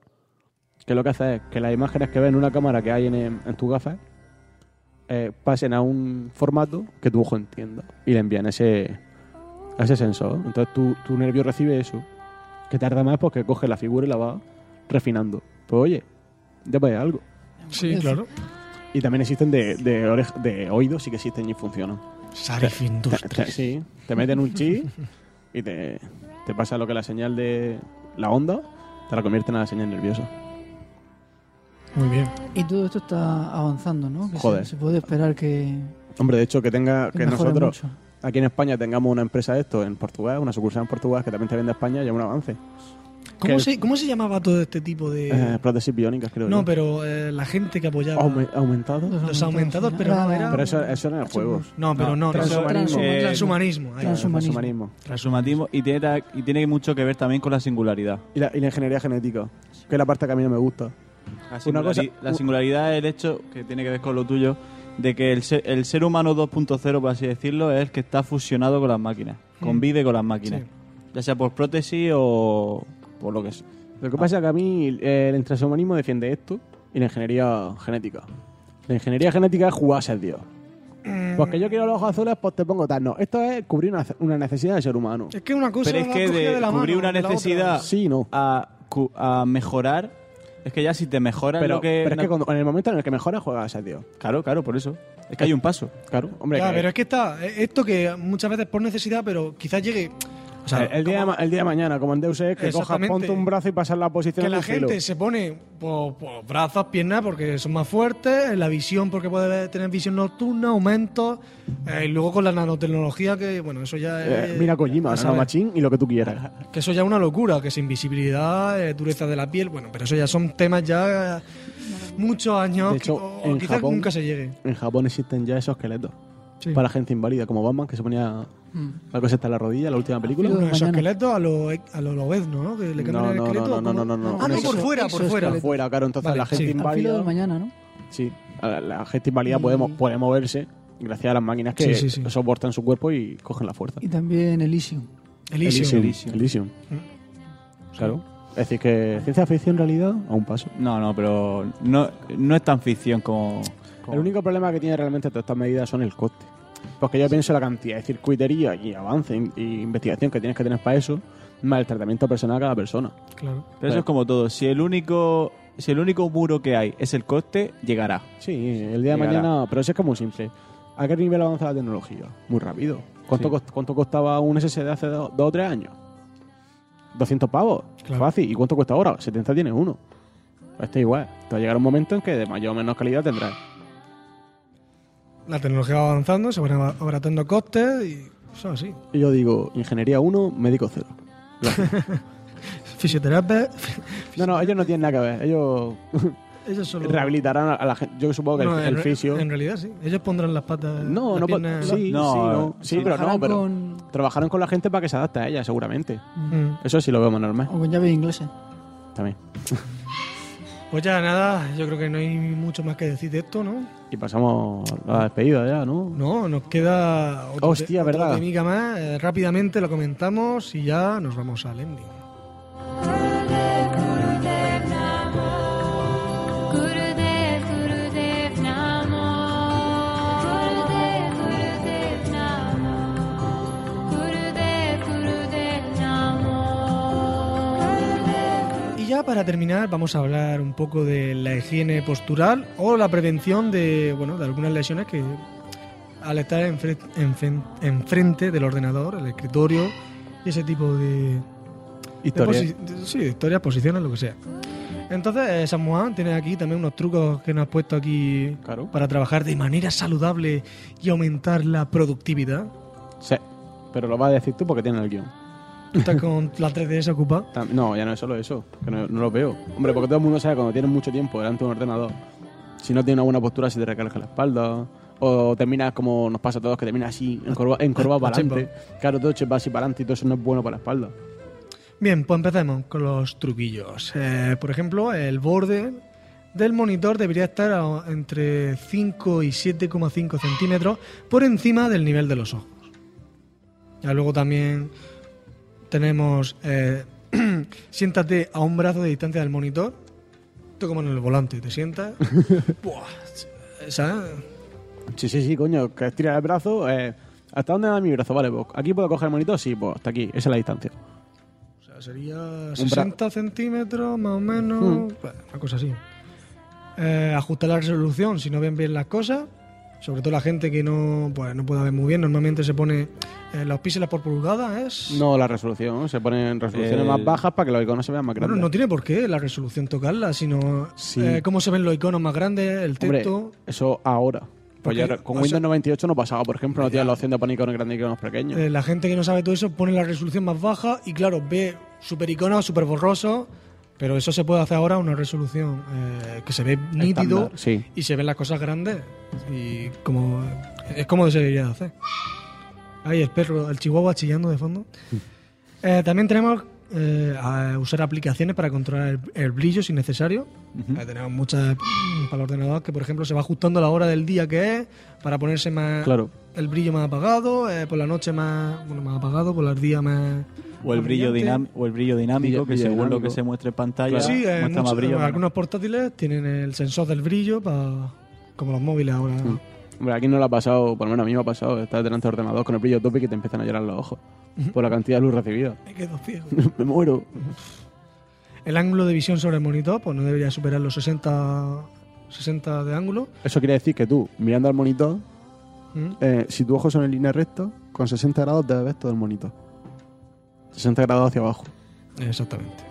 [SPEAKER 6] Que lo que hace es que las imágenes que ves en una cámara que hay en, en tus gafas. eh, pasen a un formato que tu ojo entienda y le envían ese, a ese sensor. Entonces tu, tu nervio recibe eso, que tarda más porque coge la figura y la va refinando. Pues oye, ya puede algo.
[SPEAKER 3] Sí, claro.
[SPEAKER 6] Y también existen de, de, oreja- de oídos, sí que existen y funcionan.
[SPEAKER 3] Sarif
[SPEAKER 6] Te- te-
[SPEAKER 3] Industries.
[SPEAKER 6] te- sí, te meten un chip y te, te pasa lo que la señal de la onda, te la convierten a la señal nerviosa.
[SPEAKER 3] Muy bien.
[SPEAKER 11] Y todo esto está avanzando, ¿no? Que se-
[SPEAKER 6] Joder.
[SPEAKER 11] Se, puede esperar que.
[SPEAKER 6] Hombre, de hecho, que tenga
[SPEAKER 11] Que
[SPEAKER 6] que,
[SPEAKER 11] mejore
[SPEAKER 6] nosotros
[SPEAKER 11] mucho.
[SPEAKER 6] aquí en España tengamos una empresa de esto en Portugal, una sucursal en Portugal que también te vende a España, ya es un avance.
[SPEAKER 3] ¿Cómo
[SPEAKER 6] Que-
[SPEAKER 3] se, ¿Cómo se llamaba todo este tipo de...?
[SPEAKER 6] eh, prótesis biónicas, creo.
[SPEAKER 3] no,
[SPEAKER 6] yo.
[SPEAKER 3] pero eh, la gente que apoyaba...
[SPEAKER 6] Aume- ¿Aumentado?
[SPEAKER 3] Los aumentados, pero no era...
[SPEAKER 6] Pero eso, eso no era juego.
[SPEAKER 3] No, pero no,
[SPEAKER 7] Transhumanismo.
[SPEAKER 3] transhumanismo.
[SPEAKER 7] Eh,
[SPEAKER 3] Transhumanismo, ahí va.
[SPEAKER 6] Transhumanismo.
[SPEAKER 7] Transhumanismo y tiene, y tiene mucho que ver también con la singularidad.
[SPEAKER 6] Y la, y la ingeniería genética, que es la parte que a mí no me gusta.
[SPEAKER 7] La,
[SPEAKER 6] Una cosa-
[SPEAKER 7] singulari- la singularidad es el hecho que tiene que ver con lo tuyo, de que el ser, el ser humano 2.0, por así decirlo, es el que está fusionado con las máquinas,
[SPEAKER 6] Mm.
[SPEAKER 7] convive con las máquinas,
[SPEAKER 6] Sí.
[SPEAKER 7] ya sea por prótesis o por lo que es.
[SPEAKER 6] Lo que pasa es que a mí eh, el transhumanismo defiende esto y la ingeniería genética. La ingeniería genética es jugar a ser Dios.
[SPEAKER 3] Mm.
[SPEAKER 6] Pues que yo quiero los ojos azules, pues te pongo tal. No, esto es cubrir una, una necesidad del ser humano.
[SPEAKER 3] Es que una cosa
[SPEAKER 7] Pero es
[SPEAKER 3] va
[SPEAKER 7] que
[SPEAKER 3] cogida
[SPEAKER 7] de,
[SPEAKER 3] de la mano,
[SPEAKER 7] cubrir una
[SPEAKER 3] de la otra.
[SPEAKER 7] necesidad
[SPEAKER 6] Sí, no.
[SPEAKER 7] a, cu- a mejorar, es que ya si te mejoras
[SPEAKER 6] Pero,
[SPEAKER 7] lo que...
[SPEAKER 6] pero es que cuando- en el momento en el que mejora, juegas a ser Dios.
[SPEAKER 7] Claro, claro, por eso. Es que hay un paso.
[SPEAKER 6] Claro, hombre.
[SPEAKER 3] Ya,
[SPEAKER 6] que-
[SPEAKER 3] pero es que está... eh, Esto que muchas veces por necesidad, pero quizás llegue... O sea,
[SPEAKER 6] el, el día de, ma- el día de mañana, como en Deus Ex, que cojas,
[SPEAKER 3] Exactamente.
[SPEAKER 6] ponte un brazo y pasas la posición
[SPEAKER 3] que
[SPEAKER 6] de
[SPEAKER 3] la
[SPEAKER 6] un filo.
[SPEAKER 3] gente se pone pues, pues, brazos, piernas porque son más fuertes, la visión porque puede tener visión nocturna, aumentos, eh, y luego con la nanotecnología que, bueno, eso ya es...
[SPEAKER 6] Eh, mira Kojima,
[SPEAKER 3] ya
[SPEAKER 6] Nano
[SPEAKER 3] sabes,
[SPEAKER 6] Machín y lo que tú quieras.
[SPEAKER 3] Que eso ya es una locura, que es invisibilidad, eh, dureza de la piel, bueno, pero eso ya son temas ya eh, muchos años,
[SPEAKER 6] De
[SPEAKER 3] que-
[SPEAKER 6] hecho,
[SPEAKER 3] o
[SPEAKER 6] en
[SPEAKER 3] quizás
[SPEAKER 6] Japón,
[SPEAKER 3] nunca se llegue.
[SPEAKER 6] En Japón existen ya esos esqueletos
[SPEAKER 3] Sí.
[SPEAKER 6] para gente inválida, como Batman, que se ponía
[SPEAKER 3] Mm.
[SPEAKER 6] la cosa está en la rodilla, la última película.
[SPEAKER 3] Uno de esos esqueletos a lo, a lo Lobezno, ¿no? Que le cambian
[SPEAKER 6] No,
[SPEAKER 3] el
[SPEAKER 6] no,
[SPEAKER 3] esqueleto.
[SPEAKER 6] no, no,
[SPEAKER 3] ¿cómo?
[SPEAKER 6] no, no, no.
[SPEAKER 3] Ah, no,
[SPEAKER 6] Eso-
[SPEAKER 3] por fuera, por
[SPEAKER 6] eso
[SPEAKER 3] fuera.
[SPEAKER 6] Por fuera, claro. Entonces
[SPEAKER 3] Vale,
[SPEAKER 6] la gente
[SPEAKER 3] sí.
[SPEAKER 11] Al filo
[SPEAKER 6] inválida.
[SPEAKER 11] del mañana, ¿no?
[SPEAKER 6] Sí, a la, la gente inválida podemos- puede moverse gracias a las máquinas que
[SPEAKER 3] Sí, sí, sí.
[SPEAKER 6] soportan su cuerpo y cogen la fuerza.
[SPEAKER 11] Y también Elysium.
[SPEAKER 3] Elysium.
[SPEAKER 6] Elysium. Elysium.
[SPEAKER 3] Mm.
[SPEAKER 6] Claro. Es decir, que ciencia ficción en realidad a un paso.
[SPEAKER 7] No, no, pero no, no es tan ficción como...
[SPEAKER 6] El único problema que tiene realmente todas estas medidas son el coste. Porque yo pienso la cantidad de circuitería y avance in- y investigación que tienes que tener para eso, más el tratamiento personal a cada persona.
[SPEAKER 3] Claro.
[SPEAKER 7] Pero eso es como todo. Si el único, si el único muro que hay es el coste, llegará.
[SPEAKER 6] Sí, el día de
[SPEAKER 7] Llegará.
[SPEAKER 6] mañana, pero eso es que es muy simple. ¿A qué nivel avanza la tecnología? Muy rápido. ¿Cuánto, cost- cuánto costaba un SSD hace do- dos o tres años? 200 pavos. Fácil. ¿Y cuánto cuesta ahora? 70 tiene uno. Este igual. Te va a llegar un momento en que de mayor o menos calidad tendrás.
[SPEAKER 3] La tecnología va avanzando, se van ab- abaratando costes y eso así.
[SPEAKER 6] Y yo digo, ingeniería 1, médico 0.
[SPEAKER 3] Fisioterapia.
[SPEAKER 6] No, no, ellos no tienen nada que ver. Ellos
[SPEAKER 3] Ellos solo...
[SPEAKER 6] rehabilitarán a- a la gente. Yo supongo que el-
[SPEAKER 3] Bueno,
[SPEAKER 6] el,
[SPEAKER 3] en re-
[SPEAKER 6] fisio.
[SPEAKER 3] En realidad sí. Ellos pondrán las patas.
[SPEAKER 6] No,
[SPEAKER 3] las
[SPEAKER 6] no, po-
[SPEAKER 3] piernas-
[SPEAKER 6] sí, sí, no. Sí, pero no,
[SPEAKER 11] trabajarán
[SPEAKER 6] pero
[SPEAKER 11] con-
[SPEAKER 6] trabajaron con la gente para que se adapte a ella, seguramente.
[SPEAKER 3] Mm.
[SPEAKER 6] Eso sí lo vemos normal,
[SPEAKER 11] O con llaves
[SPEAKER 3] eh.
[SPEAKER 11] inglesas.
[SPEAKER 6] también.
[SPEAKER 3] Pues ya nada, yo creo que no hay mucho más que decir de esto, ¿no?
[SPEAKER 6] Y pasamos a la despedida ya, ¿no?
[SPEAKER 3] No, nos queda otro
[SPEAKER 6] Hostia,
[SPEAKER 3] te- otra
[SPEAKER 6] verdad.
[SPEAKER 3] temica más. eh, rápidamente lo comentamos y ya nos vamos al ending. Y ya para terminar vamos a hablar un poco de la higiene postural o la prevención de, bueno, de algunas lesiones que al estar enfre- enfen- enfrente del ordenador, el escritorio y ese tipo de... de
[SPEAKER 6] Historias.
[SPEAKER 3] posi- de- sí, de historias, posiciones, lo que sea. Entonces, eh, Samuán tiene aquí también unos trucos que nos has puesto aquí para trabajar de manera saludable y aumentar la productividad.
[SPEAKER 6] Sí. Pero lo vas a decir tú porque tienes el guión.
[SPEAKER 3] Tú estás con la 3DS ocupada.
[SPEAKER 6] Tam- No, ya no es solo eso, que no, no lo veo. Hombre, porque todo el mundo sabe cuando tienes mucho tiempo delante de un ordenador, si no tienes una buena postura, se te recarga la espalda, o terminas como nos pasa a todos, que terminas así, encorva- encorvado para adelante. Claro, todo chepa así para adelante y todo eso no es bueno para la espalda.
[SPEAKER 3] Bien, pues empecemos con los truquillos. Eh, por ejemplo, el borde del monitor debería estar a- entre 5 y 7,5 centímetros por encima del nivel de los ojos. Ya luego también tenemos eh, siéntate a un brazo de distancia del monitor. Tú como en el volante, te sientas. Buah, ¿sabes?
[SPEAKER 6] Sí, sí, sí, coño, que estira el brazo. eh, ¿Hasta dónde da mi brazo? Vale, pues aquí puedo coger el monitor, sí, pues hasta aquí, esa es la distancia.
[SPEAKER 3] O sea, sería
[SPEAKER 6] bra-
[SPEAKER 3] 60 centímetros más o menos,
[SPEAKER 6] Mm.
[SPEAKER 3] bueno, una cosa así. Eh, ajustar la resolución si no ven bien las cosas, sobre todo la gente que no, pues, no puede ver muy bien, normalmente se pone eh, los píxeles por pulgada, es...
[SPEAKER 6] No la resolución, se ponen resoluciones
[SPEAKER 3] El-
[SPEAKER 6] más bajas para que los iconos se vean más
[SPEAKER 3] Bueno,
[SPEAKER 6] grandes.
[SPEAKER 3] no tiene por qué la resolución tocarla, sino
[SPEAKER 6] Sí.
[SPEAKER 3] eh, cómo se ven los iconos más grandes, el
[SPEAKER 6] Hombre,
[SPEAKER 3] texto...
[SPEAKER 6] eso ahora. Pues ya con
[SPEAKER 3] o
[SPEAKER 6] Windows
[SPEAKER 3] sea-
[SPEAKER 6] 98 no pasaba, por ejemplo, no tienes la opción de poner iconos grandes y iconos pequeños.
[SPEAKER 3] Eh, la gente que no sabe todo eso pone la resolución más baja y claro, ve super iconos, super borrosos, pero eso se puede hacer ahora a una resolución eh, que se ve nítido
[SPEAKER 6] Estándar, sí.
[SPEAKER 3] y se ven las cosas grandes y como es como se debería de hacer. Ahí el perro, el chihuahua chillando de fondo.
[SPEAKER 7] Mm.
[SPEAKER 3] Eh, también tenemos eh, a usar aplicaciones para controlar el, el brillo si necesario. Eh, tenemos muchas mm, para el ordenador que, por ejemplo, se va ajustando la hora del día que es para ponerse más
[SPEAKER 7] Claro.
[SPEAKER 3] el brillo más apagado, eh, por la noche más bueno, más apagado, por los días más
[SPEAKER 7] O el,
[SPEAKER 3] más
[SPEAKER 7] brillo
[SPEAKER 3] brillante.
[SPEAKER 7] dinam- o el brillo dinámico,
[SPEAKER 6] Brillo-
[SPEAKER 7] que
[SPEAKER 6] brillo
[SPEAKER 7] según lo
[SPEAKER 6] dinámico.
[SPEAKER 7] que se muestre en pantalla,
[SPEAKER 3] Sí, eh,
[SPEAKER 7] muestra más
[SPEAKER 3] muchos-
[SPEAKER 7] brillo.
[SPEAKER 3] algunos portátiles tienen el sensor del brillo pa- como los móviles ahora.
[SPEAKER 7] Mm.
[SPEAKER 6] Hombre, aquí no lo ha pasado, por lo menos a mí me ha pasado, estás delante del ordenador con el brillo tope y que te empiezan a llorar los ojos por la cantidad de luz recibida.
[SPEAKER 3] Me quedo ciego.
[SPEAKER 6] me muero.
[SPEAKER 3] El ángulo de visión sobre el monitor pues no debería superar los 60 60 de ángulo.
[SPEAKER 6] Eso quiere decir que tú, mirando al monitor,
[SPEAKER 3] ¿Mm?
[SPEAKER 6] eh, si tus ojos son en línea recta, con 60 grados debes ver todo el monitor. 60 grados hacia abajo.
[SPEAKER 3] Exactamente.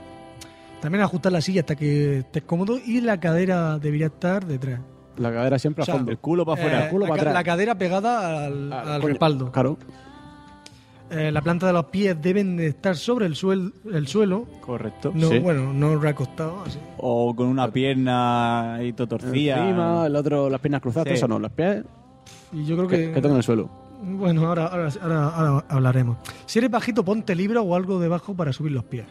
[SPEAKER 3] También ajustar la silla hasta que estés cómodo y la cadera debería estar detrás.
[SPEAKER 6] La cadera siempre
[SPEAKER 3] O sea,
[SPEAKER 6] a fondo.
[SPEAKER 3] el
[SPEAKER 7] culo
[SPEAKER 3] Eh, la, ca- la cadera pegada al,
[SPEAKER 6] Ah,
[SPEAKER 3] al respaldo.
[SPEAKER 6] Claro.
[SPEAKER 3] Eh, la planta de los pies deben de estar sobre el, suel- el suelo.
[SPEAKER 7] Correcto.
[SPEAKER 3] No,
[SPEAKER 7] Sí.
[SPEAKER 3] Bueno, no recostado. Así.
[SPEAKER 7] O con una pierna y todo torcida.
[SPEAKER 6] Encima, el otro, las piernas cruzadas,
[SPEAKER 7] Sí.
[SPEAKER 6] eso no, los pies
[SPEAKER 3] Y yo creo
[SPEAKER 6] que,
[SPEAKER 3] que...
[SPEAKER 6] que tocan el suelo.
[SPEAKER 3] Bueno, ahora, ahora, ahora- ahora hablaremos. Si eres bajito, ponte libra o algo debajo para subir los pies.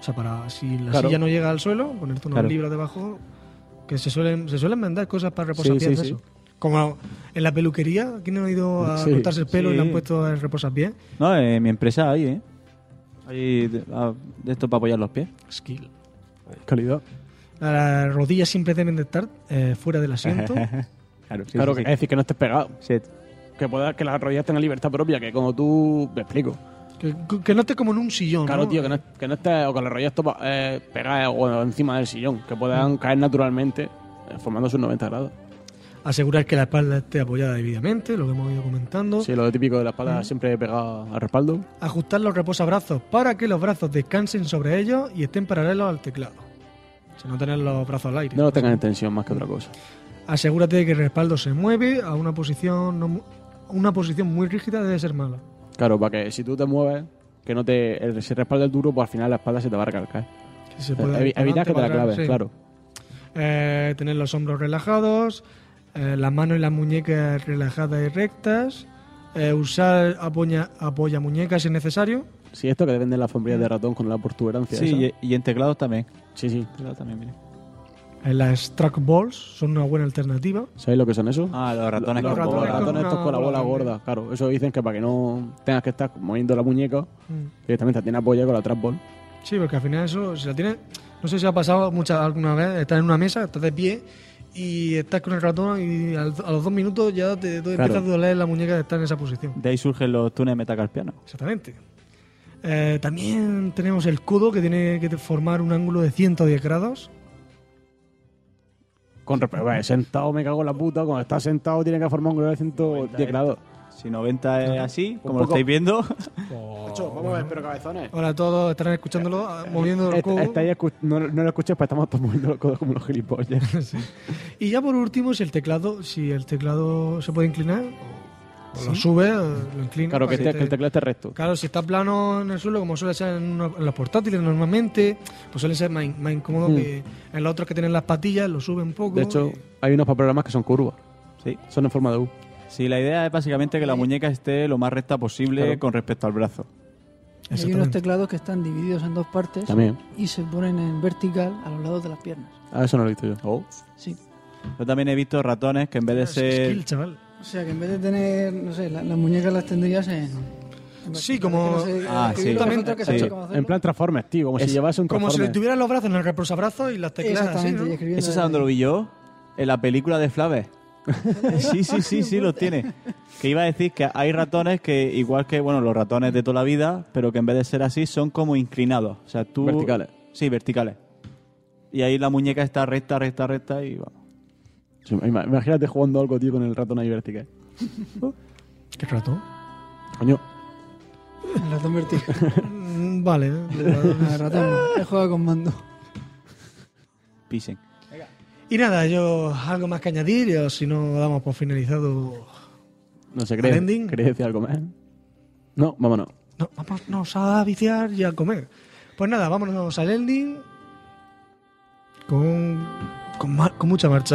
[SPEAKER 3] O sea, para si la
[SPEAKER 6] Claro.
[SPEAKER 3] silla no llega al suelo, ponerte unas
[SPEAKER 6] Claro.
[SPEAKER 3] libras debajo. Que se suelen, se suelen vender cosas para
[SPEAKER 6] Sí,
[SPEAKER 3] reposar pies.
[SPEAKER 6] sí,
[SPEAKER 3] eso. Como en la peluquería, aquí no han ido a
[SPEAKER 7] Sí,
[SPEAKER 3] cortarse el pelo y le
[SPEAKER 7] sí.
[SPEAKER 3] han puesto el reposapiés.
[SPEAKER 7] No, en mi empresa hay, ¿eh? Hay de, ah, de esto para apoyar los pies.
[SPEAKER 3] Skill.
[SPEAKER 6] Calidad.
[SPEAKER 3] Las rodillas siempre deben de estar eh, fuera del asiento.
[SPEAKER 7] claro, sí,
[SPEAKER 6] claro
[SPEAKER 7] sí,
[SPEAKER 6] que es
[SPEAKER 7] sí.
[SPEAKER 6] decir que no estés pegado. Que puedas que las rodillas tengan libertad propia, que como tú me explico.
[SPEAKER 3] que, que no esté como en un sillón.
[SPEAKER 6] Claro,
[SPEAKER 3] ¿no?
[SPEAKER 6] tío, que no, que no estés o con las rodillas topa- eh, pegadas o encima del sillón, que puedan
[SPEAKER 7] Mm.
[SPEAKER 6] caer naturalmente eh, formando sus 90 grados.
[SPEAKER 3] Asegurar que la espalda esté apoyada debidamente, lo que hemos ido comentando.
[SPEAKER 6] Sí, lo típico de la espalda
[SPEAKER 3] Mm.
[SPEAKER 6] siempre pegada al respaldo.
[SPEAKER 3] Ajustar los reposabrazos para que los brazos descansen sobre ellos y estén paralelos al teclado. O sea, no tener los brazos al aire.
[SPEAKER 6] No lo tengan en tensión más que otra cosa.
[SPEAKER 3] Asegúrate de que el respaldo se mueve a una posición no mu- una posición muy rígida debe ser mala.
[SPEAKER 6] Claro, para que si tú te mueves, que no te. El, si respalda el duro, pues al final la espalda se te va a recalcar.
[SPEAKER 3] Que se pueda ir para
[SPEAKER 6] evitar
[SPEAKER 3] adelante,
[SPEAKER 6] Eh, que te la
[SPEAKER 3] para atrás,
[SPEAKER 6] claves,
[SPEAKER 3] sí.
[SPEAKER 6] claro.
[SPEAKER 3] Eh, tener los hombros relajados, eh, las manos y las muñecas relajadas y rectas, eh, usar apoya, apoya muñecas si es necesario.
[SPEAKER 6] Sí, esto que te venden las sombrillas de ratón con la protuberancia.
[SPEAKER 7] Mm. Sí,
[SPEAKER 6] esa.
[SPEAKER 7] y, y en teclados también.
[SPEAKER 6] sí, sí.
[SPEAKER 7] Teclados también, mira.
[SPEAKER 3] Eh, las trackballs son una buena alternativa.
[SPEAKER 6] ¿Sabéis lo que son eso?
[SPEAKER 7] Ah, los ratones
[SPEAKER 6] los,
[SPEAKER 7] con
[SPEAKER 6] ratones,
[SPEAKER 7] bola.
[SPEAKER 6] los ratones estos con la bola
[SPEAKER 3] grande.
[SPEAKER 6] gorda, claro. Eso dicen que para que no tengas que estar moviendo la muñeca,
[SPEAKER 3] Mm.
[SPEAKER 6] directamente la tienes apoyada con la trapball.
[SPEAKER 3] Sí, porque al final eso, si la tienes, no sé si ha pasado mucha, alguna vez, estás en una mesa, estás de pie y estás con el ratón y al- a los dos minutos ya te, te
[SPEAKER 7] Claro.
[SPEAKER 3] empieza a doler la muñeca de estar en esa posición.
[SPEAKER 7] De ahí surgen los túneles metacarpianos.
[SPEAKER 3] Exactamente. Eh, también tenemos el codo que tiene que formar un ángulo de 110 grados.
[SPEAKER 6] Con respeto, vale, sentado me cago en la puta. Cuando estás sentado tiene que formar un grado de 110 grados.
[SPEAKER 7] eh, Si 90 es así, como
[SPEAKER 6] Un
[SPEAKER 7] lo
[SPEAKER 6] poco-
[SPEAKER 7] estáis viendo. Oh.
[SPEAKER 6] Nacho, vamos a ver, pero cabezones. Eh,
[SPEAKER 3] Ahora todos estarán escuchándolo, ah, moviendo el
[SPEAKER 6] Est-
[SPEAKER 3] codo.
[SPEAKER 6] estáis escu- no, no lo escuches, pero estamos todos moviendo los codos como los gilipollas.
[SPEAKER 3] Y ya por último, si el teclado, si el teclado se puede inclinar, o lo
[SPEAKER 6] Sí.
[SPEAKER 3] sube, o lo inclina.
[SPEAKER 6] Claro, que,
[SPEAKER 3] para
[SPEAKER 6] te-
[SPEAKER 3] te-
[SPEAKER 6] que el teclado esté recto.
[SPEAKER 3] Claro, si está plano en el suelo, como suele ser en, uno- en los portátiles normalmente, pues suele ser más, in- más incómodo
[SPEAKER 6] Mm.
[SPEAKER 3] que en los otros que tienen las patillas, lo sube un poco.
[SPEAKER 6] De hecho,
[SPEAKER 3] y-
[SPEAKER 6] hay unos programas que son curvas.
[SPEAKER 7] Sí.
[SPEAKER 6] Son en forma de U.
[SPEAKER 7] Sí, la idea es básicamente que la muñeca esté lo más recta posible
[SPEAKER 6] Claro.
[SPEAKER 7] con respecto al brazo.
[SPEAKER 11] Hay unos teclados que están divididos en dos partes
[SPEAKER 7] También.
[SPEAKER 11] y se ponen en vertical a los lados de las piernas.
[SPEAKER 6] Ah, eso no lo he visto yo.
[SPEAKER 11] Sí.
[SPEAKER 7] Oh. Yo también he visto ratones que en vez de ser.
[SPEAKER 3] chaval.
[SPEAKER 11] O sea que en vez de tener, no sé, la- las muñecas las tendrías en.
[SPEAKER 3] Sí, como.
[SPEAKER 7] Ah, sí.
[SPEAKER 3] Exactamente.
[SPEAKER 11] que
[SPEAKER 7] Sí. Em-
[SPEAKER 6] En plan Transformers, tío, como si llevase un
[SPEAKER 3] Como si le
[SPEAKER 6] Transformers.
[SPEAKER 3] tuvieran los brazos en el reposabrazos y las teclas así,
[SPEAKER 11] Exactamente,
[SPEAKER 3] ¿no?
[SPEAKER 11] y escribiendo
[SPEAKER 7] ¿Eso es donde lo vi yo? En la película de Flaves. Sí, sí, sí, sí, los tiene. Que iba a decir que hay ratones que, igual que bueno, los ratones de toda la vida, pero que en vez de ser así, son como inclinados. O sea, tú...
[SPEAKER 6] Verticales.
[SPEAKER 7] Sí, verticales. Y ahí la muñeca está recta, recta, recta y vamos.
[SPEAKER 6] Sí, ima- Imagínate jugando algo, tío, con el ratón ahí vertical.
[SPEAKER 5] ¿Qué ratón?
[SPEAKER 6] Coño.
[SPEAKER 3] El ratón vertical.
[SPEAKER 5] Mm, vale.
[SPEAKER 3] El ratón. He jugado con mando.
[SPEAKER 7] Pisen.
[SPEAKER 5] Y nada, yo algo más que añadir, yo, si no damos por finalizado.
[SPEAKER 6] No se
[SPEAKER 5] ¿Al
[SPEAKER 6] cree.
[SPEAKER 5] ending?
[SPEAKER 6] ¿Queréis decir algo más? No, vámonos.
[SPEAKER 5] No, vamos, nos a viciar y a comer. Pues nada, vámonos al ending con con, mar- con mucha marcha.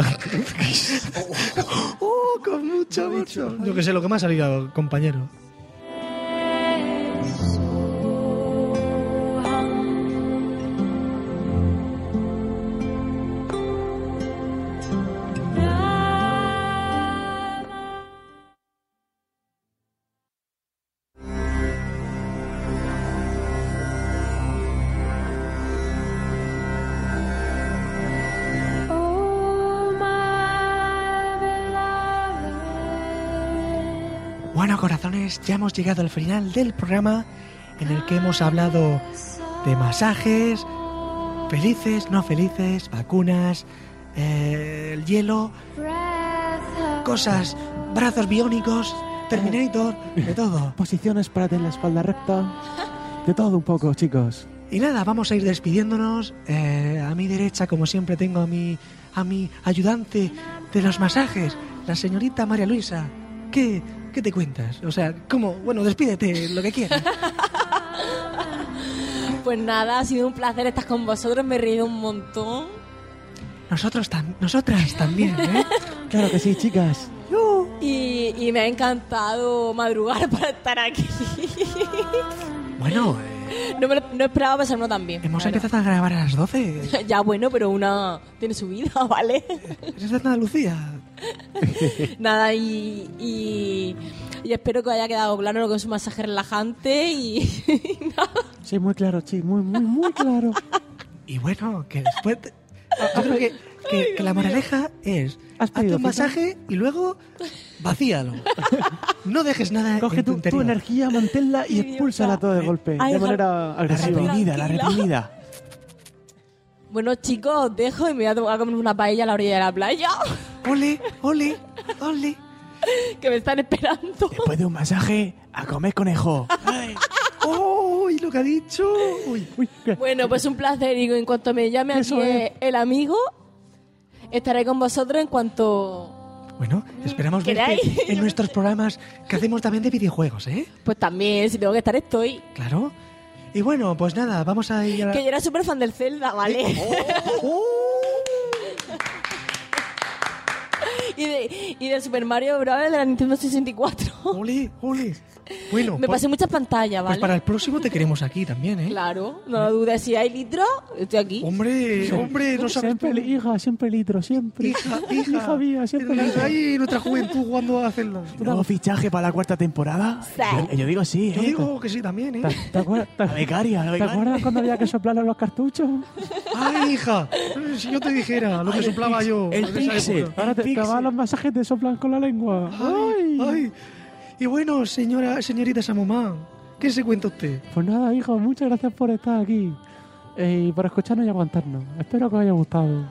[SPEAKER 5] oh, con mucha marcha. Yo que sé, lo que más ha salido, compañero. Bueno, corazones, ya hemos llegado al final del programa en el que hemos hablado de masajes, felices, no felices, vacunas, eh, el hielo, cosas, brazos biónicos, Terminator, de todo.
[SPEAKER 6] Posiciones para tener la espalda recta. De todo un poco, chicos.
[SPEAKER 5] Y nada, vamos a ir despidiéndonos. Eh, a mi derecha, como siempre, tengo a mi, a mi ayudante de los masajes, la señorita María Luisa. ¿Qué, qué te cuentas? O sea, ¿cómo? Bueno, despídete, lo que quieras.
[SPEAKER 1] Pues nada, ha sido un placer estar con vosotros, me he reído un montón.
[SPEAKER 5] Nosotros tam- nosotras también, ¿eh?
[SPEAKER 6] Claro que sí, chicas.
[SPEAKER 1] Y, y me ha encantado madrugar para estar aquí.
[SPEAKER 5] Bueno,
[SPEAKER 1] No, me lo- no esperaba pasarlo tan bien.
[SPEAKER 5] hemos
[SPEAKER 1] la verdad.
[SPEAKER 5] empezado a grabar a las 12.
[SPEAKER 1] Ya bueno, pero una tiene su vida, ¿vale?
[SPEAKER 5] ¿Eres de Andalucía?
[SPEAKER 1] Nada, y, y, y espero que os haya quedado claro lo que es un masaje relajante y...
[SPEAKER 6] Sí, muy claro, sí, muy, muy, muy claro.
[SPEAKER 5] Y bueno, que después... te- Yo creo que, que- que la moraleja es... Hazte
[SPEAKER 6] pedido
[SPEAKER 5] un
[SPEAKER 6] cita?
[SPEAKER 5] masaje y luego vacíalo. No dejes nada
[SPEAKER 6] Coge
[SPEAKER 5] en
[SPEAKER 6] tu-
[SPEAKER 5] tu,
[SPEAKER 6] tu
[SPEAKER 5] interior.
[SPEAKER 6] energía, manténla y expúlsala todo de golpe.
[SPEAKER 1] Ay,
[SPEAKER 6] de
[SPEAKER 1] ja-
[SPEAKER 6] manera agresiva.
[SPEAKER 1] reprimida, la Tranquila.
[SPEAKER 7] reprimida.
[SPEAKER 1] Bueno, chicos, os dejo y me voy a tomar- a comer una paella a la orilla de la playa,
[SPEAKER 5] Ole, ole, ole.
[SPEAKER 1] que me están esperando.
[SPEAKER 12] Después de un masaje, a comer conejo.
[SPEAKER 5] ¡Uy, Oh, lo que ha dicho! Uy, uy, qué-
[SPEAKER 1] Bueno, pues un placer. Y en cuanto me llame aquí
[SPEAKER 5] Eso
[SPEAKER 1] eh, el amigo, estaré con vosotros en cuanto...
[SPEAKER 5] Bueno,
[SPEAKER 1] Mm,
[SPEAKER 5] esperamos verte
[SPEAKER 1] ¿Queráis?
[SPEAKER 5] en nuestros programas que hacemos también de videojuegos, ¿eh?
[SPEAKER 1] Pues también, si tengo que estar, estoy.
[SPEAKER 5] Claro. Y bueno, pues nada, vamos a ir a...
[SPEAKER 1] Que yo era súper fan del Zelda, ¿vale?
[SPEAKER 5] Oh,
[SPEAKER 1] y, de, y del Super Mario Bros. de la Nintendo 64.
[SPEAKER 5] Ole, ole. Bueno,
[SPEAKER 1] Me
[SPEAKER 5] pues-
[SPEAKER 1] pasé muchas pantallas,
[SPEAKER 5] Pues
[SPEAKER 1] ¿vale?
[SPEAKER 5] para el próximo te queremos aquí también, ¿eh?
[SPEAKER 1] Claro, no lo dudes. Si hay litro, estoy aquí.
[SPEAKER 5] Hombre, hombre, no sabes
[SPEAKER 6] Siempre, li- hija, siempre litro, siempre.
[SPEAKER 5] Hija, hija.
[SPEAKER 6] Hija mía, siempre litro.
[SPEAKER 5] Ahí nuestra juventud jugando a Zelda.
[SPEAKER 12] ¿Nuevo fichaje para la cuarta temporada? Yo, yo digo sí,
[SPEAKER 5] Yo
[SPEAKER 12] ¿eh?
[SPEAKER 5] digo que sí también, ¿eh?
[SPEAKER 12] ¿Te acuerdas? La becaria, la
[SPEAKER 6] ¿Te
[SPEAKER 12] becaria.
[SPEAKER 6] acuerdas cuando había que soplar los cartuchos?
[SPEAKER 5] ¡Ay, hija! Si yo te dijera lo que soplaba yo.
[SPEAKER 12] el
[SPEAKER 5] en esa
[SPEAKER 12] pixel.
[SPEAKER 5] época.
[SPEAKER 6] Ahora te, te van los masajes, te soplan con la lengua.
[SPEAKER 5] ¡Ay,
[SPEAKER 6] ¡Ay!
[SPEAKER 5] ay! Y bueno, señora, señorita Samomán, ¿qué se cuenta usted?
[SPEAKER 6] Pues nada, hijo, muchas gracias por estar aquí. eh, y por escucharnos y aguantarnos. Espero que os haya gustado.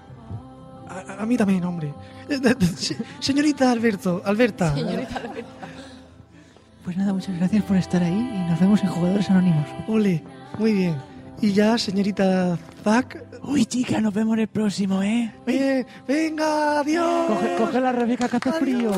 [SPEAKER 5] A, a mí también, hombre. Eh, Se- Señorita Alberto, Alberta.
[SPEAKER 3] Pues nada, muchas gracias por estar ahí y nos vemos en Jugadores Anónimos.
[SPEAKER 5] Ole, muy bien. Y ya, señorita Zack.
[SPEAKER 12] Uy, chicas, nos vemos en el próximo, ¿eh?
[SPEAKER 5] eh, venga, adiós.
[SPEAKER 6] Coge, coge la Rebeca que hace frío.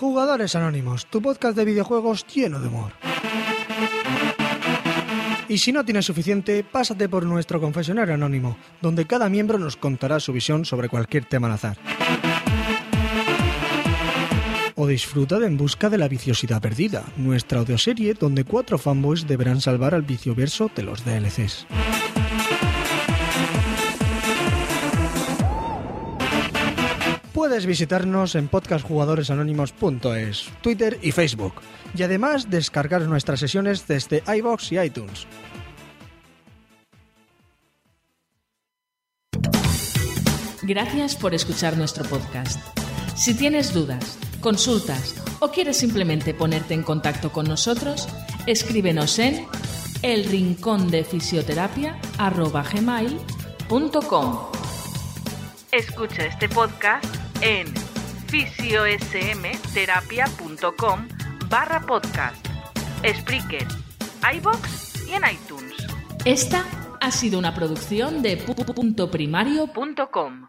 [SPEAKER 5] Jugadores Anónimos, tu podcast de videojuegos lleno de humor. Y si no tienes suficiente, pásate por nuestro confesionario anónimo, donde cada miembro nos contará su visión sobre cualquier tema al azar. O disfruta de En Busca de la Viciosidad Perdida, nuestra audioserie donde cuatro fanboys deberán salvar al vicioverso de los DLCs.
[SPEAKER 3] Puedes visitarnos en podcastjugadoresanónimos.es, Twitter y Facebook. Y además descargar nuestras sesiones desde iBox y iTunes.
[SPEAKER 4] Gracias por escuchar nuestro podcast. Si tienes dudas, consultas o quieres simplemente ponerte en contacto con nosotros, escríbenos en elrincondefisioterapia@gmail.com. Escucha este podcast en fisiosmterapia.com barra podcast, Spreaker, iBox y en iTunes. Esta ha sido una producción de pu.primario.com.